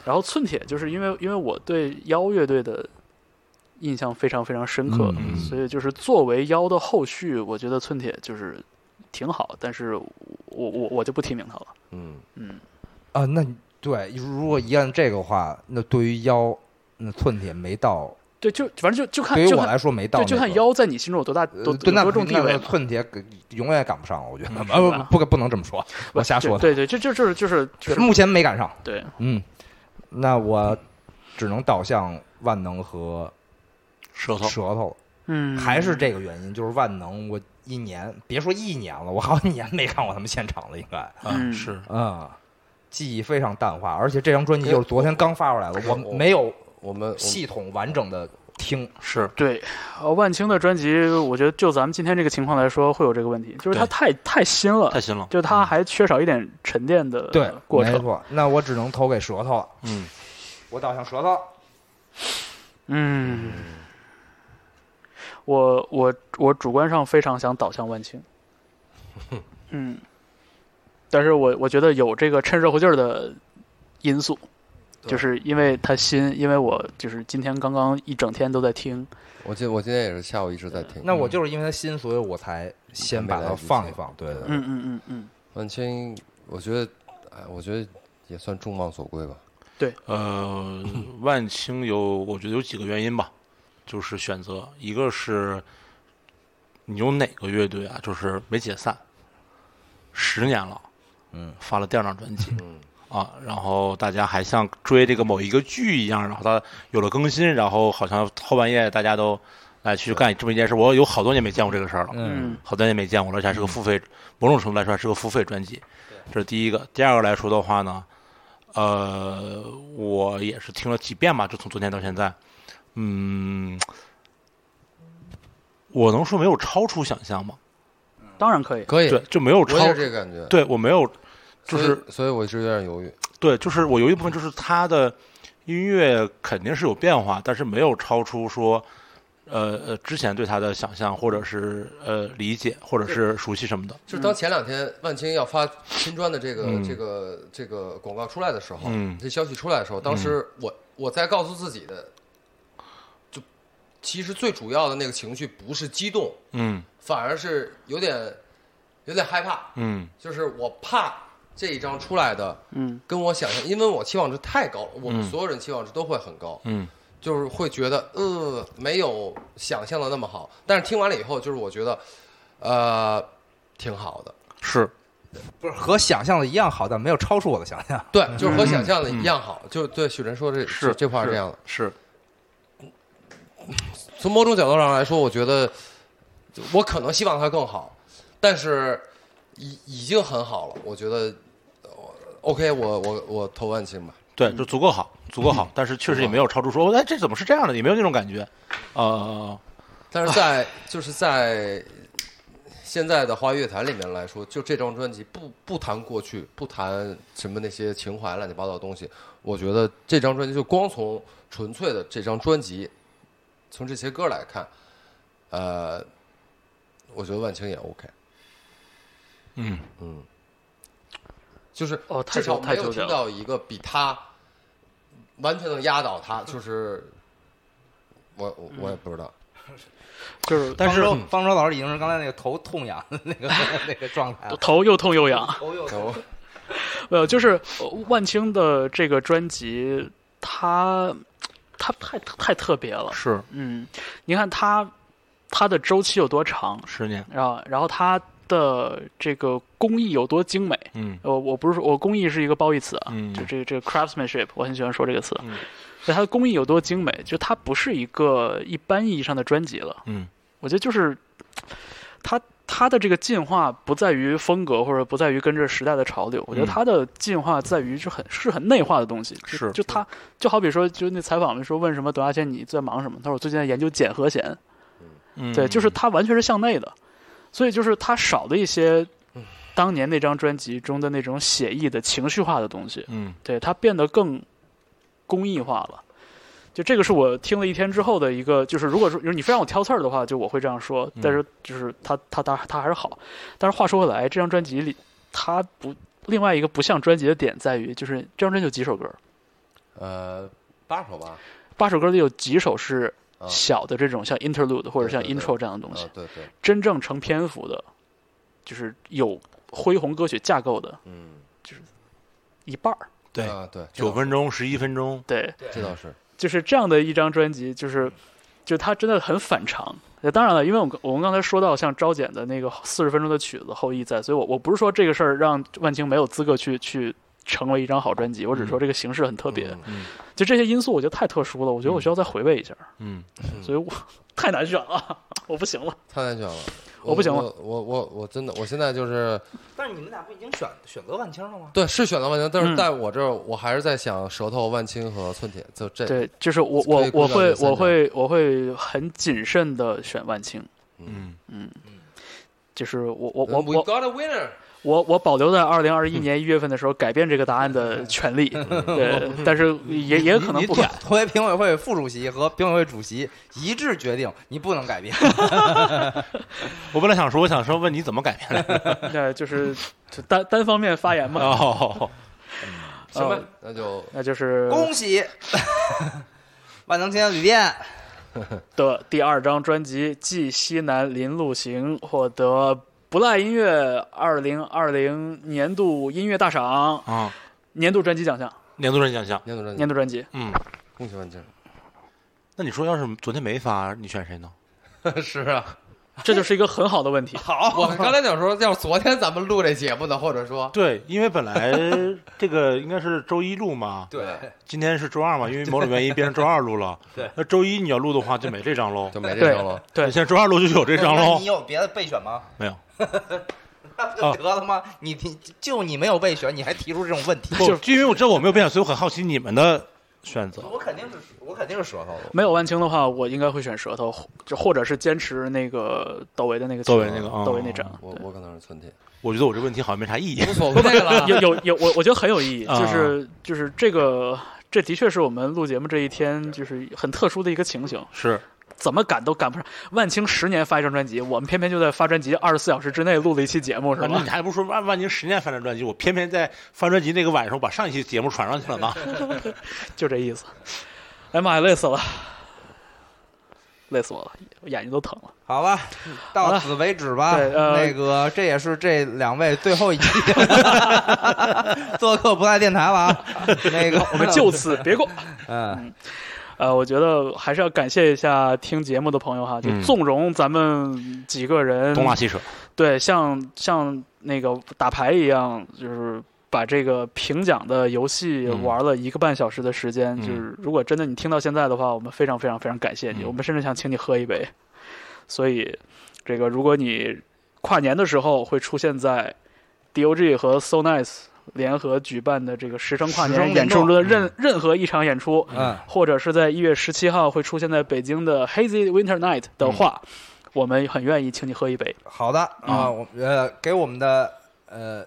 B: 然后寸铁就是因为因为我对妖乐队的印象非常非常深刻，
A: 嗯
B: 所以就是作为妖的后续，我觉得寸铁就是挺好，但是我我我就不提名他了。
D: 嗯，
B: 嗯，
A: 啊，那对，如果一按这个话，那对于腰，那寸铁没到，
B: 对，就反正就就看
A: 对于
B: 啊就
A: 我
B: 看
A: 来说没到
B: 对，
A: 那个，
B: 就看腰在你心中有多大
A: 呃。
B: 多
A: 对，
B: 有
A: 那
B: 多重地
A: 那
B: 位
A: 那
B: 嘛。
A: 寸铁给永远赶不上，我觉得，
C: 嗯是
A: 啊
B: 吧
A: 不不不能这么说，我瞎说的，
B: 对对，这这就是就是就是
A: 目前没赶上。
B: 对，
A: 嗯，那我只能导向万能和
C: 舌头，
A: 舌头了，
B: 嗯，
A: 还是这个原因，就是万能我一年，别说一年了，我好几年没看过他们现场了，应该，
C: 啊
B: 嗯
C: 是，
A: 嗯，记忆非常淡化，而且这张专辑就是昨天刚发出来的，
D: 我
A: 我没有
D: 我们我们
A: 系统完整的听，
C: 是
B: 对，呃，万青的专辑，我觉得就咱们今天这个情况来说，会有这个问题，就是它
C: 对
B: 太太新了
C: 太，新了，
B: 就它还缺少一点沉淀的
A: 对，
B: 呃过
A: 没
B: 程。
A: 错，那我只能投给舌头了，
C: 嗯，
A: 我导向舌头，
B: 嗯，我我我主观上非常想导向万 青，嗯，但是我我觉得有这个趁热乎劲儿的因素，
D: 对
B: 就是因为它新，因为我就是今天刚刚一整天都在听，
D: 我今我今天也是下午一直在听，
A: 那我就是因为他新，所以我才先把它放一放，对对对，
B: 嗯嗯嗯嗯，
D: 万青，我觉得，哎，我觉得也算众望所归吧。
C: 呃，万青有我觉得有几个原因吧，就是选择，一个是你有哪个乐队啊，就是没解散，十年了，
A: 嗯，
C: 发了第二张专辑，
D: 嗯
C: 啊，然后大家还像追这个某一个剧一样，然后它有了更新，然后好像后半夜大家都来去干这么一件事。我有好多年没见过这个事儿了，
A: 嗯
B: 嗯
C: 好多年没见过了，而且还
D: 嗯
C: 是个付费，某种程度来说还是个付费专辑。这是第一个。第二个来说的话呢，呃，我也是听了几遍吧，就从昨天到现在，嗯，我能说没有超出想象吗？
B: 当然可以，
D: 可以，
C: 对，就没有超
D: 我，也是这个感觉。
C: 对我没有，就
D: 所以
C: 是嗯
D: 所以我一直有点犹豫。
C: 对，就是我有一部分就是他的音乐肯定是有变化，但是没有超出说，呃呃之前对他的想象，或者是呃理解，或者是熟悉什么的。
D: 就是当前两天万青要发新专的这个、
C: 嗯
D: 这个这个广告出来的时候，
C: 嗯
D: 这消息出来的时候，当时我、我在告诉自己的，就其实最主要的那个情绪不是激动，
C: 嗯
D: 反而是有点有点害怕，
C: 嗯
D: 就是我怕这一张出来的
B: 嗯
D: 跟我想象，因为我期望值太高了，我们
C: 嗯
D: 所有人期望值都会很高，
C: 嗯
D: 就是会觉得呃没有想象的那么好。但是听完了以后，就是我觉得呃挺好的，
C: 是
A: 不是和想象的一样好，但没有超出我的想象。
D: 对，就是和想象的一样好。就对许晨说这
C: 嗯是
D: 这话
C: 是
D: 这样的。
C: 是
D: 从某种角度上来说，我觉得我可能希望它更好，但是已已经很好了。我觉得呃 OK，我我我投万青吧。
C: 对，就足够好，足够 好，但是确实也没有超出说，哎，这怎么是这样的？也没有那种感觉，呃，
D: 但是在就是在现在的华语乐坛里面来说，就这张专辑不不谈过去，不谈什么那些情怀乱七八糟的东西，我觉得这张专辑就光从纯粹的这张专辑，从这些歌来看，呃，我觉得万青也 OK。
C: 嗯
D: 嗯，就是
B: 哦太
D: 至少
B: 久太
D: 没有
B: 久
D: 听
B: 了
D: 到一个比他完全能压倒他， 就是我我我也不知道。
B: 就是嗯
C: 但是
D: 啊
A: 方舟方舟老师已经是刚才那个头痛痒的那个 那个状态了，
B: 头又痛又痒。
A: 头又
D: 然后
B: 没有，就是呃万青的这个专辑，它它太太特别了。
C: 是
B: 嗯，你看它它的周期有多长，
C: 十年，
B: 然后然后它的这个工艺有多精美。
C: 嗯
B: 我我不是说我工艺是一个褒义词啊，
C: 嗯
B: 就这个这个 craftsmanship，我很喜欢说这个词。
C: 嗯
B: 就它的工艺有多精美，就它不是一个一般意义上的专辑了。
C: 嗯
B: 我觉得就是它它的这个进化不在于风格，或者不在于跟着时代的潮流。我觉得
C: 嗯
B: 它的进化在于就很是很内化的东西。就是就它就好比说，就那采访的时候问什么董亚千你在忙什么，他说我最近在研究碱和弦。
C: 嗯，
B: 对，就是它完全是向内的，所以就是它少了一些
C: 嗯
B: 当年那张专辑中的那种写意的情绪化的东西。
C: 嗯
B: 对它变得更工艺化了。就这个是我听了一天之后的一个，就是如果说就是你非让我挑刺儿的话，就我会这样说。
D: 嗯
B: 但是就是它它它它还是好。但是话说回来，这张专辑里它不另外一个不像专辑的点在于，就是这张专辑有几首歌，
D: 呃，八首吧，
B: 八首歌里有几首是
D: 啊
B: 小的这种像 interlude 或者像
D: 对对
B: intro 这样的东西
D: 啊，，对对，
B: 真正成篇幅的，就是有恢宏歌曲架构的
D: 嗯，
B: 一半儿。
C: 对
D: 啊对，这
C: 九
D: 倒是，
C: 分钟十一分钟，
B: 对，
D: 这倒是，
B: 就是这样的一张专辑，就是就它真的很反常。呃当然了，因为我们我们刚才说到像招简的那个四十分钟的曲子后裔在，所以我我不是说这个事儿让万青没有资格去去成为一张好专辑，我只是说这个形式很特别，
D: 嗯
C: 嗯
B: 就这些因素我觉得太特殊了，我觉得我需要再回味一下，
C: 嗯
B: 所以我 太难选了， 我不行了。
D: 太难选了，
B: 我不行了
D: 我我我我真的，我现在就是
A: 但是你们俩不已经选选择万青了吗？
D: 对是选了万青，但是
B: 嗯
D: 在我这儿我还是在想舌头、万青和寸铁，就这，
B: 对，就是我
D: 可
B: 我
D: 以归
B: 我
D: 到这
B: 会
D: 三
B: 我
D: 张
B: 会我会很谨慎的选万青，
C: 嗯
B: 就是我我我
D: 嗯，We
B: 我
D: got a winner，
B: 我我保留在二零二
C: 嗯
B: 一年一月份的时候改变这个答案的权 利，
C: 哦
B: 对，但是也也有可能
A: 你
B: 不
A: 作
B: 改。
A: 作为评委会副主席和评委会主席一致决定，你不能改变。
C: 我本来想说，我想说问你怎么改变的，
B: 那就是就单单方面发言嘛，
C: 哦，
D: 行吧
B: 嗯，
D: 呃那就
B: 那就是
A: 恭 喜万能青年旅店
B: 的第二张专辑《继西南林路行》获得不赖音乐二零二零年度音乐大赏
C: 啊，
B: 年度专辑奖项，
C: 年度人奖项，
D: 年度专辑
B: 年，度专辑。
C: 嗯，
D: 恭喜 万青，
C: 那你说要是昨天没发，你选谁呢？
D: 是啊，
B: 这就是一个很好的问题。
D: 我刚才想说，要是昨天咱们录这节目呢，或者说
C: 对，因为本来 这个应该是周一录嘛，
A: 对
C: 今天是周二嘛，因为某种原因变成周二录 了。
A: 对，
C: 那周一你要录的话就没这张 喽
D: 就。没 这
B: 对
D: 张了，
C: 那
B: 对
C: 现，在周二录就有这张
A: 那
C: 喽
A: 你。有别的备选吗？
C: 没有，
A: 那不
B: 哦
A: 就得了吗？你提就你没有备选，你还提出这种问题？
C: 不，就因为我知道我没有变，所以我很好奇你们的选择。
A: 我肯定是我肯定是舌头了。
B: 没有万青的话，我应该会选舌头，或就或者是坚持那个窦唯的那个
C: 窦
B: 曲
C: 唯
B: 子
C: 那个
B: 窦唯那
C: 哦
B: 张。，
D: 我我可能是寸铁，
C: 我觉得我这问题好像没啥意义。
D: 无所谓了
B: 有有有，我我觉得很有意义，
C: 啊
B: 就是就是这个，这的确是我们录节目这一天就是很特殊的一个情形，
C: 是，
B: 怎么赶都赶不上。万青十年发一张专辑，我们偏偏就在发专辑二十四小时之内录了一期节目，是
C: 那
B: 吧
C: 你？还不如说万万宁十年翻张专辑，我偏偏在翻专辑那个晚上把上一期节目传上去了呢。
B: 就这意思。哎妈呀，累死了！累死我了，我眼睛都 疼了。
A: 好吧，到此为止吧。
B: 嗯对呃
A: 那个，这也是这两位最后一期 做客不在电台了 啊。那个，
B: 我们就此别过。
A: 嗯，
B: 呃，我觉得还是要感谢一下听节目的朋友哈，就
C: 嗯
B: 纵容咱们几个人，
C: 东拉西扯，
B: 对，像像那个打牌一样，就是把这个评奖的游戏
C: 嗯
B: 玩了一个半小时的时间。
C: 嗯
B: 就是如果真的你听到现在的话，我们非常非常非常感谢你，
C: 嗯
B: 我们甚至想请你喝一杯。所以，这个如果你跨年的时候会出现在 DOG 和 So Nice 联合举办的这个十城跨
A: 十城
B: 年
A: 联
B: 演出
A: 动
B: 中的任任何一场演出，
A: 嗯，
B: 或者是在一月十七号会出现在北京的 Hazy Winter Night
A: 嗯
B: 的话，我们很愿意请你喝一杯。
A: 好的
B: 嗯
A: 啊，我呃给我们的呃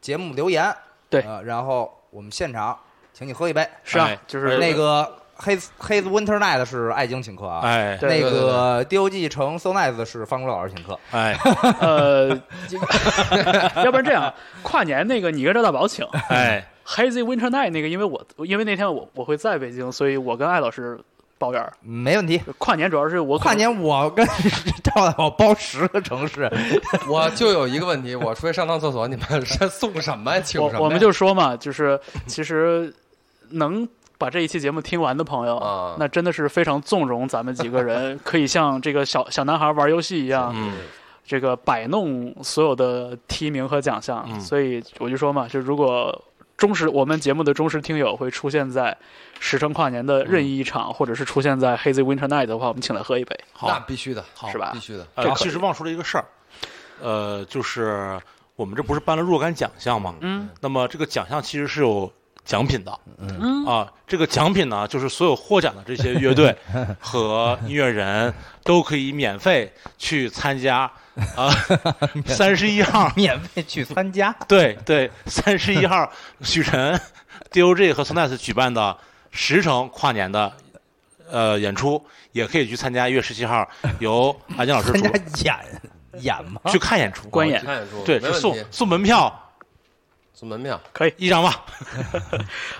A: 节目留言，
B: 对
A: 呃然后我们现场请你喝一杯。
B: 是啊
C: 哎，
B: 就是
A: 那 个黑黑子 Winter Night 是爱京请客啊，
C: 哎
B: 对
A: 那个 DOG 城 So Nice 是方舟老师请客。
C: 哎
B: 呃， 要不然这样，跨年那个你跟赵大宝请
C: 哎，
B: ，Hazy Winter Night 那个，因为我因为那天我我会在北京，所以我跟艾老师抱怨儿，
A: 没问题。
B: 跨年主要是我可
A: 跨
B: 能
A: 年我跟赵大宝包十个城市，
D: 我就有一个问题，我出去上趟厕所，你们是送什么呀？请什么呀？
B: 我我们就说嘛，就是其实能把这一期节目听完的朋友，
D: 啊
B: 那真的是非常纵容咱们几个人，可以像这个小小男孩玩游戏一样，
C: 嗯，
B: 这个摆弄所有的提名和奖项。
C: 嗯
B: 所以我就说嘛，就如果忠实我们节目的忠实听友会出现在石城跨年的任意一
C: 嗯
B: 场，或者是出现在 Hazy Winter Night 的话，我们请来喝一杯。
D: 那
C: 好，
D: 必须的，好
B: 是吧
D: 必须的，
B: 这
C: 呃，
B: 可
C: 其实忘说了一个事儿，呃，就是我们这不是颁了若干奖项吗？
B: 嗯
C: 那么这个奖项其实是有奖品的，
B: 嗯
C: 啊，这个奖品呢，就是所有获奖的这些乐 队和音乐人都可以免费去参 加啊，三十一号，
A: 免费去参加。
C: 对对，三十一 号，许晨、DOG 和 Sonice 举办的十城跨年的呃演出，也可以去参加。一月十七号由安江老 师
A: 参
C: 主
A: 加演演吗？
C: 去看演出，啊
B: 观演
D: 去看演出，
C: 对，
D: 没
C: 是
D: 问
C: 送
D: 题，
C: 送门票
D: 送门票，
C: 一张吧。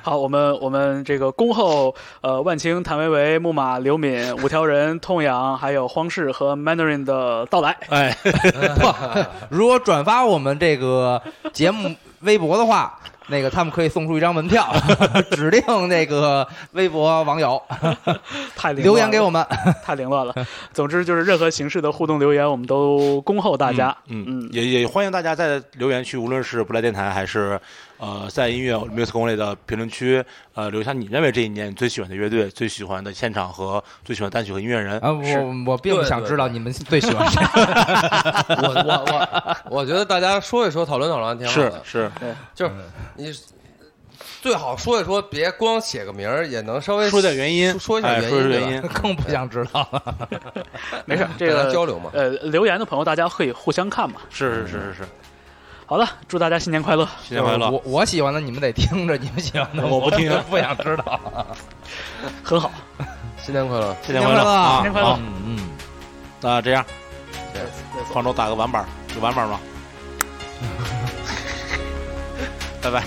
B: 好，我们我们这个恭候呃万青、谭维维、木马、刘敏、五条人、 痛痒，还有荒氏和 Mandarin 的到来。
C: 哎，
A: 如果转发我们这个节目微博的话，那个他们可以送出一张门票， 指定那个微博网友
B: 太凌乱了
A: 留言给我，们。
B: 太凌乱了。总之就是任何形式的互动留言，我们都恭候大家。
C: 嗯，
B: 嗯
C: 也也欢迎大家在留言区，无论是不来电台还是呃在音乐 Music Only 的评论区，呃留下你认为这一年你最喜欢的乐队、最喜欢的现场和最喜欢的单曲和音乐人。
A: 啊，我我并不想知道你们最喜欢 谁。
D: 我我我，我觉得大家说一说，讨论讨论，挺好
C: 是
D: 的。
C: 啊是，
D: 就是你最好说一说，别光写个名儿，也能稍微
C: 说点原因，
D: 说一下
C: 哎
D: 原
C: 说
D: 因，
C: 点
D: 对吧
C: 原因。
A: 更不想知道了。
B: 嗯没事，这
D: 大家
B: 个
D: 交流嘛。
B: 呃留言的朋友，大家可以互相看嘛。
C: 是是是是是，
B: 好了，祝大家新年快乐。
C: 新年快乐！
A: 嗯我我喜欢的你们得听着，你们喜欢的
C: 我不听
A: 不想知道。
B: 很好，
D: 新年快乐！
C: 新
A: 年快
C: 年快
A: 乐
C: 乐啊！
B: 新年快乐
C: 好
A: 嗯嗯，
C: 那这样，
B: 再见
C: 方舟打个完板儿，有完板儿吗？拜拜。